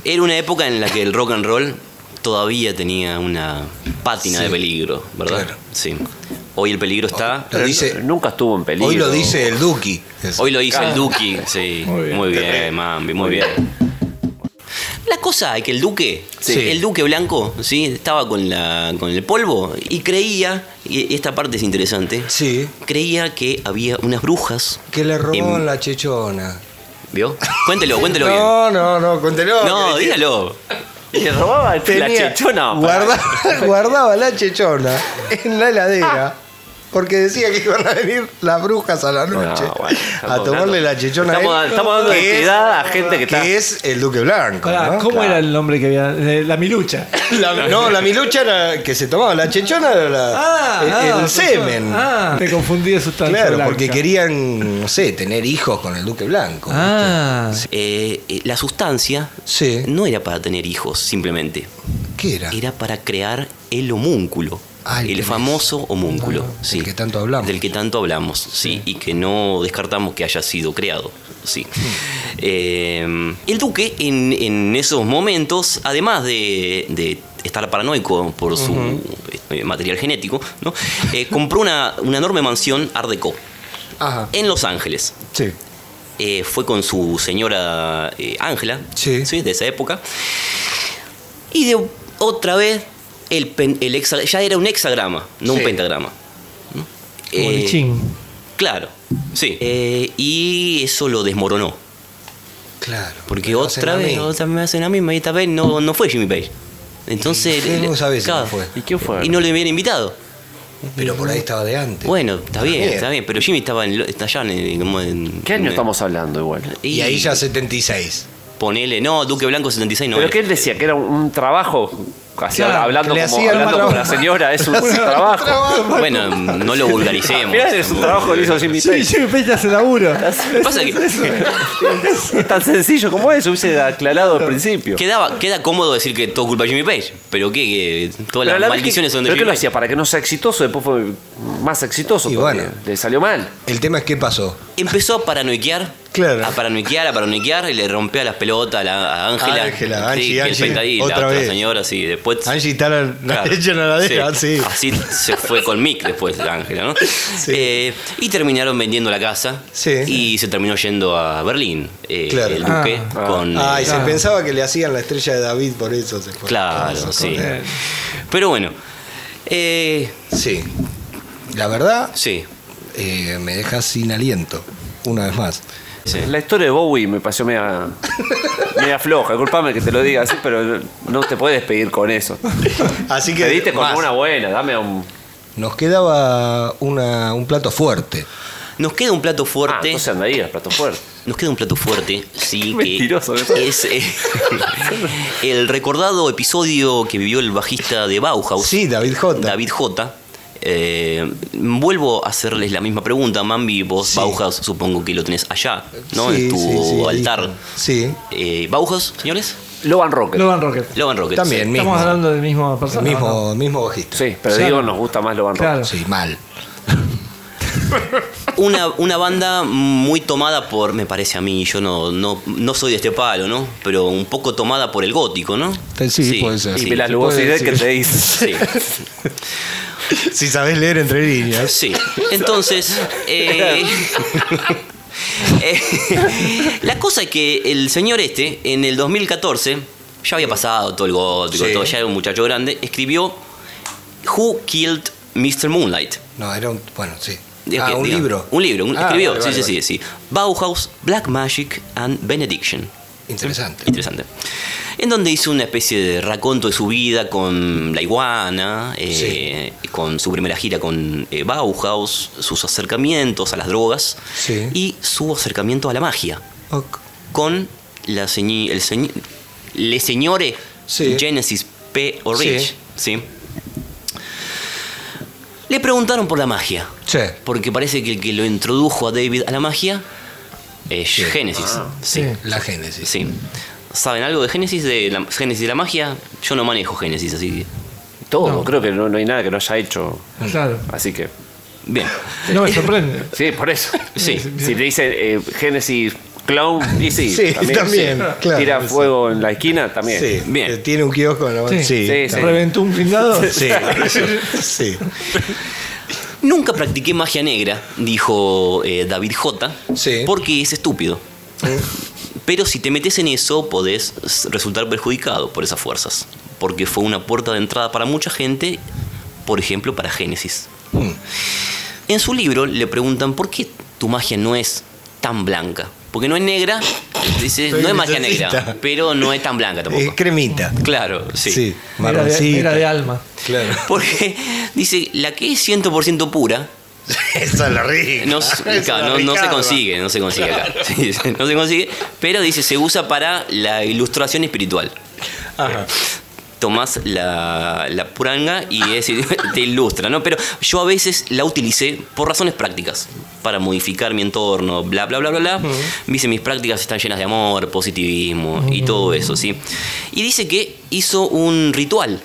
Era una época en la que el rock and roll todavía tenía una pátina
Sí.
de peligro, ¿verdad?
Claro.
Sí. Hoy el peligro está.
Lo dice,
Nunca estuvo en peligro.
hoy lo dice el Duki. Eso.
Hoy lo hizo el Duque. Sí. Muy
Muy
bien,
bien.
Mambi, muy bien. La cosa es que el Duque,
Sí.
el Duque Blanco, sí, estaba con la con el polvo y creía, y esta parte es interesante,
Sí.
creía que había unas brujas.
Que le robó
en-
en la chechona.
¿Vio? Cuéntelo, cuéntelo bien.
No, no, no, cuéntelo.
No, dígalo.
Le robaba el la
Tenía-
chechona.
guarda- *laughs* guardaba la chechona en la heladera. Porque decía que iban a venir las brujas a la noche
No, bueno,
a
estamos
tomarle
dando-
la chechona. a
Estamos,
él,
estamos dando
que es-
identidad a gente que
que,
está.
es el Duque Blanco.
Pará,
¿no?
¿Cómo era el nombre que había? Eh, La milucha.
La- no, la milucha era que se tomaba, la chechona era la- el, el
ah,
semen.
Ah, me confundí de sustancia.
claro,
blanca.
porque querían, no sé, tener hijos con el Duque Blanco.
Ah,
Eh, eh, la sustancia
Sí. Ah.
no era para tener hijos, simplemente.
¿Qué era?
Era para crear el homúnculo.
Ah, el
el
que es-
famoso homúnculo.
Ah, del
sí.
que tanto hablamos.
Del que tanto hablamos, sí. Y que no descartamos que haya sido creado, sí. Eh, el duque, en, en esos momentos, además de, de estar paranoico por su eh, material genético, ¿no? Eh, compró una, una enorme mansión Art Deco
Ajá.
en Los Ángeles.
Sí.
Eh, fue con su señora eh, Ángela,
Sí.
de esa época. Y de otra vez, el, pen- el hexa- ya era un hexagrama, no un
Sí.
pentagrama. ¿no? Eh,
bolichín.
claro, sí. Eh, y eso lo desmoronó.
Claro.
Porque
me lo hacen
otra
a
vez,
mí.
otra vez me hacen a mí, y esta vez no, no fue Jimmy Page. Entonces.
Sí,
le-
vos sabés si no fue.
¿Y quién fue?
Y no le habían invitado.
Pero por ahí estaba de antes.
Bueno, está bien,
bien.
está bien. Pero Jimmy estaba en, lo- está allá en, en- como en-
¿Qué año
en-
estamos hablando igual?
Y ahí ya 76.
Ponele, no, Duque Blanco 76 no
Pero
era.
que él decía que era un, un trabajo. Casi
Claro,
hablando
que le
como,
hacían
hablando
un
como la
trabajo.
señora,
*laughs*
es un trabajo.
Bueno, no lo vulgaricemos.
Mirá, es un trabajo que le hizo Jimmy
Sí,
Page.
Jimmy Page hace laburo.
Pasa que
*laughs* Es tan sencillo como eso, hubiese aclarado al principio.
quedaba, queda cómodo decir que todo culpa de Jimmy Page, pero que, que todas
Pero
las
la vez que-
maldiciones son de
¿Pero qué
Jimmy
lo
Page.
hacía? Para que no sea exitoso, después fue más exitoso.
Y
todavía.
bueno.
Le salió mal.
El tema es qué pasó.
Empezó a paranoiquear.
Claro.
A paranoiquear, a paranoiquear, y le rompía las pelotas a la- a Ángela.
A Ángela,
Sí,
Angie,
que el
Angie,
pentadil, la
otra
otra
vez.
señora, sí. Después.
Angie está la, la *laughs*
Claro,
leche en la heladera, sí.
Así se fue con Mick después, la Ángela, ¿no? Eh, y terminaron vendiendo la casa.
Sí.
Y se terminó yendo a Berlín, eh,
Claro.
el duque,
Ah.
con. eh,
Ah, y se
Claro.
pensaba que le hacían la estrella de David, por eso se fue.
Claro, sí.
él.
Pero bueno, eh,
Sí. La verdad,
sí,
eh, me deja sin aliento, una vez más.
sí.
La historia de Bowie me pareció media, media floja. Culpame que te lo diga así, pero no te puedes despedir
*laughs*
con eso.
Así que.
Pediste como
más.
una buena, dame un.
Nos quedaba una- un plato fuerte.
Nos queda un plato
Ah,
fuerte.
entonces anda ahí, el plato fuerte.
nos queda un plato fuerte, sí, que
Mentiroso que sos.
es eh, *laughs* el recordado episodio que vivió el bajista de Bauhaus,
Sí, David J.
David J. eh, vuelvo a hacerles la misma pregunta. Mambi, vos,
Sí.
Bauhaus, supongo que lo tenés allá, ¿no?
Sí,
en tu
sí, sí,
altar.
Sí,
Eh, ¿Bauhaus, señores?
Loban Rocket.
Logan Rocket.
Logan Rocket.
También.
Estamos
mismo.
hablando del mismo
el
personaje.
mismo, mismo bajista.
Sí, pero
Claro.
digo, nos gusta más Loban Rocket.
Claro.
Sí, mal.
Una, una banda muy tomada por, me parece a mí, yo no, no, no soy de este palo, ¿no? Pero un poco tomada por el gótico, ¿no?
Sí, puede ser.
Y
sí.
de las
se puede
lugosidades
decir.
que te dice.
Sí,
*laughs* Si sabés leer entre líneas.
sí. Entonces,
*laughs*
eh, eh, la cosa es que el señor este, en el 2014, ya había pasado todo el gótico,
Sí.
todo, ya era un muchacho grande, escribió Who Killed Mr. Moonlight.
No, era un. Bueno, sí.
Digo
Ah,
que-
un
digo,
libro.
Un libro, un-
Ah,
escribió,
vale,
sí,
vale,
sí,
vale.
sí, sí. Bauhaus, Black Magic and Benediction.
Interesante.
Interesante. En donde hizo una especie de raconto de su vida con la iguana, eh, con su primera gira con eh, Bauhaus, sus acercamientos a las drogas
Sí.
y su acercamiento a la magia
Ok.
con la señi- el señi- le señore
Sí.
Genesis P. Orridge.
Sí.
¿sí? Le preguntaron por la magia.
Sí.
Porque parece que el que lo introdujo a David a la magia es Génesis. Sí.
La Génesis.
sí. ¿Saben algo de Génesis? De la, Génesis de la magia. Yo no manejo Génesis, así que.
Todo, creo que no, no hay nada que no haya hecho.
Claro.
Así que.
Bien.
No
*laughs*
me sorprende.
Sí, por eso.
*laughs* Sí.
Si te dice eh, Génesis Clown,
*laughs*
y sí,
Sí, también, claro.
Tira fuego en la esquina, también.
Sí,
Bien.
eh, Tiene un kiosco. ¿no?
Sí.
Sí, sí.
¿Reventó un blindado?
Sí. sí.
Nunca practiqué magia negra, dijo eh, David J.
Sí.
Porque es estúpido. Pero si te metes en eso, podés s- resultar perjudicado por esas fuerzas. Porque fue una puerta de entrada para mucha gente, por ejemplo, para Génesis.
Mm.
En su libro le preguntan por qué tu magia no es tan blanca. Porque no es negra, dice,
Soy
no es magia
necesita.
negra, pero no es tan blanca
Eh,
tampoco.
cremita.
Claro, sí.
Sí.
Era de,
Marroncita.
era de alma.
Claro.
Porque dice, la que es 100% pura,
Esa es la rica. *laughs*
no,
Esa
claro,
es la
no- no se
ricarda.
consigue, no se consigue acá.
*laughs*
Sí, no se consigue, pero dice, se usa para la ilustración espiritual.
Ajá.
Tomás la, la puranga y es- *laughs* te ilustra, ¿no? Pero yo a veces la utilicé por razones prácticas, para modificar mi entorno, bla, bla, bla, bla, bla. Dice, mis prácticas están llenas de amor, positivismo y todo eso, ¿sí? Y dice que hizo un ritual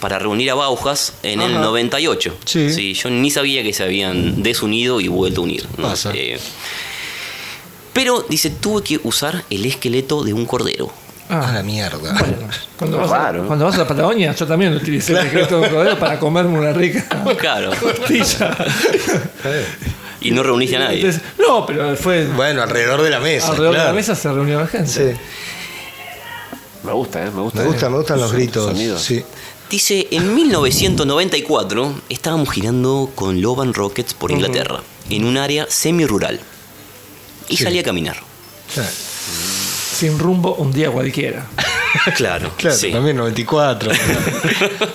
para reunir a Baujas en el 98.
Sí.
yo ni sabía que se habían desunido y vuelto a unir. ¿no?
Pasa.
Eh, pero dice, tuve que usar el esqueleto de un cordero.
Ah, la mierda.
Cuando vas, a,
Raro.
cuando vas a la Patagonia, yo también lo utilicé el secreto de un cordero para comerme una
*laughs*
rica
Claro.
costilla.
Y no reuniste a nadie.
Entonces, no, pero fue
Bueno, alrededor de la mesa.
alrededor de la
claro.
mesa se reunió la gente.
Sí.
Me gusta, ¿eh? Me gusta.
Me gustan, me gustan los
Son-
gritos.
sonidos.
Sí.
Dice, en 1994 estábamos girando con Loban Rockets por Inglaterra, en un área semi-rural. Y
Sí.
salí a caminar.
Claro,
Sin rumbo un día cualquiera.
Claro,
*laughs* Claro,
sí.
también 94.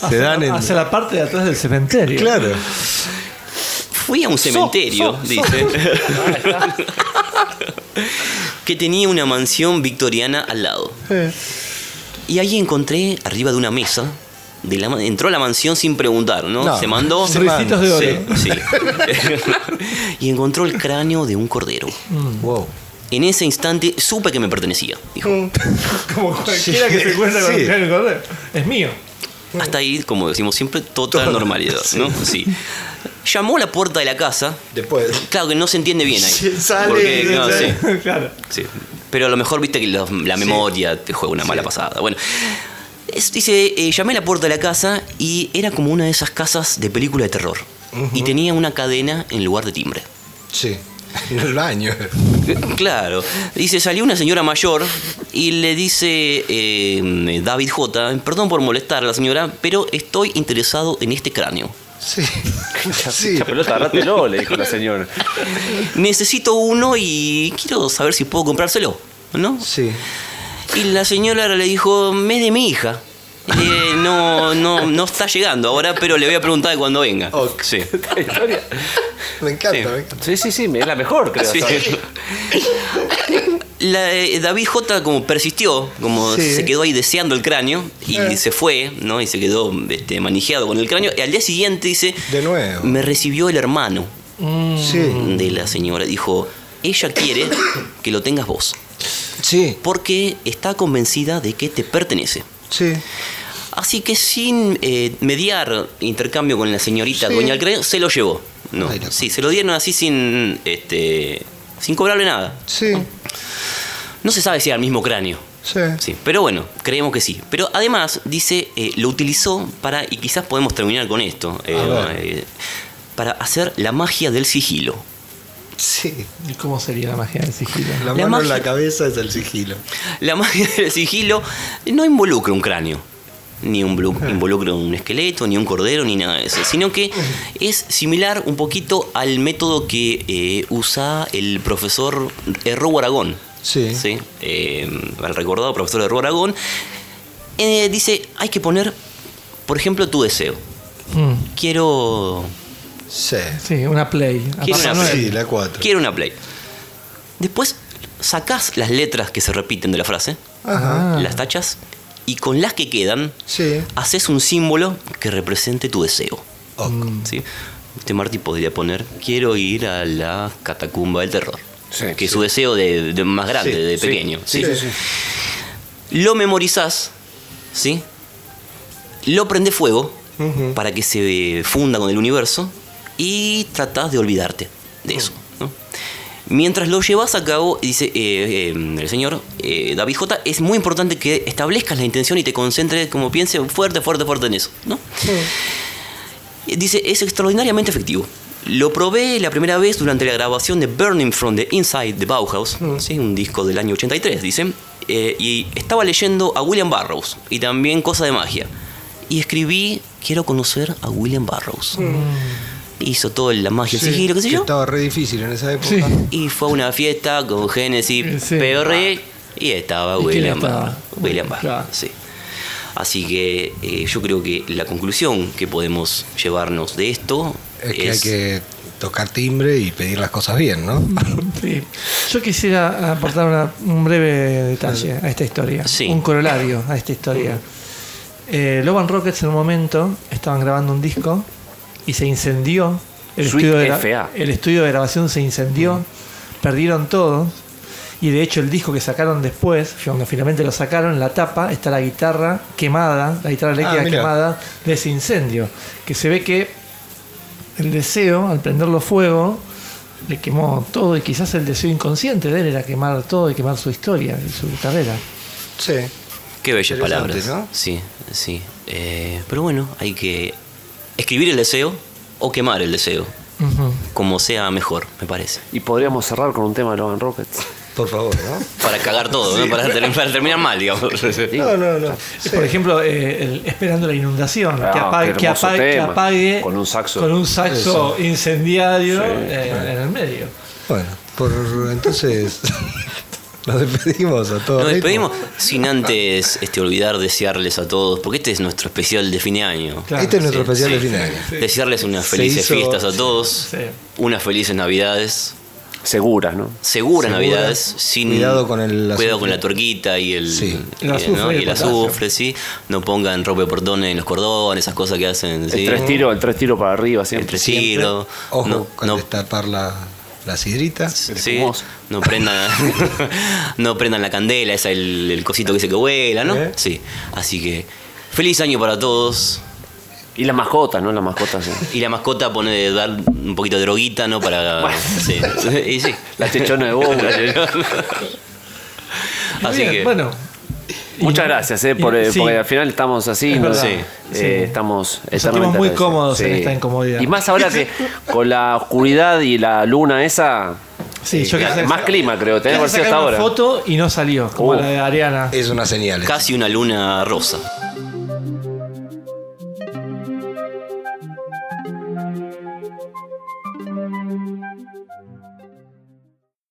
Se dan en.
Hacia la parte de atrás del cementerio.
Claro.
Fui a un cementerio,
so,
dice. *laughs* que tenía una mansión victoriana al lado.
Eh.
Y ahí encontré, arriba de una mesa, de la ma- entró a la mansión sin preguntar, ¿no?
No,
se mandó.
se
Ricitos de oro.
Sí, *laughs* sí. y encontró el cráneo de un cordero.
Wow.
En ese instante supe que me pertenecía, dijo.
Como cualquiera
Sí.
que se encuentra con
Sí.
el cordero. Es mío.
Hasta ahí, como decimos siempre, total normalidad, ¿no? Sí. Llamó a la puerta de la casa.
Después.
Claro que no se entiende bien ahí.
Sí, sale,
porque,
Ah, sí,
no,
sale.
sí,
*laughs* claro.
sí. Pero a lo mejor viste que los- la memoria te juega una mala pasada. Bueno. Es- dice, eh, llamé a la puerta de la casa y era como una de esas casas de película de terror. Y tenía una cadena en lugar de timbre.
Sí. En el baño.
Claro. Dice, salió una señora mayor y le dice eh, David J, perdón por molestar a la señora, pero estoy interesado en este cráneo.
Sí. Sí.
La pelota, agárratelo, le dijo
*laughs*
la señora.
Necesito uno y quiero saber si puedo comprárselo, ¿no?
Sí.
Y la señora le dijo, me es de mi hija. Eh, no, no, no está llegando ahora, pero le voy a preguntar cuando venga.
Ok.
Sí.
La historia.
Me encanta,
Sí.
me encanta.
Sí, sí, sí, me- es la mejor, creo.
Sí.
¿sabes?
la- eh, David J como persistió, como
Sí.
se quedó ahí deseando el cráneo y
Ah.
Eh.
se fue, ¿no? Y se quedó este, manijeado con el cráneo. Y al día siguiente dice,
De nuevo. Mm.
me recibió el hermano Mm.
Sí,
de la señora. Dijo, ella quiere que lo tengas vos,
sí,
porque está convencida de que te pertenece.
sí.
Así que sin eh, mediar intercambio con la señorita
Sí.
dueña del cráneo, se lo llevó. No,
Ay, la-
sí, se lo dieron así sin, este, sin cobrarle nada.
Sí,
No se sabe si era el mismo cráneo.
sí.
Sí, pero bueno, creemos que sí. Pero además, dice, eh, lo utilizó para, y quizás podemos terminar con esto, eh,
ver.
eh, para hacer la magia del sigilo.
Sí.
¿Y cómo sería la magia del sigilo?
La,
La
mano en
magia-
la cabeza es el sigilo.
La magia del sigilo no involucra un cráneo, ni un blu- involucra un esqueleto, ni un cordero, ni nada de eso, sino que es similar un poquito al método que eh, usa el profesor Erro Aragón.
Sí.
¿sí? Eh, el recordado profesor Erro Aragón. Eh, dice, hay que poner, por ejemplo, tu deseo.
Mm,
Quiero,
Sí.
Sí, una play. A
Quiero
Papá
una
Noel.
Sí, la 4.
quiero una play. Después sacás las letras que se repiten de la frase,
Ajá.
Ah.
las tachas, y con las que quedan,
Sí.
haces un símbolo que represente tu deseo.
Ok.
¿sí? Este Marty podría poner, quiero ir a la catacumba del terror.
Sí,
que es su deseo de, de más grande,
Sí,
de
sí,
pequeño. ¿sí?
Sí, sí.
Lo memorizás, ¿sí? lo prende fuego
Ujú.
para que se funda con el universo y tratás de olvidarte de eso. ¿no? Mientras lo llevas a cabo, dice eh, eh, el señor eh, David J, es muy importante que establezcas la intención y te concentres, como piense, fuerte, fuerte, fuerte en eso. ¿no? Eh, Dice, es extraordinariamente efectivo. Lo probé la primera vez durante la grabación de Burning from the Inside de Bauhaus, ¿sí? un disco del año 83, dicen, eh, y estaba leyendo a William Burroughs y también Cosa de Magia. Y escribí, quiero conocer a William Burroughs. Hizo todo el- la magia, el sigilo, qué sé
que
yo.
Estaba re difícil en esa época.
Sí. *laughs*
Y fue a una fiesta con Genesis
Sí.
PRE y estaba
¿Y quién
William
estaba?
Barr. William Barr,
Claro.
sí. Así que eh, yo creo que la conclusión que podemos llevarnos de esto
Es que
es-
hay que tocar timbre y pedir las cosas bien, ¿no?
Sí. Yo quisiera aportar una- un breve detalle a esta historia,
Sí.
un corolario a esta historia. Eh, Love and Rockets en un momento estaban grabando un disco y se incendió. El,
Suite
estudio de, gra-
FA.
el estudio de grabación se incendió,
Mm.
perdieron todo. Y de hecho el disco que sacaron después, cuando finalmente lo sacaron, en la tapa está la guitarra quemada, la guitarra eléctrica
Ah, mirá.
quemada de ese incendio. Que se ve que el deseo, al prenderlo fuego, le quemó todo y quizás el deseo inconsciente de él era quemar todo y quemar su historia y su carrera.
Sí.
Qué bellas
Interesante,
palabras.
¿no?
Sí, sí. Eh, pero bueno, hay que escribir el deseo o quemar el deseo,
Ujú.
como sea mejor, me parece.
Y podríamos cerrar con un tema de Logan Rockets.
Por favor, ¿no?
Para cagar todo, ¿no? para, ter- para terminar mal, digamos.
No, no, no.
Y,
Sí.
Por ejemplo, eh, el- esperando la inundación,
Ah,
que, apague,
qué
que
hermoso
apague- que
tema.
apague
Con un saxo.
con un saxo incendiario
Sí.
eh, en el medio.
Bueno, por entonces *laughs* nos despedimos a todos.
Nos despedimos sin antes este, olvidar desearles a todos, porque este es nuestro especial de fin de año.
Claro.
este es nuestro
Sí,
especial de
sí.
fin de año.
Desearles unas
Se
felices
hizo-
fiestas a todos,
sí.
unas felices navidades,
Seguras, ¿no?
seguras
Segura.
navidades, sin
Cuidado con el
cuidado
azufre.
con la tuerquita y el,
Sí.
y
El
¿no?
azufre y
y
el
el
potasio.
azufre, sí. No pongan ropa de portones en los cordones, esas cosas que hacen, sí.
El tres tiro, el tres tiro para arriba
El
siempre.
tres tiro.
Ojo
no,
con
no-
destapar la, la sidrita.
sí,
fumoso.
no prendan no prendan la *laughs* candela, esa el, el cosito que dice que vuela, ¿no?
¿Eh?
Sí. Así que feliz año para todos.
Y las mascotas, ¿no?
*laughs*
Las mascotas. sí.
Y la mascota pone de dar un poquito de droguita, ¿no? Para. sí. Y sí.
La techona
*laughs*
de bomba.
Así
Bien,
que.
bueno,
*laughs* Muchas gracias, eh, por,
y-
eh,
sí.
porque al final estamos así,
Es
¿no?
verdad.
Sí.
Sí.
Eh,
Sí.
estamos
Nos
eternamente
sentimos muy
agradecidos.
cómodos en esta incomodidad.
Y más
*laughs*
ahora que con la oscuridad y la luna esa,
sí, yo quise-
eh, más clima creo,
quise
tenés que haber sido
sacar
hasta
una
ahora.
foto y no salió, como
Uh.
la de Ariana.
Es una señal.
Casi una luna rosa.